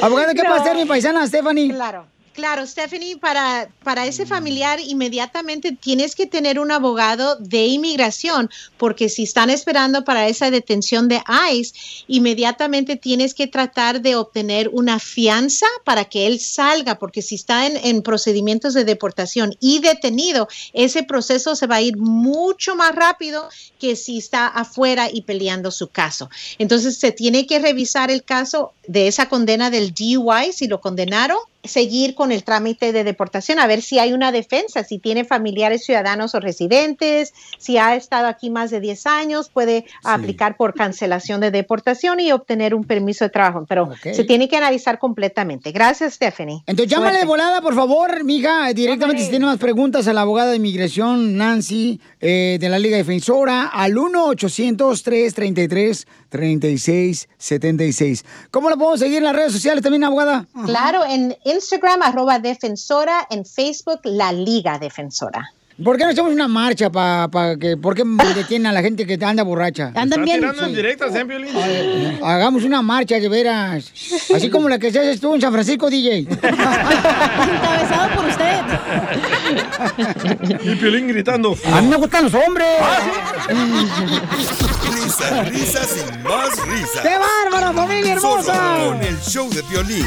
[SPEAKER 5] Abogada, ¿qué va a hacer mi paisana, Stephanie?
[SPEAKER 24] Claro. Claro, Stephanie, para, para ese familiar inmediatamente tienes que tener un abogado de inmigración, porque si están esperando para esa detención de ICE, inmediatamente tienes que tratar de obtener una fianza para que él salga, porque si está en, en procedimientos de deportación y detenido, ese proceso se va a ir mucho más rápido que si está afuera y peleando su caso. Entonces se tiene que revisar el caso de esa condena del DUI, si lo condenaron, seguir con el trámite de deportación, a ver si hay una defensa, si tiene familiares ciudadanos o residentes, si ha estado aquí más de 10 años, puede aplicar por cancelación de deportación y obtener un permiso de trabajo, pero se tiene que analizar completamente. Gracias, Stephanie.
[SPEAKER 5] Entonces, llámale de
[SPEAKER 24] Suerte.
[SPEAKER 5] volada, por favor, mija, eh, directamente si tiene más preguntas a la abogada de inmigración Nancy eh, de la Liga Defensora al 1-800-333-3676. ¿Cómo la podemos seguir en las redes sociales también, abogada?
[SPEAKER 24] Claro, en Instagram, arroba defensora, en Facebook, la Liga Defensora.
[SPEAKER 5] ¿Por qué no hacemos una marcha para que, por qué detienen a la gente que anda borracha?
[SPEAKER 6] Están tirando en directa, ¿eh, Piolín?
[SPEAKER 5] Hagamos una marcha, de veras. Así como la que se haces tú en San Francisco, DJ.
[SPEAKER 8] Encabezado por usted.
[SPEAKER 6] <laughs> Y Piolín gritando. ¿Ah,
[SPEAKER 5] A mí me gustan los hombres. Mm.
[SPEAKER 1] Risas, risas y más risas.
[SPEAKER 33] ¡Qué bárbaro, familia hermosa!
[SPEAKER 1] Solo con el show de violín.